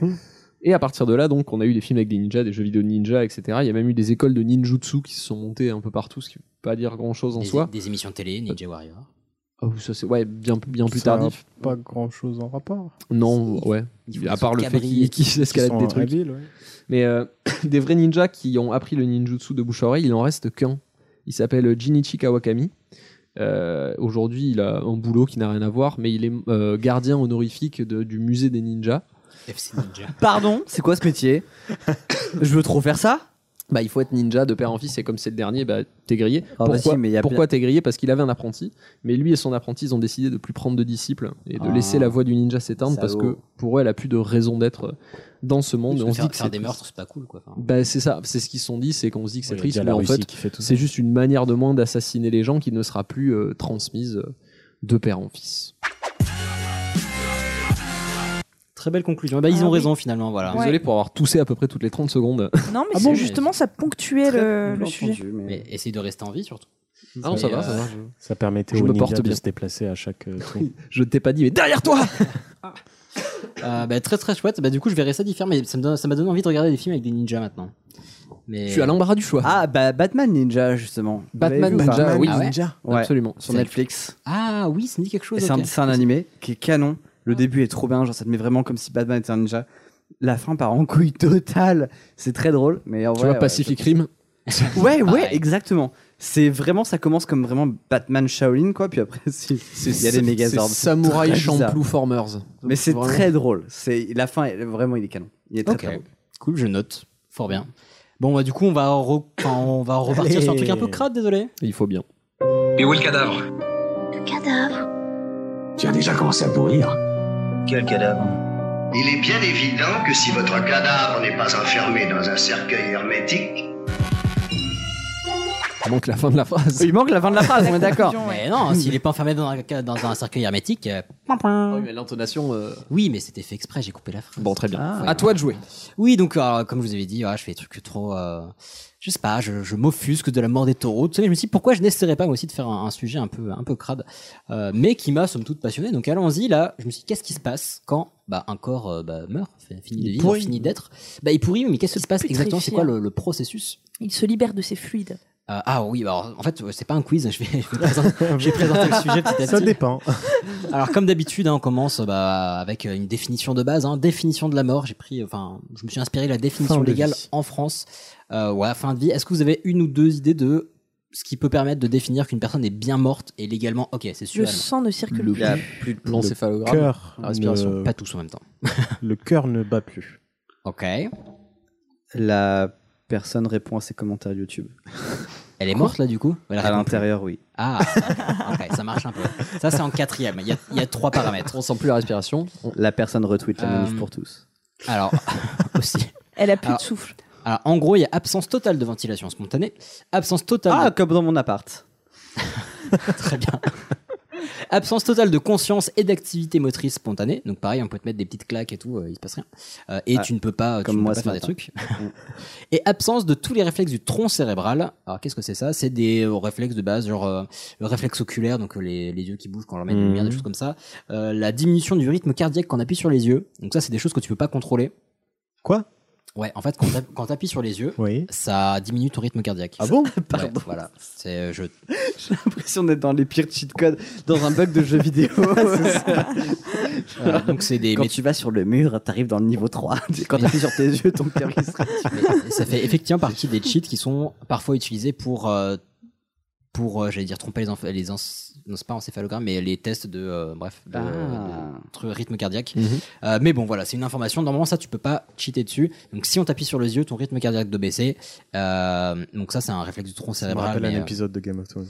S1: Et à partir de là, donc, on a eu des films avec des ninjas, des jeux vidéo de ninja, etc. Il y a même eu des écoles de ninjutsu qui se sont montées un peu partout, ce qui ne veut pas dire grand-chose en
S2: Des,
S1: soi.
S2: des émissions de télé, Ninja Warrior.
S1: Oh, ça c'est ouais, bien, bien plus
S9: Ça a
S1: tardif.
S9: Pas grand chose en rapport.
S1: Non, ouais.
S2: ils font
S1: À
S2: des
S1: part le fait qu'ils
S2: cabris.
S1: qu'ils escaladent
S9: Ils sont
S1: des trucs.
S9: habiles, ouais.
S1: Mais euh, des vrais ninjas qui ont appris le ninjutsu de bouche à oreille, il en reste qu'un. Il s'appelle Jinichi Kawakami. Euh, Aujourd'hui, il a un boulot qui n'a rien à voir, mais il est euh, gardien honorifique de- du musée des ninjas.
S2: FC Ninja.
S10: Pardon, c'est quoi ce métier Je veux trop faire ça
S1: Bah, il faut être ninja de père en fils, et comme c'est le dernier, bah, t'es grillé.
S10: Ah, bah
S1: pourquoi
S10: si, mais il y a
S1: pourquoi
S10: plein-
S1: t'es grillé Parce qu'il avait un apprenti, mais lui et son apprenti, ils ont décidé de plus prendre de disciples et de
S10: Ah.
S1: laisser la voie du ninja s'éteindre parce
S10: Salaud.
S1: que pour eux, elle a plus de raison d'être dans ce monde.
S2: Parce
S1: et
S2: que
S1: on se
S2: faire,
S1: dit que
S2: faire
S1: c'est
S2: des meurtres, c'est pas cool, quoi. Enfin,
S1: Bah, c'est ça, c'est ce qu'ils se sont dit, c'est qu'on se dit que c'est
S9: Ouais, il y
S1: triste,
S9: a
S1: mais
S9: la
S1: en
S9: Russie
S1: fait,
S9: qui fait tout ça.
S1: c'est juste une manière de moins d'assassiner les gens qui ne sera plus euh, transmise euh, de père en fils.
S2: Très belle conclusion. Eh
S1: Bah,
S2: ben, ils
S3: Ah
S2: ont
S3: oui.
S2: raison, finalement, voilà.
S3: Ouais.
S1: Désolé pour avoir toussé à peu près toutes les 30 secondes.
S3: Non, mais
S2: Ah
S3: c'est
S2: bon
S3: justement, ça ponctuait le, le sujet.
S2: Mais essaye de rester en vie, surtout.
S1: Ah non, ça
S2: Mais,
S1: va, ça
S2: euh,
S1: va.
S9: Ça permettait
S1: Je
S9: aux
S1: me
S9: ninjas
S1: porte
S9: de
S1: bien.
S9: se déplacer à chaque euh, tour.
S1: Je ne t'ai pas dit, mais derrière toi
S2: Euh, bah, très très chouette. Bah, du coup, je verrai ça différent, mais ça me donne- ça m'a donné envie de regarder des films avec des ninjas maintenant. Mais...
S1: Tu as l'embarras du choix.
S10: Ah, bah, Batman Ninja, justement. Vous
S1: Batman
S10: l'avez vu ou pas
S1: Ninja, oui.
S2: Ah ouais
S10: Ouais,
S1: Absolument.
S10: Sur
S2: C'est-
S10: Netflix.
S2: Ah oui, ça me dit quelque
S10: Et
S2: chose.
S10: C'est un,
S2: ok.
S10: c'est un animé qui est canon.
S3: Ah.
S10: Le début est trop bien, genre ça te met vraiment comme si Batman était un ninja. La fin part en couille totale. C'est très drôle, mais en
S1: Tu
S10: vrai,
S1: vois,
S10: ouais,
S1: Pacific Rim,
S10: Ouais, ouais,
S2: Pareil.
S10: exactement. C'est vraiment, ça commence comme vraiment Batman Shaolin, quoi. Puis après, c'est- il y a des mégazords.
S1: c'est
S10: C'est
S1: Samurai
S10: très bizarre.
S1: Champloo Formers.
S10: Mais c'est
S1: Vraiment.
S10: très drôle. C'est la fin, elle- vraiment, il est canon. Il est très,
S2: Ok.
S10: très drôle.
S2: Cool, je note. Fort bien. Bon, bah, du coup, on va, re- enfin, on va repartir sur un truc un peu crade, désolé.
S1: Il faut bien.
S8: Et où est le cadavre
S12: Tu as déjà commencé à pourrir.
S8: Quel cadavre
S16: Il est bien évident que si votre cadavre n'est pas enfermé dans un cercueil hermétique,
S1: Il manque la fin de la phrase.
S10: Il manque la fin de la
S2: Ah,
S10: phrase, on est d'accord.
S3: Conclusion, ouais.
S2: Mais non, s'il est pas enfermé dans un, ca- dans un cercueil hermétique. euh, point, point.
S1: mais l'intonation. euh,
S2: Oui, mais c'était fait exprès, j'ai coupé la phrase.
S1: Bon, très bien.
S2: Ah.
S1: À toi de jouer.
S2: Oui, donc euh, alors, comme je vous avais dit, voilà, je fais des trucs trop. euh, je sais pas, je, je m'offusque de la mort des taureaux. Tu sais, je me suis dit pourquoi je n'essaierais pas moi aussi de faire un, un sujet un peu, un peu crade, euh, mais qui m'a somme toute passionné. Donc allons-y, là, je me suis dit qu'est-ce qui se passe quand bah, un corps euh, bah, meurt, fait- finit de
S9: Il
S2: vivre,
S9: pourrit.
S2: finit d'être bah, Il pourrit, mais qu'est-ce qui se passe exactement C'est quoi le, le processus
S14: Il se libère de ses fluides.
S2: Euh, ah oui, bah, alors, en fait, euh, c'est pas un quiz, je vais, je vais présenter, je vais présenter le sujet petit à petit.
S9: Ça dépend.
S2: Alors, comme d'habitude, hein, on commence bah, avec euh, une définition de base, hein, définition de la mort. J'ai pris, enfin, je me suis inspiré de la définition
S9: Fin de
S2: légale
S9: vie.
S2: en France. Euh, ouais, fin de vie. Est-ce que vous avez une ou deux idées de ce qui peut permettre de définir qu'une personne est bien morte et légalement Ok, c'est sûr.
S3: Le sang ne circule
S1: Le
S3: plus.
S1: La- plus de plan
S9: Le
S1: céphalogramme,
S9: cœur
S2: Ah,
S1: la respiration.
S9: ne-
S2: Pas tous en même temps.
S9: Le cœur ne bat plus.
S2: Ok.
S10: La personne répond à ses commentaires YouTube.
S2: Elle est morte là du coup Ou elle
S10: À
S2: répond
S10: l'intérieur, oui.
S2: Ah, ok, ça marche un peu. Ça, c'est en quatrième. Il y a, il y a trois paramètres.
S1: On sent plus la respiration. On-
S10: La personne retweet la
S2: Euh,
S10: manif pour tous.
S2: Alors, aussi.
S3: Elle a plus
S2: Alors-
S3: de souffle.
S2: Alors, en gros, il y a absence totale de ventilation spontanée, absence totale,
S10: Ah, comme dans mon appart.
S2: très bien, absence totale de conscience et d'activité motrice spontanée. Donc, pareil, on peut te mettre des petites claques et tout, euh, il se passe rien. Euh, et
S10: Ah,
S2: tu ne peux pas, tu
S10: comme
S2: ne peux
S10: moi
S2: pas
S10: ce
S2: faire des
S10: matin. Mm.
S2: trucs. et absence de tous les réflexes du tronc cérébral. Alors, qu'est-ce que c'est ça C'est des euh, réflexes de base, genre euh, le réflexe oculaire, donc euh, les, les yeux qui bougent quand on leur met des
S9: Mhm.
S2: lumières, des
S10: Mm.
S2: choses comme ça. Euh, la diminution du rythme cardiaque quand on appuie sur les yeux. Donc, ça, c'est des choses que tu peux pas contrôler.
S9: Quoi
S2: Ouais, en fait, quand t'app- quand t'appuies sur les yeux,
S9: Oui.
S2: ça diminue ton rythme cardiaque.
S10: Ah bon
S2: Ouais, voilà. C'est euh, je.
S10: J'ai l'impression d'être dans les pires cheat codes, dans un bug de jeu vidéo.
S2: euh, donc c'est des.
S10: Quand
S2: mais-
S10: tu vas sur le mur, t'arrives dans le niveau 3. Quand t'appuies sur tes yeux, ton cœur il se
S2: mais ça fait effectivement partie des cheats qui sont parfois utilisés pour euh, pour euh, j'allais dire tromper les enf- les ens- non c'est pas encéphalogramme mais les tests de euh, bref de,
S10: Ah.
S2: de- tru- rythme cardiaque.
S1: Mhm.
S2: Euh, mais bon voilà c'est une information normalement ça tu peux pas cheater dessus donc si on t'appuie sur les yeux ton rythme cardiaque doit baisser Euh, donc ça c'est un réflexe du tronc
S9: Ça me
S2: cérébral.
S9: rappelle
S2: mais,
S9: un
S2: euh,
S9: épisode de Game of Thrones.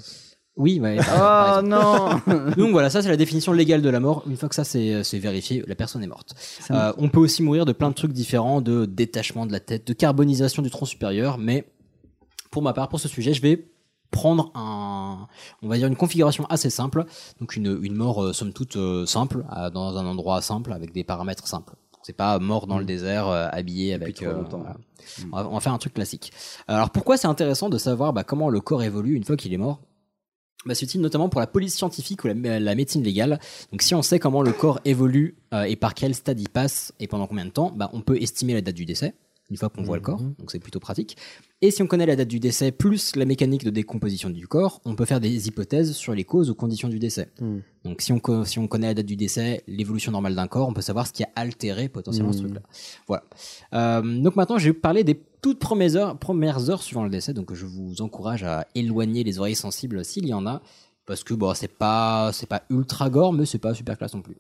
S2: Oui ouais. par- par exemple.
S10: Oh non
S2: Donc voilà, ça c'est la définition légale de la mort. Une fois que ça c'est euh, c'est vérifié, la personne est morte.
S10: Ça
S2: Euh, on peut aussi mourir de plein de trucs différents, de détachement de la tête, de carbonisation du tronc supérieur, mais pour ma part, pour ce sujet, je vais prendre un, on va dire une configuration assez simple, donc une, une mort euh, somme toute euh, simple, euh, dans un endroit simple, avec des paramètres simples. C'est pas mort dans le désert, euh, habillé avec...
S10: Mm. trop longtemps.
S2: voilà. on, va, on va faire un truc classique. Alors pourquoi c'est intéressant de savoir bah, comment le corps évolue une fois qu'il est mort bah, c'est utile notamment pour la police scientifique ou la, la médecine légale. Donc, si on sait comment le corps évolue euh, et par quel stade il passe et pendant combien de temps, bah, on peut estimer la date du décès une fois qu'on voit le corps.
S10: Mm-hmm.
S2: Donc, c'est plutôt pratique. Et si on connaît la date du décès plus la mécanique de décomposition du corps, on peut faire des hypothèses sur les causes ou conditions du décès.
S9: Mhm.
S2: Donc, si on, co- si on connaît la date du décès, l'évolution normale d'un corps, on peut savoir ce qui a altéré potentiellement ce
S9: Mhm.
S2: truc-là. Voilà. Euh, donc maintenant, je vais vous parler des toutes premières heures, premières heures suivant le décès. Donc je vous encourage à éloigner les oreilles sensibles s'il y en a, parce que bon, c'est pas c'est pas ultra gore, mais c'est pas super classe non plus.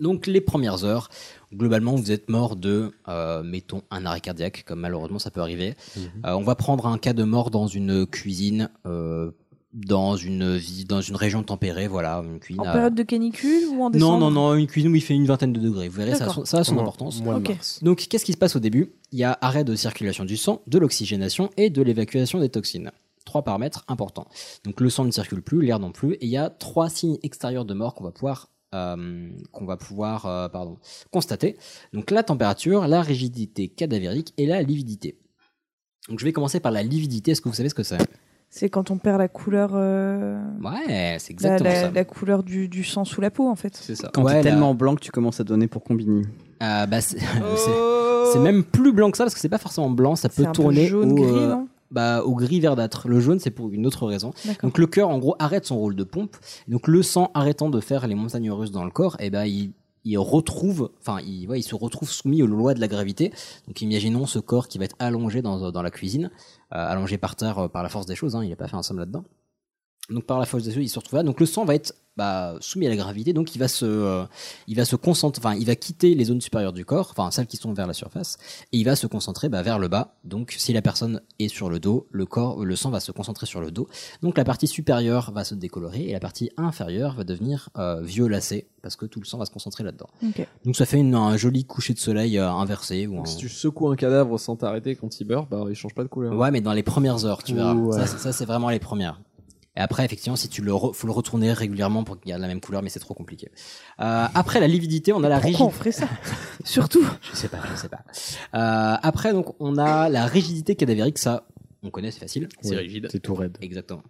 S2: Donc les premières heures, globalement, vous êtes mort de, euh, mettons, un arrêt cardiaque, comme malheureusement ça peut arriver. Euh, on va prendre un cas de mort dans une cuisine, euh, dans une vie, dans une région tempérée, voilà, une cuisine.
S3: En
S2: à-
S3: période de canicule ou en décembre
S2: Non, non, non, une cuisine où il fait une vingtaine de degrés. Vous verrez, ça a son,
S3: D'accord.
S2: ça a son importance.
S9: Mois de
S3: Ok.
S9: mars.
S2: Donc, qu'est-ce qui se passe au début Il y a arrêt de circulation du sang, de l'oxygénation et de l'évacuation des toxines. Trois paramètres importants. Donc, le sang ne circule plus, l'air non plus, et il y a trois signes extérieurs de mort qu'on va pouvoir, euh, qu'on va pouvoir euh, pardon, constater. Donc, la température, la rigidité cadavérique et la lividité. Donc, je vais commencer par la lividité. Est-ce que vous savez ce que c'est
S3: C'est quand on perd la couleur, euh,
S2: Ouais, c'est
S3: la,
S2: exactement
S3: la-
S2: ça.
S3: la couleur du, du sang sous la peau en fait.
S1: C'est ça.
S10: Quand
S2: Ouais,
S10: t'es
S2: là.
S10: tellement blanc que tu commences à donner pour combini.
S2: Ah, bah, c'est c'est- c'est même plus blanc que ça parce que c'est pas forcément blanc, ça peut
S3: Oh. C'est un peu
S2: tourner
S3: jaune
S2: au,
S3: gris,
S2: euh,
S3: non
S2: bah, au gris verdâtre. Le jaune, c'est pour une autre raison.
S3: D'accord.
S2: Donc le cœur, en gros, arrête son rôle de pompe. Donc le sang arrêtant de faire les montagnes russes dans le corps, eh ben il il retrouve, enfin, il, ouais, il se retrouve soumis aux lois de la gravité. Donc, imaginons ce corps qui va être allongé dans, dans la cuisine, euh, allongé par terre euh, par la force des choses. hein, il n'a pas fait un somme là-dedans. Donc, par la force des choses, il se retrouve là. Donc, le sang va être bah, soumis à la gravité. Donc, il va se, euh, il va se concentrer, enfin, il va quitter les zones supérieures du corps, enfin, celles qui sont vers la surface, et il va se concentrer bah, vers le bas. Donc, si la personne est sur le dos, le corps, le sang va se concentrer sur le dos. Donc la partie supérieure va se décolorer et la partie inférieure va devenir euh, violacée parce que tout le sang va se concentrer là-dedans.
S3: Ok.
S2: Donc ça fait une, un joli coucher de soleil euh, inversé. Ou un-
S1: Donc, si tu secoues un cadavre sans t'arrêter quand il meurt, bah, il change pas de couleur.
S2: Ouais, mais dans les premières heures, tu verras.
S9: Ouais.
S2: Ça, c'est- ça, c'est vraiment les premières. Et après, effectivement, si tu le re- faut le retourner régulièrement pour qu'il garde la même couleur, mais c'est trop compliqué. Euh, après la lividité, on a la rigidité.
S3: Pourquoi on ferait ça Surtout.
S2: Je sais pas, je sais pas. Euh, après, donc, on a la rigidité cadavérique. Ça, on connaît, c'est facile.
S1: C'est
S9: Ouais,
S1: rigide.
S9: C'est tout raide.
S2: Exactement.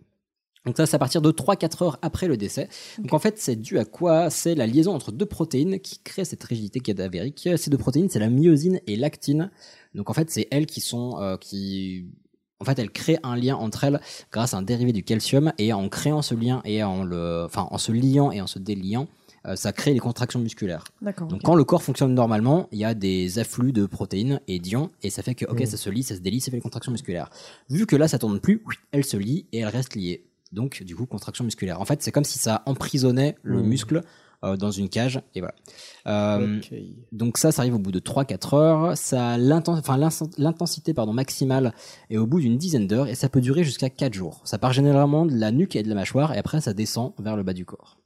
S2: Donc ça, c'est à partir de 3-4 heures après le décès. Donc en fait, c'est dû à quoi C'est la liaison entre deux protéines qui crée cette rigidité cadavérique. Ces deux protéines, c'est la myosine et l'actine. Donc en fait, c'est elles qui sont euh, qui en fait, elles créent un lien entre elles grâce à un dérivé du calcium, et en créant ce lien et en le, enfin, en se liant et en se déliant, euh, ça crée les contractions musculaires.
S3: D'accord,
S2: Donc,
S3: ok.
S2: quand le corps fonctionne normalement, il y a des afflux de protéines et d'ions, et ça fait que, ok,
S3: Mhm.
S2: ça se lie, ça se délie, ça fait les contractions musculaires. Vu que là, ça tourne plus, elle se lie et elle reste liée. Donc, du coup, contraction musculaire. En fait, c'est comme si ça emprisonnait
S3: Hmm.
S2: le
S10: Mhm.
S2: muscle euh, dans une cage, et voilà. Euh, Donc ça, ça arrive au bout de 3-4 heures. Ça a l'inten- enfin, l'insen- l'intensité pardon maximale est au bout d'une dizaine d'heures et ça peut durer jusqu'à 4 jours. Ça part généralement de la nuque et de la mâchoire et après ça descend vers le bas du corps.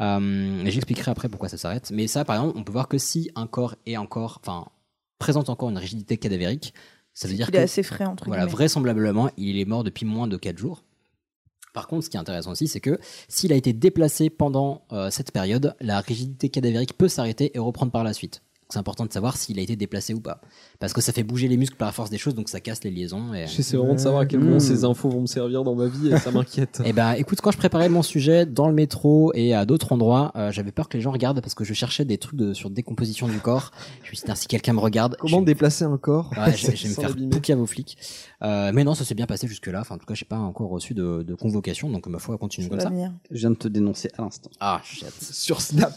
S2: Euh, et J'expliquerai après pourquoi ça s'arrête. Mais ça, par exemple, on peut voir que si un corps est encore, enfin, présente encore une rigidité cadavérique, ça veut dire
S3: Il
S2: que
S3: est assez frais, entre
S2: voilà,
S3: guillemets.
S2: vraisemblablement, il est mort depuis moins de 4 jours. Par contre, ce qui est intéressant aussi, c'est que s'il a été déplacé pendant euh, cette période, la rigidité cadavérique peut s'arrêter et reprendre par la suite. Donc, C'est important de savoir s'il a été déplacé ou pas. Parce que ça fait bouger les muscles par la force des choses, donc ça casse les liaisons. Et...
S1: J'essaie vraiment de savoir à quel moment ces infos vont me servir dans ma vie et ça m'inquiète.
S2: Eh ben, écoute, quand je préparais mon sujet dans le métro et à d'autres endroits, euh, j'avais peur que les gens regardent parce que je cherchais des trucs de, sur décomposition du corps. Je me suis dit, Putain, si quelqu'un me regarde.
S1: Comment déplacer un corps
S2: Ouais, je, je vais me
S1: sans
S2: faire
S1: l'abîmer
S2: bouquer à vos flics. Euh, mais non, ça s'est bien passé jusque-là. Enfin, en tout cas, j'ai pas encore reçu de, de convocation, donc ma foi, continue comme ça.
S10: Je viens de te dénoncer à l'instant.
S2: Ah, shit. Sur Snap.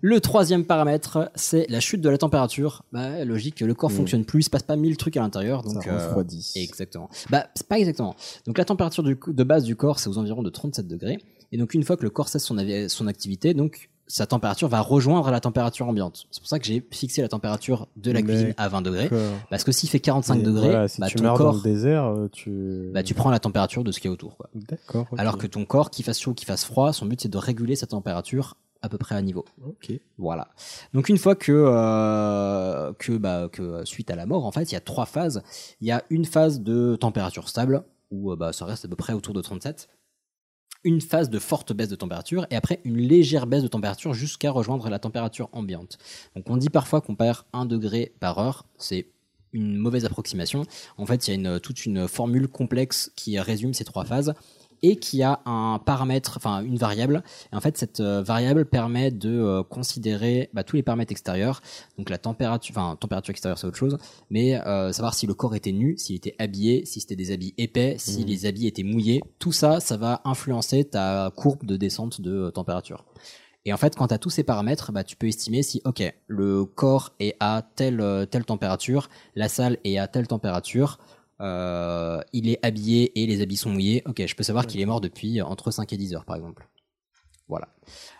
S2: le troisième paramètre, c'est la chute de la température. Bah, logique, le corps
S10: Mm.
S2: fonctionne plus, il se passe pas mille trucs à l'intérieur. Donc,
S10: Ça refroidit.
S2: Exactement. Bah, c'est pas exactement. Donc, la température du cou- de base du corps, c'est aux environs de 37 degrés. Et donc, une fois que le corps cesse son, avi- son activité, donc, sa température va rejoindre la température ambiante. C'est pour ça que j'ai fixé la température de la cuisine à 20 degrés.
S9: D'accord.
S2: Parce que s'il fait 45
S9: Et
S2: degrés,
S9: voilà, si
S2: bah,
S9: tu
S2: ton
S9: meurs
S2: corps,
S9: dans le désert, euh, tu.
S2: bah, tu prends la température de ce qu'il y a autour. Quoi.
S9: D'accord. ok.
S2: Alors que ton corps, qu'il fasse chaud ou qu'il fasse froid, son but c'est de réguler sa température à peu près à niveau.
S9: Ok.
S2: Voilà. Donc une fois que, euh, que, bah, que euh, suite à la mort, en fait, il y a trois phases. Il y a une phase de température stable, où euh, bah, ça reste à peu près autour de 37. Une phase de forte baisse de température, et après une légère baisse de température jusqu'à rejoindre la température ambiante. Donc on dit parfois qu'on perd 1 degré par heure, c'est une mauvaise approximation. En fait, il y a une, toute une formule complexe qui résume ces trois phases et qui a un paramètre, enfin une variable. Et en fait, cette euh, variable permet de euh, considérer bah, tous les paramètres extérieurs, donc la température, enfin température extérieure c'est autre chose, mais euh, savoir si le corps était nu, s'il était habillé, si c'était des habits épais, si
S10: Mhm.
S2: les habits étaient mouillés. Tout ça, ça va influencer ta courbe de descente de euh, température. Et en fait, quand tu as tous ces paramètres, bah, tu peux estimer si, OK, le corps est à telle, euh, telle température, la salle est à telle température, euh, il est habillé et les habits sont mouillés. OK, je peux savoir qu'il est mort depuis euh, entre 5 et 10 heures, par exemple. Voilà.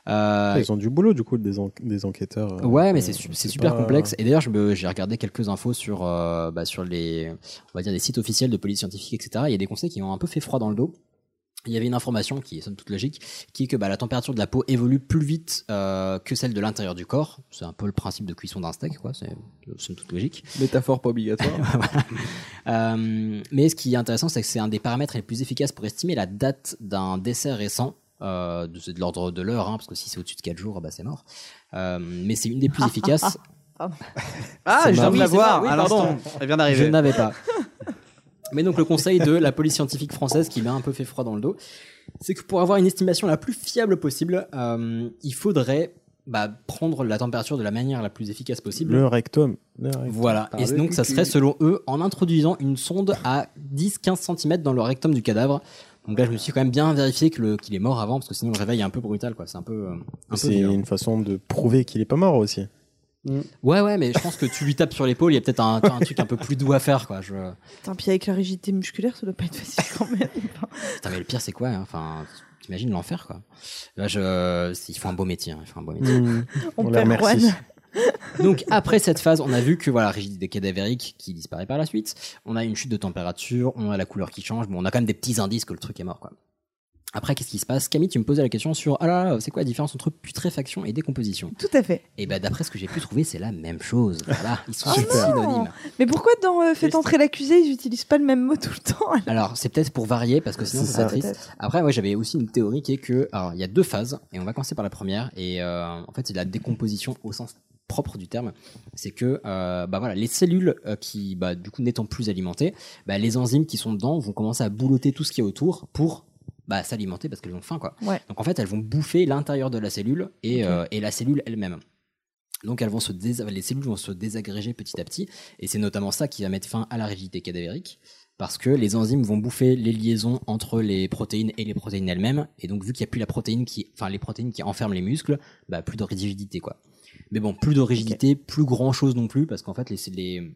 S2: Euh,
S9: Ah, Ils ont du boulot, du coup, des, en- des enquêteurs. euh,
S2: Bah Ouais, mais
S9: euh,
S2: c'est su- c'est super
S9: pas-
S2: complexe. Et d'ailleurs, je me- j'ai regardé quelques infos sur, euh, bah, sur les, on va dire, des sites officiels de police scientifique, etc. Il y a des conseils qui m'ont un peu fait froid dans le dos. Il y avait une information qui est somme toute logique, qui est que bah, la température de la peau évolue plus vite euh, que celle de l'intérieur du corps. C'est un peu le principe de cuisson d'un steak, quoi. C'est somme toute logique.
S1: Métaphore pas obligatoire.
S2: Euh, mais ce qui est intéressant, c'est que c'est un des paramètres les plus efficaces pour estimer la date d'un décès récent. Euh, de- c'est de l'ordre de l'heure, hein, parce que si c'est au-dessus de 4 jours, bah, c'est mort. Euh, mais c'est une des plus efficaces.
S3: Pardon.
S10: Ah,
S2: C'est
S10: je viens de
S2: marrant.
S10: la voir,
S2: Oui,
S10: à
S2: pardon.
S10: l'instant. Elle vient d'arriver.
S2: Je n'avais pas. Mais donc le conseil de la police scientifique française qui m'a un peu fait froid dans le dos, c'est que pour avoir une estimation la plus fiable possible, euh, il faudrait bah, prendre la température de la manière la plus efficace possible.
S9: Le rectum. Le rectum.
S2: Voilà.
S9: Par
S2: Et
S9: le
S2: donc, ça
S9: cucu.
S2: serait selon eux en introduisant une sonde à 10-15 cm dans le rectum du cadavre. Donc là, je me suis quand même bien vérifié que le- qu'il est mort avant, parce que sinon le réveil est un peu brutal, quoi. C'est un peu. euh, un peu
S9: C'est
S2: violent.
S9: une façon de prouver qu'il est pas mort aussi.
S2: Ouais, ouais, mais je pense que tu lui tapes sur l'épaule, il y a peut-être un, un truc un peu plus doux à faire, quoi. Je...
S3: Putain, puis avec la rigidité musculaire, ça doit pas être facile quand même.
S2: Putain, mais le pire, c'est quoi hein Enfin, t'imagines l'enfer, quoi. Là, je... c'est- Ils font un beau métier, hein, ils font un beau métier.
S3: Mm.
S9: Mmh.
S3: On On les perd remercie.
S2: Donc, après cette phase, on a vu que voilà, rigidité cadavérique qui disparaît par la suite. On a une chute de température, on a la couleur qui change, bon, on a quand même des petits indices que le truc est mort, quoi. Après, qu'est-ce qui se passe Camille, tu me posais la question sur ah là là, c'est quoi la différence entre putréfaction et décomposition
S3: Tout à fait.
S2: Et ben d'après ce que j'ai pu trouver, c'est la même chose. Voilà, ils sont
S3: Oh non
S2: synonymes.
S3: Mais pourquoi dans euh, Faites entrer l'accusé, ils utilisent pas le même mot tout le temps alors
S2: Alors, c'est peut-être pour varier parce que sinon
S3: C'est
S2: c'est
S3: ça.
S2: triste.
S3: Peut-être.
S2: Après, moi j'avais aussi une théorie qui est que alors il y a deux phases et on va commencer par la première et euh, en fait c'est de la décomposition au sens propre du terme. C'est que euh, bah voilà les cellules euh, qui bah, du coup n'étant plus alimentées, bah, les enzymes qui sont dedans vont commencer à boulotter tout ce qui est autour pour bah, s'alimenter parce qu'elles ont faim quoi.
S3: Ouais.
S2: Donc en fait elles vont bouffer l'intérieur de la cellule et, euh, et la cellule elle-même. Donc elles vont se dés- les cellules vont se désagréger petit à petit, et c'est notamment ça qui va mettre fin à la rigidité cadavérique, parce que les enzymes vont bouffer les liaisons entre les protéines et les protéines elles-mêmes, et donc vu qu'il n'y a plus la protéine qui, enfin les protéines qui enferment les muscles, bah plus de rigidité quoi. Mais bon, plus de rigidité, plus grand chose non plus, parce qu'en fait les, les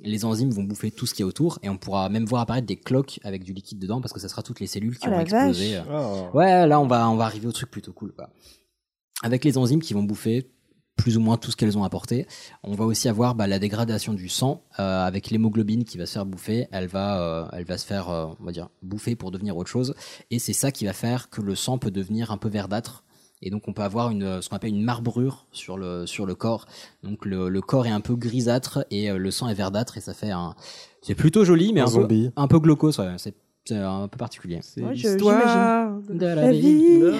S2: les enzymes vont bouffer tout ce qu'il y a autour et on pourra même voir apparaître des cloques avec du liquide dedans parce que ça sera toutes les cellules qui
S3: Oh
S2: vont
S3: la
S2: exploser.
S3: vache.
S2: Euh, Ouais, là on va on va arriver au truc plutôt cool quoi. Avec les enzymes qui vont bouffer plus ou moins tout ce qu'elles ont apporté, on va aussi avoir bah, la dégradation du sang euh, avec l'hémoglobine qui va se faire bouffer, elle va euh, elle va se faire euh, on va dire bouffer pour devenir autre chose et c'est ça qui va faire que le sang peut devenir un peu verdâtre. Et donc on peut avoir une, ce qu'on appelle une marbrure sur le, sur le corps. Donc le, le corps est un peu grisâtre et euh, le sang est verdâtre et ça fait un... C'est plutôt joli mais
S9: Un
S2: un,
S9: zombie.
S2: peu, un peu glaucose, ouais. c'est c'est un peu particulier.
S3: Ouais, je- l'histoire j'imagine. de la vie.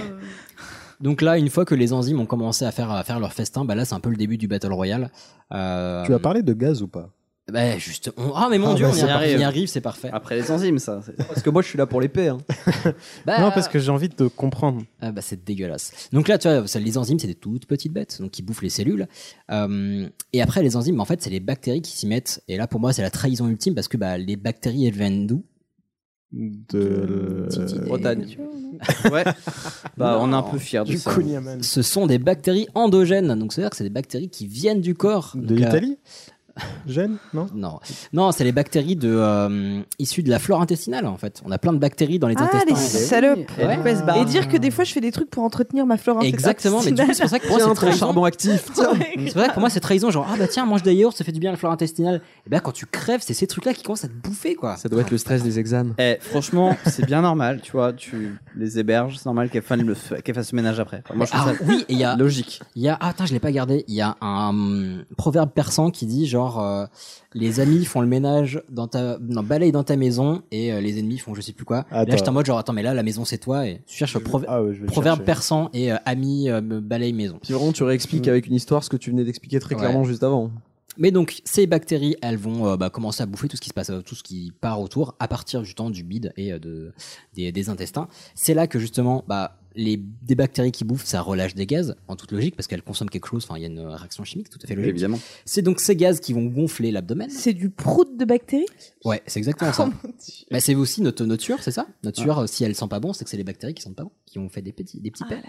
S2: Donc là, une fois que les enzymes ont commencé à faire, à faire leur festin, bah là c'est un peu le début du Battle Royale. Euh,
S9: Tu as parlé de gaz ou pas
S2: bah, juste... on- Ah mais mon
S9: Ah,
S2: dieu,
S9: bah, Ah.
S2: on, y
S9: ça
S2: arrive.
S9: arrive.
S2: on y arrive, c'est parfait.
S10: Après les enzymes, ça. Parce que moi, je suis là pour l'épée. Hein.
S2: Bah,
S9: Non, parce que j'ai envie de te comprendre.
S2: Ah bah c'est dégueulasse. Donc là, tu vois, ça, les enzymes, c'est des toutes petites bêtes, donc qui bouffent les cellules. Euh, et après, les enzymes, en fait, c'est les bactéries qui s'y mettent. Et là, pour moi, c'est la trahison ultime parce que bah, les bactéries, elles viennent d'où
S9: De
S10: Euh, Bretagne. ouais. Bah, on est un peu fiers de
S9: Du
S10: ça.
S9: Kouign-Amann.
S2: Ce sont des bactéries endogènes. Donc c'est-à-dire que c'est des bactéries qui viennent du corps.
S9: De
S2: Donc, euh,
S9: l'Italie Gênes Non
S2: Non, non c'est les bactéries de, euh, issues de la flore intestinale, en fait. On a plein de bactéries dans les
S3: Ah,
S2: intestins.
S3: les salopes
S2: Et du coup, elles se barrent.
S3: Et dire que des fois, je fais des trucs pour entretenir ma
S9: Hein,
S3: flore
S2: Exactement, mais du coup, c'est pour ça que pour moi, c'est
S1: très
S2: trahison.
S1: charbon actif. tiens.
S2: C'est vrai que pour moi, c'est trahison. Genre, ah bah tiens, mange des yaourts, ça fait du bien à la flore intestinale. Et bah, quand tu crèves, c'est ces trucs-là qui commencent à te bouffer, quoi.
S1: Ça doit être le stress des examens.
S10: Eh, franchement, c'est bien normal, tu vois. Tu les héberges, c'est normal qu'elles fassent le, qu'elles fassent le ménage après. Moi, je trouve
S2: Ah,
S10: ça
S2: oui, et il y a.
S10: logique.
S2: Il y a, ah, attends, je l'ai pas gardé. Il y a un hum, proverbe persan qui dit genre, euh, les amis font le ménage dans ta, non, balayent dans ta maison et euh, les ennemis font je sais plus quoi. Et Là,
S9: Attends.
S2: j'étais en mode genre, attends, mais là, la maison c'est toi et tu cherches proverbe,
S9: Ah ouais, je vais le
S2: proverbe
S9: chercher.
S2: persan et euh, amis euh, balaye maison.
S1: Puis vraiment, tu réexpliques avec une histoire ce que tu venais d'expliquer très
S2: Ouais.
S1: clairement juste avant.
S2: Mais donc, ces bactéries, elles vont euh, bah, commencer à bouffer tout ce qui se passe, euh, tout ce qui part autour, à partir du temps du bide et euh, de, des, des intestins. C'est là que justement, bah, les, des bactéries qui bouffent, ça relâche des gaz, en toute logique, parce qu'elles consomment quelque chose. Enfin, il y a une réaction chimique, tout à fait logique.
S10: Évidemment.
S2: C'est donc ces gaz qui vont gonfler l'abdomen.
S3: C'est du prout de bactéries Oh
S2: Ouais, c'est exactement ça. Bah, c'est aussi notre, notre sueur, c'est ça Notre sueur, euh, si elle sent pas bon, c'est que c'est les bactéries qui sentent pas bon, qui ont fait des petits, des petits pets.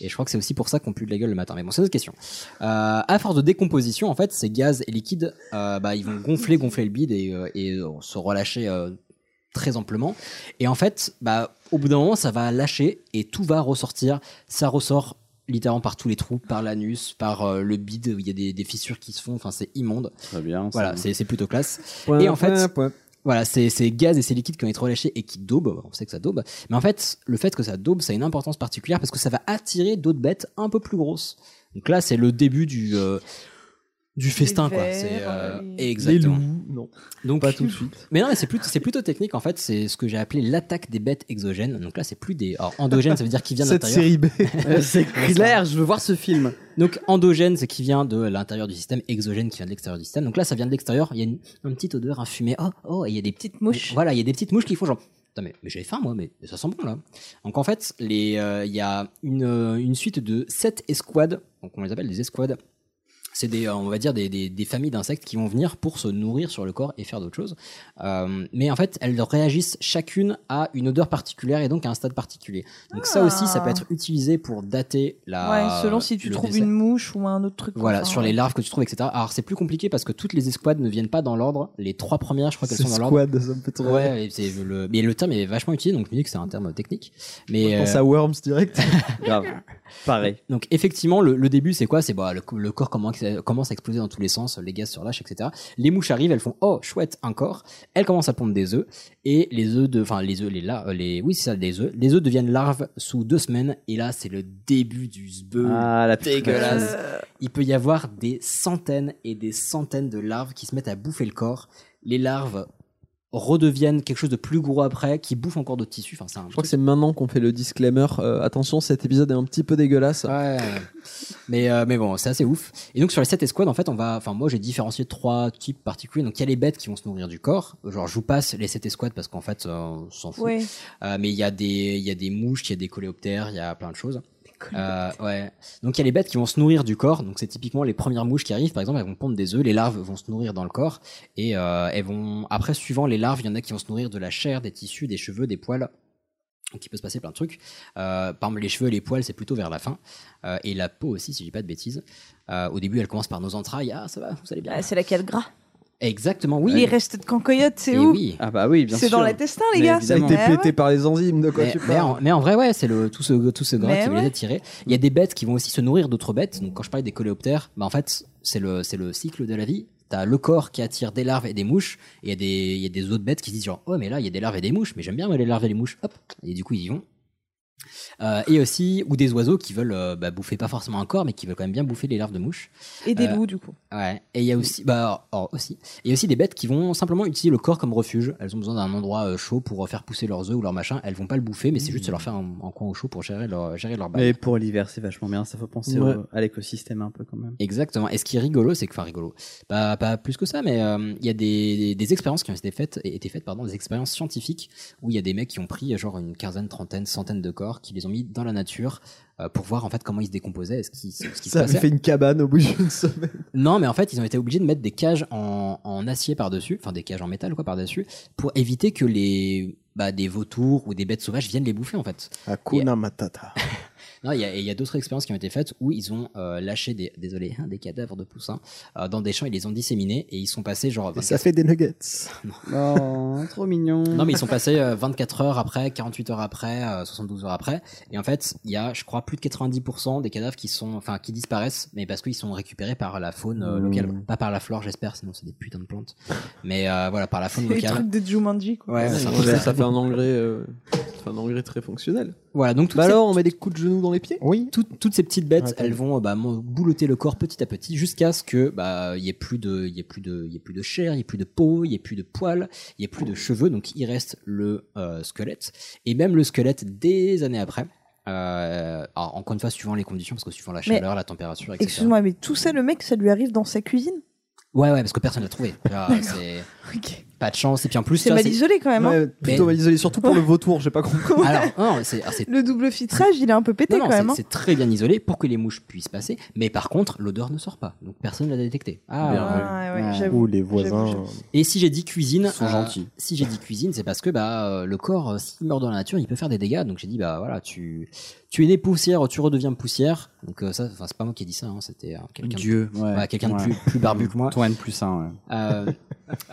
S2: Et je crois que c'est aussi pour ça qu'on pue de la gueule le matin. Mais bon, c'est une autre question. Euh, à force de décomposition, en fait, ces gaz et liquides, euh, bah, ils vont gonfler, gonfler le bide et, euh, et, euh, se relâcher euh, très amplement. Et en fait, bah, au bout d'un moment, ça va lâcher et tout va ressortir. Ça ressort littéralement par tous les trous, par l'anus, par euh, le bide, où il y a des, des fissures qui se font. Enfin, c'est immonde.
S10: Très bien.
S2: Voilà,
S10: ça-
S2: c'est c'est plutôt classe.
S1: Point,
S2: et en fait,
S1: point, point.
S2: voilà, ces, ces gaz et ces liquides qui vont être relâchés et qui daubent, on sait que ça daube, mais en fait, le fait que ça daube, ça a une importance particulière parce que ça va attirer d'autres bêtes un peu plus grosses. Donc là, c'est le début du, euh, du festin, quoi.
S1: vers,
S2: C'est, euh,
S1: les-
S2: exactement.
S1: Les loups, non.
S2: Donc,
S1: Pas tout de suite.
S2: Mais non, mais c'est plutôt, c'est plutôt technique, en fait. C'est ce que j'ai appelé l'attaque des bêtes exogènes. Donc là, c'est plus des. Alors, endogènes, ça veut dire qui vient de
S1: Cette
S2: l'intérieur.
S1: série B.
S10: Euh, c'est clair, je veux voir ce film.
S2: Donc endogène, c'est qui vient de l'intérieur du système, exogène qui vient de l'extérieur du système. Donc là, ça vient de l'extérieur, il y a une, une petite odeur, un fumet. Oh, oh, et il y a des petites mouches. Voilà, il y a des petites mouches qui font genre. Putain, mais, mais j'avais faim moi, mais ça sent bon là. Donc en fait, les, euh, il y a une, euh, une suite de sept escouades, donc on les appelle des escouades. C'est des, euh, on va dire des, des- des familles d'insectes qui vont venir pour se nourrir sur le corps et faire d'autres choses. Euh, mais en fait, elles réagissent chacune à une odeur particulière et donc à un stade particulier. Donc ça aussi, ça peut être utilisé pour dater la.
S3: Ah. Ouais, selon si tu
S2: Ah, le
S3: trouves
S2: décès.
S3: une mouche ou un autre truc.
S2: Voilà,
S3: enfin, euh,
S2: sur les larves que tu trouves, etc. Alors c'est plus compliqué parce que toutes les escouades ne viennent pas dans l'ordre. Les trois premières, je crois qu'elles
S1: C'est
S2: sont dans l'ordre.
S1: squad, ça me fait trop rire.
S2: Ouais, et c'est le... mais le terme est vachement utilisé, donc je me dis que c'est un terme technique. Mais
S1: Je pense
S2: euh,
S1: à Worms direct.
S10: Grave. Pareil.
S2: donc effectivement, le, le début c'est quoi C'est bah, le, co- le corps commence, commence à exploser dans tous les sens, les gaz se relâchent, etc. Les mouches arrivent, elles font oh chouette un corps. Elles commencent à pondre des œufs et les œufs de, enfin les œufs, les la- euh, les oui c'est ça, les œufs. Les œufs deviennent larves sous deux semaines et là c'est le début du zbeu.
S10: Ah, la petite
S2: dégueulasse.
S10: crevette.
S2: Il peut y avoir des centaines et des centaines de larves qui se mettent à bouffer le corps. Les larves redeviennent quelque chose de plus gros après, qui bouffe encore d'autres tissus. Enfin, c'est un
S1: Je crois que c'est maintenant qu'on fait le disclaimer. Euh, attention, cet épisode est un petit peu dégueulasse.
S2: Ouais. mais, euh, mais bon, c'est assez ouf. Et donc sur les 7 escouades, en fait, on va. Enfin, moi, j'ai différencié trois types particuliers. Donc il y a les bêtes qui vont se nourrir du corps. Genre, je vous passe les 7 escouades parce qu'en fait, euh, on s'en fout.
S3: Ouais.
S2: Euh, mais il y, a des- il y a des mouches, il y a des coléoptères, il y a plein de choses. Euh, ouais. Donc il y a les bêtes qui vont se nourrir du corps. Donc c'est typiquement les premières mouches qui arrivent, par exemple, elles vont pondre des œufs, les larves vont se nourrir dans le corps et euh, elles vont après suivant les larves, il y en a qui vont se nourrir de la chair, des tissus, des cheveux, des poils. Donc il peut se passer plein de trucs. Euh, parmi les cheveux et les poils, c'est plutôt vers la fin. Euh, et la peau aussi, si je dis pas de bêtises. Euh, au début, elle commence par nos entrailles. Ah, ça va, vous allez bien.
S3: Ah, c'est la cale gras.
S2: Exactement, oui.
S3: Les restes de cancoyote, c'est où
S2: oui.
S10: Ah bah oui, bien
S3: C'est
S10: sûr.
S3: dans l'intestin, les gars.
S10: Ça a été
S3: Mais
S1: Eh
S10: pété
S3: ouais.
S10: par les enzymes, de quoi
S2: mais,
S10: tu
S2: mais
S10: parles
S2: en, mais en vrai, ouais, c'est le, tout ce, tout ce gras
S3: Mais
S2: qui
S3: ouais.
S2: les a tirés. Il y a des bêtes qui vont aussi se nourrir d'autres bêtes. Donc, quand je parlais des coléoptères, bah, en fait, c'est le, c'est le cycle de la vie. T'as le corps qui attire des larves et des mouches, et il y, a des- il y a des autres bêtes qui se disent genre, oh, mais là, il y a des larves et des mouches, mais j'aime bien moi, les larves et les mouches. Hop. Et du coup, ils y vont. Euh, et aussi, ou des oiseaux qui veulent euh, bah, bouffer pas forcément un corps, mais qui veulent quand même bien bouffer les larves de mouches.
S3: Et des
S2: Euh,
S3: loups, du coup.
S2: Ouais. Et il y a aussi, bah, or- aussi, il y a aussi des bêtes qui vont simplement utiliser le corps comme refuge. Elles ont besoin d'un endroit euh, chaud pour euh, faire pousser leurs œufs ou leur machin. Elles vont pas le bouffer, mais c'est juste leur faire un, un coin au chaud pour gérer leur, gérer leur bail.
S10: Mais pour l'hiver, c'est vachement bien. Ça faut penser
S2: Ouais.
S10: au- à l'écosystème un peu quand même.
S2: Exactement. Et ce qui est rigolo, c'est que, enfin, rigolo, pas, pas plus que ça, mais euh, il y a des, des- des expériences qui ont été faites, été faites, pardon, des expériences scientifiques où il y a des mecs qui ont pris euh, genre une quinzaine, trentaine, centaine de corps, qui les ont mis dans la nature euh, pour voir en fait comment ils se décomposaient, ce qui, ce qui se
S10: Ça avait
S2: passait.
S10: fait une cabane au bout d'une semaine.
S2: Non, mais en fait, ils ont été obligés de mettre des cages en, en acier par-dessus, enfin des cages en métal quoi par-dessus, pour éviter que les bah, des vautours ou des bêtes sauvages viennent les bouffer en fait.
S9: Hakuna Matata.
S2: Non, il y a, et il y a d'autres expériences qui ont été faites où ils ont euh, lâché des désolé hein, des cadavres de poussins euh, dans des champs, ils les ont disséminés et ils sont passés genre
S10: Et ça
S2: 24
S10: fait des nuggets.
S2: Non.
S10: trop mignon.
S2: mais ils sont passés euh, 24 heures après, 48 heures après, euh, 72 heures après. Et en fait, il y a, je crois, plus de 90% des cadavres qui sont, enfin, qui disparaissent, mais parce qu'ils sont récupérés par la faune euh, locale.
S10: Mmh.
S2: Pas par la flore, j'espère, sinon c'est des putains de plantes. Mais euh, voilà, par la faune
S3: Les
S2: locale.
S3: trucs de Jumanji, quoi.
S2: Ouais,
S1: Ouais,
S2: c'est un
S1: ça,
S2: peu ça.
S1: ça fait un engrais, euh, ça fait un engrais très fonctionnel.
S2: Voilà, donc toutes
S1: Bah
S2: ces-
S1: alors, on met des coups de genoux dans les pieds
S10: Oui.
S2: toutes, toutes ces petites bêtes,
S1: Ouais, t'as
S2: elles
S1: vu.
S2: vont euh, bah, mon- boulotter le corps petit à petit jusqu'à ce que bah il y ait plus de il y ait plus de il y ait plus de chair, il y ait plus de peau, il y ait plus de poils, il y ait plus de cheveux, donc il reste le euh, squelette et même le squelette des années après. Euh, alors, encore une fois, suivant les conditions, parce que suivant la chaleur, la température, etc.
S3: Excuse-moi, mais tout ça, le mec, ça lui arrive dans sa cuisine
S2: Ouais, ouais, parce que personne l'a trouvé. Genre, c'est
S3: Ok.
S2: pas de chance. Et puis en plus,
S3: C'est
S2: ça,
S3: mal isolé,
S1: Ah
S3: quand même. hein.
S1: plutôt mal isolé, surtout pour le vautour, j'ai pas compris.
S2: Alors, non, c'est alors, c'est
S3: Le double filtrage, il est un peu pété,
S2: Non, non,
S3: quand
S2: c'est-
S3: même. hein.
S2: c'est très bien isolé pour que les mouches puissent passer, mais par contre, l'odeur ne sort pas. Donc personne ne l'a détecté. Ah,
S9: Bien
S2: ouais.
S3: Ah, ouais,
S10: Ouais.
S3: j'avoue.
S9: Ou les voisins. euh,
S3: J'avoue,
S2: Et si j'ai dit cuisine,
S10: Sont
S2: euh,
S10: gentils.
S2: si j'ai dit cuisine, c'est parce que bah euh, le corps, euh, s'il meurt dans la nature, il peut faire des dégâts. Donc j'ai dit bah voilà, tu tu es né poussière, tu redeviens poussière. Donc euh, ça, enfin c'est pas moi qui ai dit ça, hein, c'était euh, quelqu'un. de-
S10: Dieu. Ouais.
S2: ouais, quelqu'un de plus, plus barbu que moi.
S10: Toi, N plus 1. Ouais.
S2: Euh,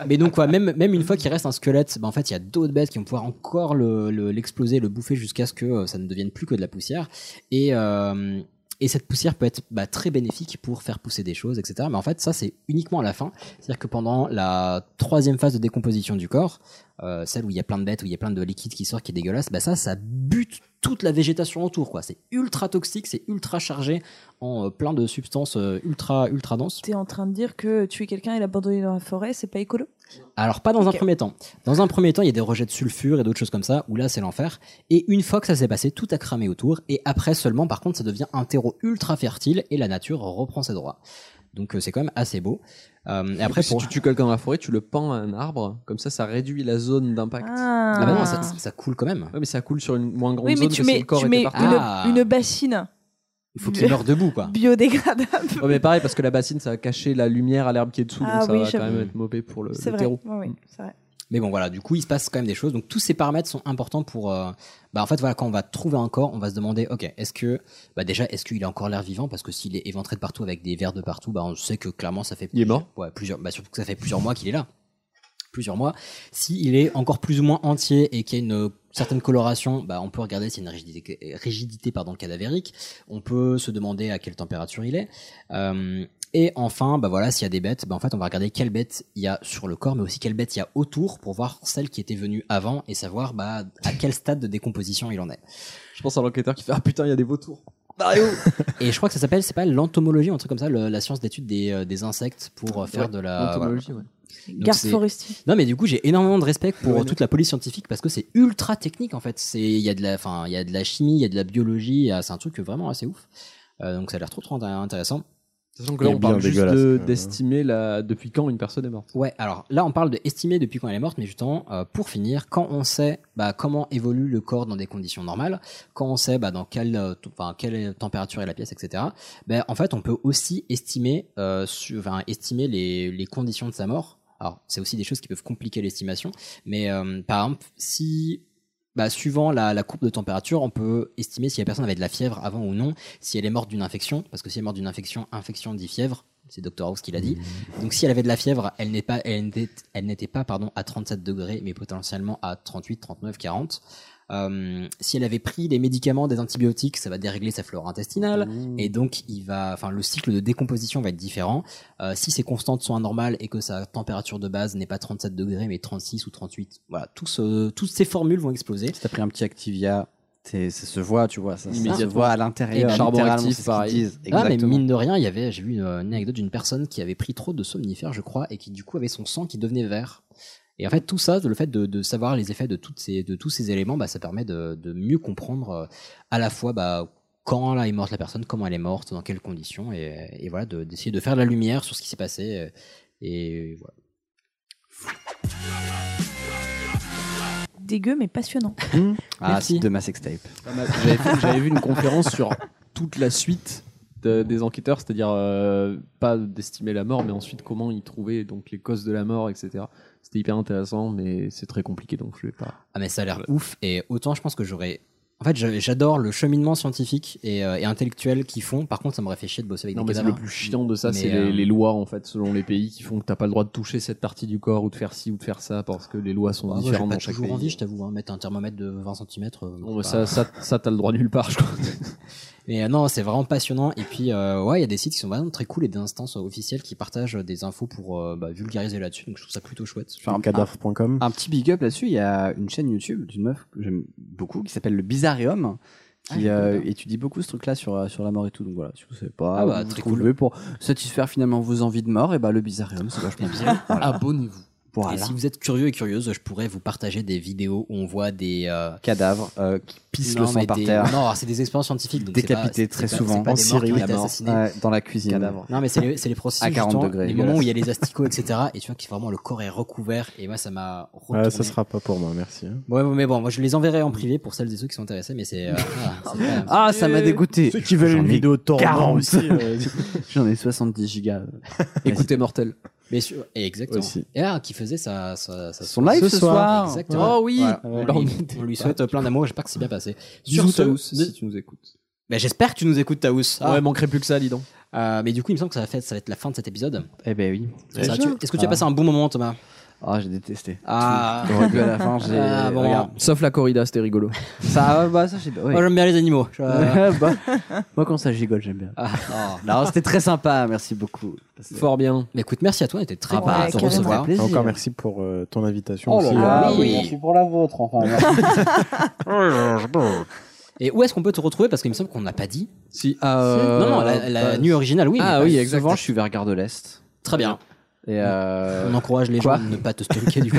S2: mais donc, quoi, même, même une fois qu'il reste un squelette, bah, en fait, il y a d'autres bêtes qui vont pouvoir encore le- le- l'exploser, le, bouffer jusqu'à ce que euh, ça ne devienne plus que de la poussière. Et, euh, et cette poussière peut être bah, très bénéfique pour faire pousser des choses, etc. Mais en fait, ça, c'est uniquement à la fin. C'est-à-dire que pendant la troisième phase de décomposition du corps, euh, celle où il y a plein de bêtes, où il y a plein de liquide qui sort, qui est dégueulasse, bah ça, ça bute toute la végétation autour. quoi. C'est ultra toxique, c'est ultra chargé en euh, plein de substances euh, ultra, ultra denses.
S3: T'es en train de dire que tuer quelqu'un et l'abandonner dans la forêt, c'est pas écolo
S2: Alors pas dans
S3: Ok.
S2: un premier temps. Dans un premier temps, il y a des rejets de sulfure et d'autres choses comme ça, où là c'est l'enfer. Et une fois que ça s'est passé, tout a cramé autour, et après seulement, par contre, ça devient un terreau ultra fertile, et la nature reprend ses droits. Donc euh, c'est quand même assez beau. Euh, et après,
S1: Après, si
S2: pour...
S1: tu tues quelqu'un dans la forêt, tu le pends à un arbre, comme ça, ça réduit la zone d'impact.
S3: Ah.
S2: Ah bah non, ça, ça coule quand même.
S1: Ouais, mais ça coule sur une moins grande
S3: Oui, mais
S1: zone
S3: tu
S1: que si
S3: mets,
S1: le corps
S3: tu
S1: était
S3: mets
S1: partout.
S2: Ah.
S3: une, une bassine
S2: Il faut qu'il meure debout, quoi.
S3: biodégradable.
S1: Ouais, mais pareil, parce que la bassine, ça va cacher la lumière à l'herbe qui est dessous,
S3: Ah
S1: donc ça
S3: oui,
S1: va quand
S3: j'avoue.
S1: même être mauvais pour
S2: Euh,
S1: le,
S3: C'est
S1: le
S3: vrai.
S1: terreau.
S3: Ouais, ouais, c'est vrai.
S2: Mais bon, voilà, du coup, il se passe quand même des choses. Donc, tous ces paramètres sont importants pour. euh, bah, en fait, voilà, quand on va trouver un corps, on va se demander ok, est-ce que. Bah, déjà, est-ce qu'il a encore l'air vivant Parce que s'il est éventré de partout avec des vers de partout, bah, on sait que clairement, ça fait.
S1: Il est
S2: plusieurs-
S1: mort
S2: Ouais, plusieurs. Bah, surtout que ça fait plusieurs mois qu'il est là. Plusieurs mois. S'il est encore plus ou moins entier et qu'il y a une euh, certaine coloration, bah, on peut regarder s'il y a une rigidité, rigidité pardon, cadavérique. On peut se demander à quelle température il est. Euh, et enfin, bah voilà, s'il y a des bêtes, bah en fait, on va regarder quelles bêtes il y a sur le corps, mais aussi quelles bêtes il y a autour pour voir celles qui étaient venues avant et savoir bah, à quel stade de décomposition il en est.
S1: Je pense à l'enquêteur qui fait Ah putain, il y a des vautours.
S2: Et je crois que ça s'appelle, c'est pas l'entomologie, un truc comme ça, le- la science d'étude des, euh, des insectes pour euh, faire
S1: Ouais,
S2: de la. voilà.
S1: Entomologie, ouais.
S2: Donc
S3: Garde
S2: c'est-
S3: forestier.
S2: Non, mais du coup, j'ai énormément de respect pour
S1: Ouais,
S2: toute la police scientifique parce que c'est ultra technique en fait. C'est il y a de la, enfin, il y a de la chimie, il y a de la biologie, il y a- c'est un truc vraiment assez ouf. Euh, donc ça a l'air trop trop int- intéressant.
S1: Sachant que là,
S9: Il est
S1: on parle
S9: bien
S1: juste
S9: dégueulasse, euh.
S1: de-
S9: quand même.
S1: d'estimer la... depuis quand une personne est morte.
S2: Ouais, alors là, on parle de estimer depuis quand elle est morte, mais justement, euh, pour finir, quand on sait bah, comment évolue le corps dans des conditions normales, quand on sait bah, dans quelle, euh, t- enfin, quelle température est la pièce, etc., ben en fait, on peut aussi estimer, euh, su- enfin, estimer les, les conditions de sa mort. Alors, c'est aussi des choses qui peuvent compliquer l'estimation, mais euh, par exemple, si. Bah, suivant la, la courbe de température, on peut estimer si la personne avait de la fièvre avant ou non, si elle est morte d'une infection, parce que si elle est morte d'une infection, infection dit fièvre, c'est Dr House qui l'a dit. Donc si elle avait de la fièvre, elle n'est pas, elle n'était, elle n'était pas pardon, à 37 degrés, mais potentiellement à 38, 39, 40. Euh, si elle avait pris des médicaments, des antibiotiques, ça va dérégler sa flore intestinale
S10: Mm.
S2: et donc il va, enfin le cycle de décomposition va être différent. Euh, si ses constantes sont anormales et que sa température de base n'est pas 37 degrés mais 36 ou 38, voilà, tout ce- toutes ces formules vont exploser.
S10: Si t'as pris un petit Activia, c'est- ça se voit, tu vois, ça, ça se
S2: Immédiatement.
S10: voit à l'intérieur.
S2: Et charbon
S10: littéralement,
S2: actif,
S10: c'est ce qu'ils
S2: pareil.
S10: disent.
S2: Ah, mais
S10: Exactement.
S2: mine de rien, il y avait, j'ai vu une, une anecdote d'une personne qui avait pris trop de somnifères, je crois, et qui du coup avait son sang qui devenait vert. Et en fait, tout ça, le fait de, de savoir les effets de, toutes ces, de tous ces éléments, bah, ça permet de, de mieux comprendre euh, à la fois bah, quand là est morte la personne, comment elle est morte, dans quelles conditions, et, et voilà, de- d'essayer de, faire de la lumière sur ce qui s'est passé. euh, Et voilà.
S3: Dégueu, mais passionnant.
S10: Ah,
S1: Merci.
S10: site de ma sextape.
S1: Pas mal. J'avais fait- J'avais vu une conférence sur toute la suite de- des enquêteurs, c'est-à-dire euh, pas d'estimer la mort, mais ensuite comment ils trouvaient donc les causes de la mort, etc. C'était hyper intéressant, mais c'est très compliqué, donc je vais pas.
S2: Ah mais ça a l'air ouf et autant je pense que j'aurais... En fait j'a- j'adore le cheminement scientifique et, euh, et intellectuel qu'ils font, par contre ça m'aurait fait chier de bosser avec
S1: Non,
S2: des
S1: mais c'est le
S2: cadavres.
S1: plus chiant de ça,
S2: Mais,
S1: c'est
S2: euh,
S1: les, les lois en fait, selon les pays, qui font que t'as pas le droit de toucher cette partie du corps ou de faire ci ou de faire ça, parce que les lois sont
S2: Ah, moi, j'ai
S1: différentes
S2: pas
S1: dans chaque
S2: toujours
S1: pays.
S2: envie,
S10: euh.
S2: je t'avoue, hein, mettre un thermomètre de euh, 20 cm.
S1: Non, mais ça, ça, ça, t'as le droit nulle part, je crois.
S2: Mais euh, non, c'est vraiment passionnant. Et puis, euh, ouais, il y a des sites qui sont vraiment très cool et des instances euh, officielles qui partagent euh, des infos pour euh, bah, vulgariser là-dessus. Donc, je trouve ça plutôt chouette.
S10: Genre,
S9: cadavre.com.
S10: Un petit big up là-dessus, il y a une chaîne YouTube d'une meuf que j'aime beaucoup qui s'appelle le Bizarrium
S2: Ah,
S10: qui euh, étudie beaucoup ce truc-là sur, euh, sur la mort et tout. Donc voilà, si vous savez pas,
S2: Ah bah,
S10: vous
S2: très
S10: trouvez
S2: cool.
S10: pour satisfaire finalement vos envies de mort, et bah le Bizarrium, c'est vachement bien.
S2: abonnez-vous.
S10: Voilà.
S2: Et si vous êtes curieux et curieuse, je pourrais vous partager des vidéos où on voit des euh,
S10: Cadavres euh, qui pissent
S2: non,
S10: le sang
S2: mais
S10: par
S2: des-
S10: terre.
S2: Non, alors, c'est des expériences scientifiques. donc c'est pas-
S10: Décapités
S2: c'est
S10: très
S2: pas- c'est
S10: souvent.
S2: pas des
S10: En
S2: morts qui
S10: Syrie,
S2: ont été
S10: la mort.
S2: assassinés.
S10: Ouais, dans la cuisine. Cadavre.
S2: Non, mais c'est les, c'est les processus
S10: À 40
S2: justement,
S10: degrés,
S2: les moments où il y a
S10: dégueulasse.
S2: les asticots, etc. Et tu vois que vraiment le corps est recouvert. Et moi, ça m'a
S9: Ah,
S2: retourné.
S9: ça sera pas pour moi, merci. hein.
S2: Ouais, ouais, mais bon, moi je les enverrai
S10: Mm.
S2: en privé pour celles et ceux qui sont intéressés, mais c'est. euh, ah, c'est pas-
S10: Ah, ça m'a dégoûté.
S9: Ceux qui veulent
S10: J'en
S9: une
S10: ai
S9: vidéo de torrent
S10: 40.
S9: aussi, euh,
S10: J'en ai 70 gigas.
S1: Écoutez, mortel.
S2: Mais sur- et exactement.
S10: Aussi.
S2: Et ah, qui faisait sa, sa- sa-
S10: Son live ce soir.
S2: Exactement.
S10: Oh oui.
S2: Voilà.
S10: Ouais.
S2: On, lui, on lui souhaite plein d'amour. J'espère que c'est bien passé.
S1: Bisous, Taous,
S2: de-
S1: si tu nous écoutes.
S2: Mais j'espère que tu nous écoutes, Taous. Ah.
S1: Ouais, manquerait plus que ça, dis donc.
S2: Euh, mais du coup, il me semble que ça va, faire- ça va être la fin de cet épisode.
S10: Eh ben oui.
S2: Ça va, tu- Est-ce que tu as passé un bon moment, Thomas
S10: Ah, j'ai détesté.
S2: Ah.
S10: Tout. J'aurais dû à la fin, j'ai.
S2: Ah, bon.
S10: Regarde.
S1: Sauf la corrida, c'était rigolo.
S10: Ça, ah, bah, ça, j'ai.
S2: Moi, j'aime bien les animaux. Je-
S10: Bah, moi, quand ça gigole, j'aime bien.
S2: Ah, oh.
S10: Non, c'était très sympa, merci beaucoup.
S1: Fort bien.
S2: Mais écoute, merci à toi. On était très
S10: Ah,
S2: content
S10: bah,
S2: de te
S10: carrément.
S2: recevoir.
S10: Plaisir.
S9: Encore merci pour euh, ton invitation
S2: Oh là
S9: aussi.
S2: là,
S9: euh,
S2: Ah oui. merci
S10: pour la vôtre, enfin.
S2: Et où est-ce qu'on peut te retrouver Parce qu'il me semble qu'on n'a pas dit.
S1: Si.
S10: Euh,
S2: non, non, la, la
S10: bah,
S2: nuit originale, oui.
S1: Ah
S2: mais
S1: oui,
S2: pas-
S1: exact.
S10: Souvent, je suis vers Gare de l'Est.
S2: Très bien.
S10: Et euh,
S2: On encourage les gens
S10: quoi
S2: à ne pas te stalker du coup.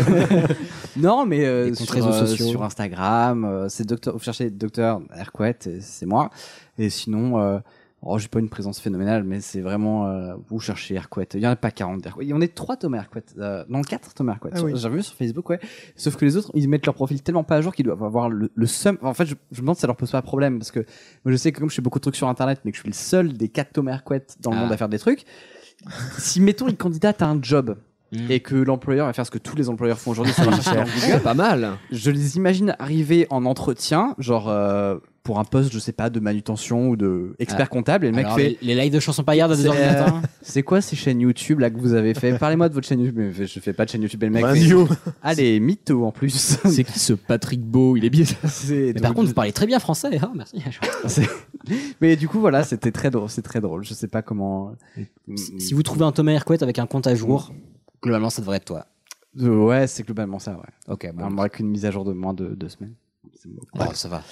S10: Non, mais euh,
S2: Des comptes
S10: sur,
S2: réseaux
S10: euh,
S2: sociaux.
S10: sur Instagram, euh, c'est docteur, vous cherchez docteur Erquet, et c'est moi. Et sinon, euh, oh, j'ai pas une présence phénoménale, mais c'est vraiment, euh, vous cherchez Erquet. Il y en a pas 40 d'Erquet. On est trois Thomas Erquet, euh, non, quatre Thomas Erquet.
S9: Ah oui.
S10: J'ai vu sur Facebook, ouais. Sauf que les autres, ils mettent leur profil tellement pas à jour qu'ils doivent avoir le, le seum. En fait, je, je me demande si ça leur pose pas de problème, parce que moi, je sais que comme je fais beaucoup de trucs sur Internet, mais que je suis le seul des quatre Thomas Erquet dans le
S2: Ah.
S10: monde à faire des trucs, si, mettons, ils candidatent à un job,
S2: Mm.
S10: et que l'employeur va faire ce que tous les employeurs font aujourd'hui, c'est leur chercher un
S1: C'est pas mal.
S10: je les imagine arriver en entretien, genre euh, pour un poste, je sais pas, de manutention ou de
S1: Ah.
S10: expert comptable, et le mec
S2: Alors,
S10: fait.
S2: les, les lives de chansons paillardes à 2h du
S10: C'est, euh,
S2: matin.
S10: C'est quoi ces chaînes YouTube là que vous avez fait Parlez-moi de votre chaîne YouTube. Mais Je fais pas de chaîne YouTube, et le mec. fait,
S9: Radio.
S10: Allez, mytho en plus.
S1: C'est qui ce Patrick Beau Il est bien.
S2: Mais
S10: C'est-
S2: par
S10: donc,
S2: contre, vous parlez très bien français. Ah, merci.
S10: c'est- Mais du coup, voilà, c'était très drôle. C'est très drôle. Je sais pas comment.
S2: si vous trouvez un Thomas Hercouet avec un compte à jour, globalement, ça devrait être toi.
S10: Euh, Ouais, c'est globalement ça. Ouais.
S2: Ok,
S10: On aura qu'une mise à jour de moins de deux semaines. C'est bon.
S2: Oh, ça va.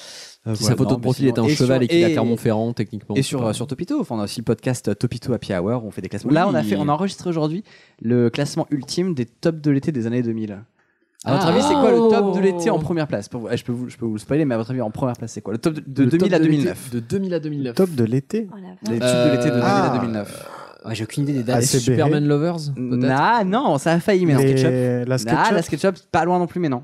S10: Euh,
S1: Si sa
S10: voilà,
S1: photo
S10: non,
S1: de
S10: mais
S1: profil est
S10: sinon-
S1: un cheval
S10: sur- euh,
S1: et qu'il a Clermont-Ferrand, techniquement.
S10: Et
S1: c'est
S10: sur,
S1: pas-
S10: euh, sur Topito, enfin, on a aussi le podcast euh, Topito Happy Hour, on fait des classements.
S2: Oui.
S10: Là, on a, fait, on a enregistré aujourd'hui le classement ultime des tops de l'été des années 2000. À votre
S2: Ah.
S10: avis, c'est quoi le top de l'été en
S1: Oh.
S10: première place pour vous Eh, je, peux vous, je peux vous le spoiler, mais à votre avis, en première place, c'est quoi Le top de, de
S1: Le top
S10: 2000 à
S1: de l'été-
S10: 2009.
S1: De 2000 à 2009.
S9: Top de l'été
S10: Les tubes de l'été de 2000
S1: Euh,
S10: à 2009.
S2: Ouais, j'ai aucune idée des dates.
S1: ACB. Ah, Superman Lovers
S10: Ah non, ça a failli, mais non.
S9: Les-
S10: SketchUp.
S9: la SketchUp
S10: Ah, la SketchUp, pas loin non plus, mais non.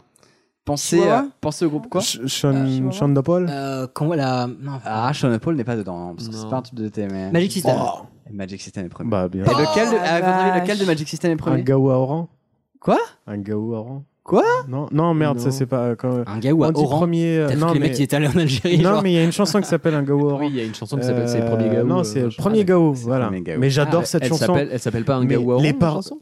S10: Pensez,
S2: Chihuahua
S10: euh, pensez au groupe quoi
S9: Sh- Sean- Euh, Chihuahua. Sean DePaul
S2: euh, Comment la. Non,
S10: Ah, Sean Paul n'est pas dedans, parce que c'est pas un type de TMR.
S2: Magic System. Oh.
S10: Magic System est premier.
S9: Bah, bien.
S10: Et lequel, de,
S2: Oh,
S10: à votre avis,
S2: vache.
S10: lequel de Magic System est
S9: Un
S10: premier
S9: gaou à Oran
S10: Quoi
S9: Un gaou à Oran
S10: Quoi
S9: Non, non, merde,
S10: Non.
S9: ça c'est pas. euh, Quand...
S2: Un gaou à
S9: on dit
S2: Oran
S9: Premier... euh,
S2: T'as
S9: Non,
S2: tous les
S9: mais...
S2: mecs qui étaient allés en Algérie,
S9: Non,
S2: genre.
S9: mais il y a une chanson qui s'appelle Un gaou à Oran.
S1: Oui, il y a une chanson qui s'appelle- c'est le premier gaou,
S9: Non,
S1: euh,
S9: c'est le
S1: machin.
S9: premier
S1: Ah,
S9: gaou,
S1: c'est le
S9: voilà.
S1: premier gaou.
S9: Mais j'adore
S1: Ah,
S9: cette
S1: elle
S9: chanson.
S1: s'appelle- elle s'appelle pas Un
S9: Mais
S1: gaou à Oran,
S9: Les
S1: la
S9: paroles.
S1: chanson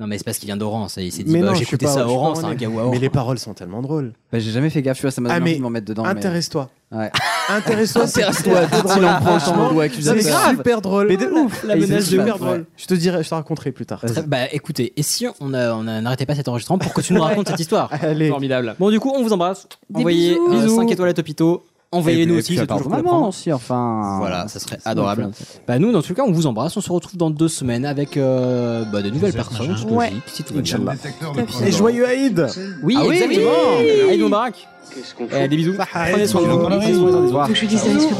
S2: Non, mais c'est parce qu'il vient d'Oran, ça. Il s'est dit,
S9: Mais
S2: bah,
S9: non,
S2: j'ai
S9: je suis
S2: écouté
S9: pas-
S2: ça à
S9: je suis pas
S2: Oran, c'est un
S9: honnête.
S2: gars à
S9: Mais
S2: Oran.
S9: les paroles sont tellement drôles.
S10: Bah, j'ai jamais fait gaffe, tu vois, ça m'a
S9: Ah,
S10: donné
S9: mais
S10: envie de m'en mettre dedans. mais- Ah,
S9: Intéresse-toi.
S10: Ouais.
S9: Intéresse-toi. c'est
S10: Intéresse-toi,
S9: hyper
S10: dit-il
S9: drôle.
S10: en pointant le doigt accusateur.
S9: C'est super drôle.
S10: Mais de ouf,
S9: la
S10: Et
S9: menace
S10: c'est
S9: de
S10: super
S9: merde.
S10: drôle.
S9: Je te dirai, je te raconterai plus tard.
S2: Très- Bah écoutez, et si on a- on a- n'arrêtait pas cet enregistrement pour que tu nous racontes cette histoire
S9: Allez.
S1: Formidable.
S2: Bon, du coup, on vous embrasse.
S11: Des
S2: Envoyez
S11: bisous.
S2: euh,
S11: Bisous.
S2: 5 étoiles à Topito. Envoyez-nous
S10: Et
S2: aussi,
S10: puis,
S2: c'est
S10: à part
S2: toujours cool à
S10: maman
S2: prendre.
S10: aussi, enfin.
S2: Voilà, ça serait
S10: hein. c'est
S2: adorable. Bah nous, dans tout cas, on vous embrasse. On se retrouve dans deux semaines avec euh, bah, de nouvelles personnes, c'est
S9: Ouais.
S2: logique, si tout va bien.
S9: Inch'Allah. Et joyeux Aïd
S2: Oui,
S9: Ah
S2: exactement.
S9: Oui.
S2: Aïd Moubarak. Euh, Des bisous. Prenez soin de vous. Prenez soin des autres.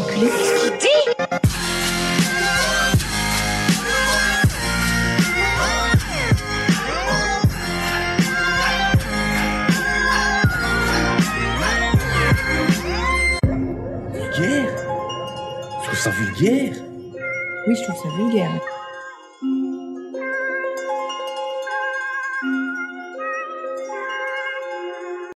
S12: Vulgaire Je trouve ça vulgaire
S14: Oui, je trouve ça vulgaire.